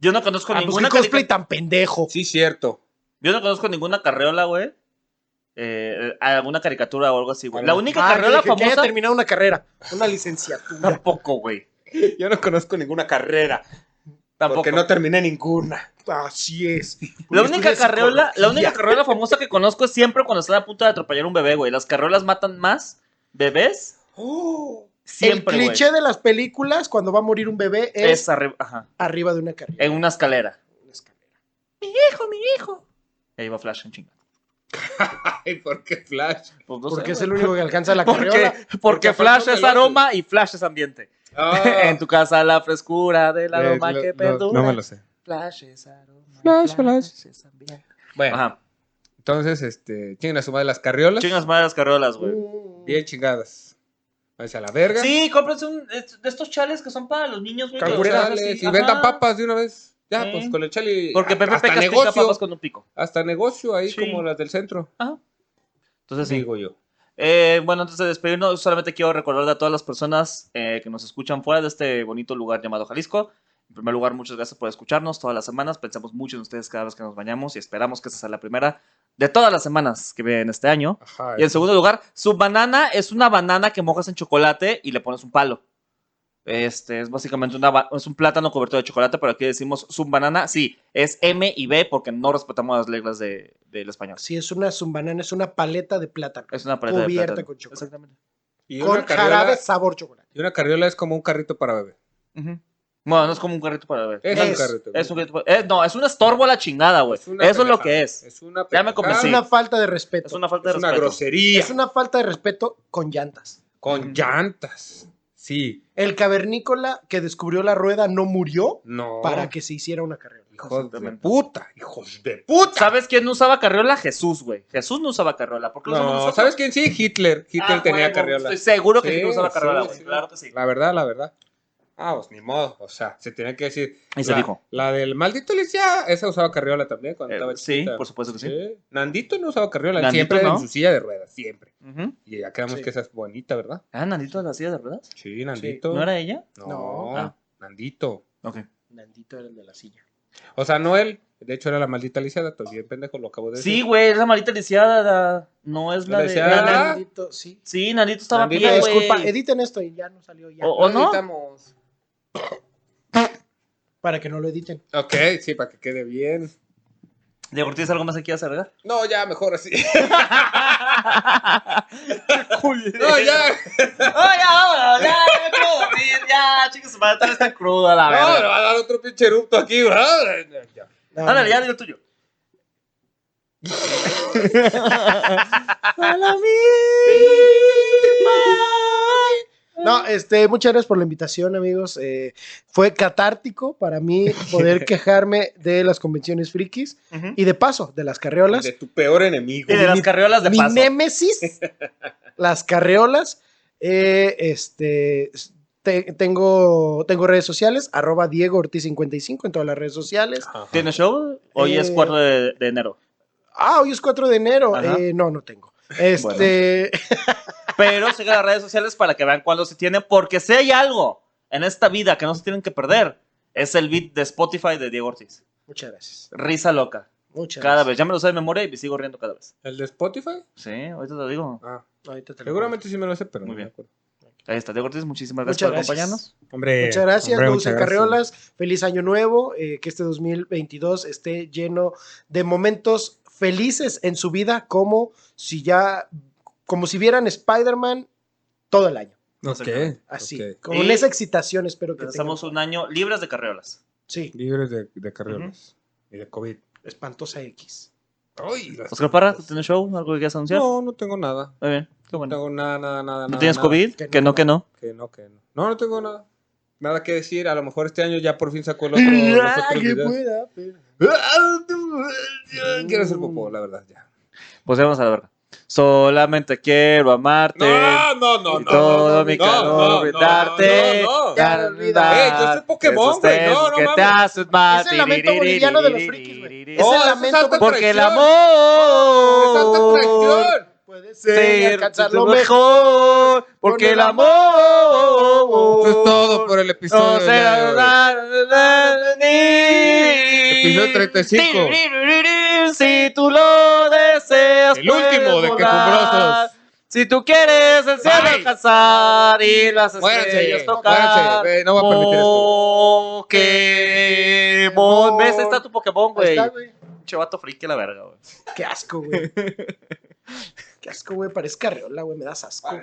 Speaker 2: Yo no conozco
Speaker 1: ah, pues
Speaker 2: ninguna
Speaker 1: qué cosplay
Speaker 2: carica-
Speaker 1: tan pendejo.
Speaker 3: Sí, cierto.
Speaker 2: Yo no conozco ninguna carriola, güey. Eh, eh, alguna caricatura o algo así, güey. La única
Speaker 1: Ah,
Speaker 2: carriola
Speaker 1: que- que haya
Speaker 2: famosa
Speaker 1: terminado una carrera, una licenciatura.
Speaker 2: tampoco, güey.
Speaker 3: Yo no conozco ninguna carrera.
Speaker 2: Tampoco.
Speaker 3: Porque no terminé ninguna.
Speaker 1: Así es.
Speaker 2: La única
Speaker 1: Estudia
Speaker 2: carreola, la única
Speaker 1: psicología.
Speaker 2: carreola famosa que conozco es siempre cuando están a punto de atropellar un bebé, güey. Las carreolas matan más bebés
Speaker 3: ¡Oh!
Speaker 2: siempre,
Speaker 1: El
Speaker 2: güey.
Speaker 1: cliché de las películas cuando va a morir un bebé es
Speaker 2: Es arriba, ajá,
Speaker 1: arriba de una carrera.
Speaker 2: en una escalera.
Speaker 1: Una escalera.
Speaker 2: Mi hijo, mi hijo. Y ahí va Flash en chinga.
Speaker 3: Ay, ¿por qué Flash?
Speaker 2: Pues no sé,
Speaker 1: Porque es
Speaker 2: güey.
Speaker 1: el único que alcanza la
Speaker 2: porque,
Speaker 1: carriola.
Speaker 2: porque
Speaker 3: porque aparte
Speaker 2: Flash
Speaker 3: son
Speaker 2: es
Speaker 3: veloces.
Speaker 2: aroma y Flash es ambiente. en tu casa la frescura del aroma
Speaker 3: Ah. Eh, lo-
Speaker 2: que
Speaker 3: lo-
Speaker 2: perdura.
Speaker 3: No me lo sé.
Speaker 2: Flash es aroma.
Speaker 3: Flash, flash.
Speaker 2: es ambiente.
Speaker 3: Bueno,
Speaker 2: Ajá.
Speaker 3: entonces, este, tienen la suma de las carriolas.
Speaker 2: Chingas madre las carreolas, güey.
Speaker 1: Mm.
Speaker 3: Bien chingadas. Váyanse a la verga.
Speaker 2: Sí, cómprense un, es- de estos chales que son para los niños, güey. que los
Speaker 3: Cangurales,
Speaker 2: agarras así.
Speaker 3: y vendan
Speaker 2: Ajá.
Speaker 3: papas de una vez. Ya,
Speaker 2: Sí.
Speaker 3: pues con el chali.
Speaker 2: Porque
Speaker 3: a-
Speaker 2: Pepe
Speaker 3: hasta
Speaker 2: Pecas pica
Speaker 3: negocio.
Speaker 2: papas con un pico.
Speaker 3: Hasta negocio ahí
Speaker 2: Sí.
Speaker 3: como las del centro.
Speaker 2: Ajá. Entonces, sí.
Speaker 3: Digo yo.
Speaker 2: Eh, bueno, antes de despedirnos, solamente quiero recordarle a todas las personas eh, que nos escuchan fuera de este bonito lugar llamado Jalisco. En primer lugar, muchas gracias por escucharnos todas las semanas. Pensamos mucho en ustedes cada vez que nos bañamos y esperamos que esta sea la primera de todas las semanas que vienen este año.
Speaker 3: Ajá.
Speaker 2: Y en segundo lugar, su banana es una banana que mojas en chocolate y le pones un palo. Este es básicamente una ba- es un plátano cubierto de chocolate, pero aquí decimos banana Sí, es M y B porque no respetamos las reglas de- del español.
Speaker 1: Si es una zumbanana, es una paleta de plátano.
Speaker 2: Es una paleta de
Speaker 1: Cubierta
Speaker 2: plátano.
Speaker 1: con chocolate.
Speaker 2: Exactamente.
Speaker 3: Y
Speaker 1: Con
Speaker 3: una carriola,
Speaker 1: jarabe sabor chocolate.
Speaker 3: y una carriola es como un carrito para bebé.
Speaker 2: Ujú. Bueno, no es como un carrito para ver.
Speaker 3: Es, un
Speaker 1: Es-
Speaker 3: carrito.
Speaker 2: Es un carrito para- eh, no, es un estorbo a la chingada, güey.
Speaker 3: Es
Speaker 2: Pues, Eso
Speaker 3: una
Speaker 2: es lo
Speaker 3: pendejada.
Speaker 2: que es.
Speaker 3: Es una
Speaker 2: Ya me
Speaker 3: pendejada,
Speaker 2: convencí. Ah,
Speaker 1: Es
Speaker 2: Sí.
Speaker 1: una falta de respeto.
Speaker 2: Es una falta
Speaker 3: Es
Speaker 2: de
Speaker 3: una
Speaker 2: respeto.
Speaker 3: grosería.
Speaker 1: Es una falta de respeto con llantas.
Speaker 3: Con llantas. Sí.
Speaker 1: El cavernícola que descubrió la rueda no murió
Speaker 3: No.
Speaker 1: para que se hiciera una carriola.
Speaker 3: Hijos de
Speaker 2: Exactamente.
Speaker 3: puta. Hijos de puta.
Speaker 2: ¿Sabes quién no usaba carriola? Jesús, güey. Jesús no usaba carriola. ¿Por qué lo usamos
Speaker 3: No,
Speaker 2: nosotros?
Speaker 3: ¿sabes quién sí? Hitler. Hitler
Speaker 2: Ah,
Speaker 3: tenía
Speaker 2: huevo,
Speaker 3: carriola.
Speaker 2: Estoy seguro que sí,
Speaker 3: Sí,
Speaker 2: que usaba
Speaker 3: sí,
Speaker 2: carriola, güey.
Speaker 3: pues sí.
Speaker 2: Claro que sí.
Speaker 3: La verdad, la verdad. Ah, pues ni modo. O sea, se tenía que decir.
Speaker 2: Ahí se
Speaker 3: la,
Speaker 2: dijo.
Speaker 3: La del maldito Alicia, esa usaba carriola también cuando
Speaker 2: Eh,
Speaker 3: estaba
Speaker 2: sí,
Speaker 3: chiquita.
Speaker 2: por supuesto que sí.
Speaker 3: Sí. Nandito no usaba carriola, él
Speaker 2: Nandito
Speaker 3: siempre
Speaker 2: no.
Speaker 3: en su silla de ruedas, siempre.
Speaker 2: Ujú.
Speaker 3: Y ya quedamos
Speaker 1: Sí.
Speaker 3: que esa es bonita, ¿verdad?
Speaker 2: Ah, Nandito de la silla de ruedas.
Speaker 3: Sí, Nandito.
Speaker 2: ¿No era ella?
Speaker 3: No,
Speaker 1: No.
Speaker 2: Ah.
Speaker 3: Nandito.
Speaker 2: Ok.
Speaker 1: Nandito era el de la silla.
Speaker 3: O sea, no él. De hecho, era la maldita Alicia, estoy bien pendejo, lo acabo de decir.
Speaker 2: Sí, güey, es la maldita lisiada. la- No es la
Speaker 3: La
Speaker 2: de.
Speaker 3: lisiada.
Speaker 2: la- la-
Speaker 1: Nandito, sí.
Speaker 2: Sí, Nandito estaba
Speaker 3: Nandito,
Speaker 2: Ah. bien,
Speaker 1: Una
Speaker 2: güey. Oh.
Speaker 1: disculpa, editen esto y ya no salió ya.
Speaker 2: O- o no.
Speaker 3: Necesitamos-
Speaker 1: Para que no lo editen.
Speaker 3: Ok, sí, para que quede bien.
Speaker 2: Diego Ortiz, ¿algo más que quieras agregar?
Speaker 3: No, ya, mejor así.
Speaker 2: no,
Speaker 3: No, ya.
Speaker 2: Oye, vámonos, ya, ya quiero dormir, ya, chicos, para estar esta cruda, la
Speaker 3: No, le
Speaker 2: verdad.
Speaker 3: va a dar otro pinche erupto aquí, ¿verdad? Ya.
Speaker 1: No,
Speaker 2: Ándale, ya, digo tuyo.
Speaker 1: No, este, muchas gracias por la invitación, amigos. Eh, fue catártico para mí poder quejarme de las convenciones frikis
Speaker 2: Ujú.
Speaker 1: y de paso, de las carriolas.
Speaker 3: De tu peor enemigo.
Speaker 2: Y de las carriolas de
Speaker 1: Mi
Speaker 2: paso.
Speaker 1: némesis, las carriolas. Eh, este, te- tengo, tengo redes sociales, arroba Diego Ortiz 55 en todas las redes sociales.
Speaker 3: Ajá.
Speaker 2: ¿Tienes show? Hoy es
Speaker 1: Eh,
Speaker 2: 4 de, de enero.
Speaker 1: Ah, hoy es 4 de enero.
Speaker 2: Ajá.
Speaker 1: Eh, no, no tengo. Este,
Speaker 2: Pero sigan las redes sociales para que vean cuándo se tienen, porque si hay algo en esta vida que no se tienen que perder, es el beat de Spotify de Diego Ortiz.
Speaker 1: Muchas gracias.
Speaker 2: Risa loca.
Speaker 1: Muchas.
Speaker 2: Cada vez. Ya me lo sé de memoria y me sigo riendo cada vez.
Speaker 3: ¿El de Spotify?
Speaker 2: Sí, ahorita te lo digo.
Speaker 3: Ah,
Speaker 1: Ahorita te lo
Speaker 3: seguramente sí me lo sé, pero
Speaker 2: Muy
Speaker 3: no me
Speaker 2: bien.
Speaker 3: acuerdo.
Speaker 2: Ahí está, Diego Ortiz. Muchísimas gracias
Speaker 1: Muchas
Speaker 2: por
Speaker 1: gracias.
Speaker 2: acompañarnos.
Speaker 3: Hombre,
Speaker 1: Muchas gracias,
Speaker 3: Eh, hombre,
Speaker 1: Dulce
Speaker 3: muchas gracias.
Speaker 1: Carriolas. Feliz año nuevo. eh, que este 2022 esté lleno de momentos felices en su vida, como si ya, como si vieran Spider-Man todo el año.
Speaker 3: Ok,
Speaker 1: Así,
Speaker 3: ok.
Speaker 1: con
Speaker 2: Y
Speaker 1: esa excitación espero que
Speaker 2: Estamos
Speaker 1: tengan.
Speaker 2: un año libres de carreolas.
Speaker 1: Sí,
Speaker 3: Libres de, de carriolas y de COVID.
Speaker 1: espantosa X.
Speaker 3: Ay, las-
Speaker 2: Oscar Parra, ¿tú ¿tienes show? ¿Algo que quieras anunciar?
Speaker 3: No, no tengo nada.
Speaker 2: Muy bien, qué
Speaker 3: No
Speaker 2: bueno.
Speaker 3: tengo nada, nada, nada.
Speaker 2: ¿No
Speaker 3: nada,
Speaker 2: tienes
Speaker 3: nada.
Speaker 2: COVID?
Speaker 1: Que no,
Speaker 2: Que no, que no.
Speaker 3: Que no, que no. No, no tengo nada. Nada que decir. A lo mejor este año ya por fin sacó el otro. los
Speaker 1: Ah,
Speaker 3: otros
Speaker 1: que
Speaker 3: videos.
Speaker 1: pueda, pero-
Speaker 3: Ah, tú, ah, Quiero hacer popó, la verdad, ya.
Speaker 2: Pues ya vamos a la verga. Solamente quiero amarte.
Speaker 3: No, no, no,
Speaker 2: y
Speaker 3: no.
Speaker 2: todo mi
Speaker 3: no,
Speaker 2: calor
Speaker 3: no,
Speaker 2: brindarte.
Speaker 3: no, no, no.
Speaker 1: Ya lo olvidaba.
Speaker 2: dar
Speaker 3: Eh, yo soy Pokémon,
Speaker 2: esos
Speaker 3: güey, no,
Speaker 2: besos
Speaker 3: no
Speaker 2: que
Speaker 3: mames.
Speaker 2: te hacen mal.
Speaker 1: Es el lamento boliviano de los frikis, güey. Es
Speaker 3: Oh,
Speaker 1: el
Speaker 3: ese
Speaker 1: lamento
Speaker 3: salta-
Speaker 2: Porque el
Speaker 3: traición. ¡Es alta
Speaker 2: amor
Speaker 3: traición!
Speaker 1: puede ser y
Speaker 2: ser
Speaker 1: alcanzar
Speaker 2: lo
Speaker 1: lo mejor.
Speaker 2: mejor. Porque el amor
Speaker 3: Eso es todo por el episodio.
Speaker 2: no
Speaker 3: del día de hoy.
Speaker 2: Episodio
Speaker 3: Episodio 35.
Speaker 2: Si tú lo deseas.
Speaker 3: El último
Speaker 2: puedes
Speaker 3: de
Speaker 2: volar.
Speaker 3: Quejumbrosos.
Speaker 2: Si tú quieres el cielo
Speaker 3: Bye.
Speaker 2: alcanzar y las
Speaker 3: Muéranse,
Speaker 2: estrellas
Speaker 3: muéranse,
Speaker 2: tocar.
Speaker 3: güey, no voy a permitir
Speaker 2: esto. Pokémon. ¿Ves? Ahí Está tu Pokémon,
Speaker 1: Ahí
Speaker 2: güey.
Speaker 1: está, güey.
Speaker 2: Pinche vato friki a la verga, güey.
Speaker 1: Qué asco, güey. Qué asco, güey. Parece carriola, güey. Me das asco.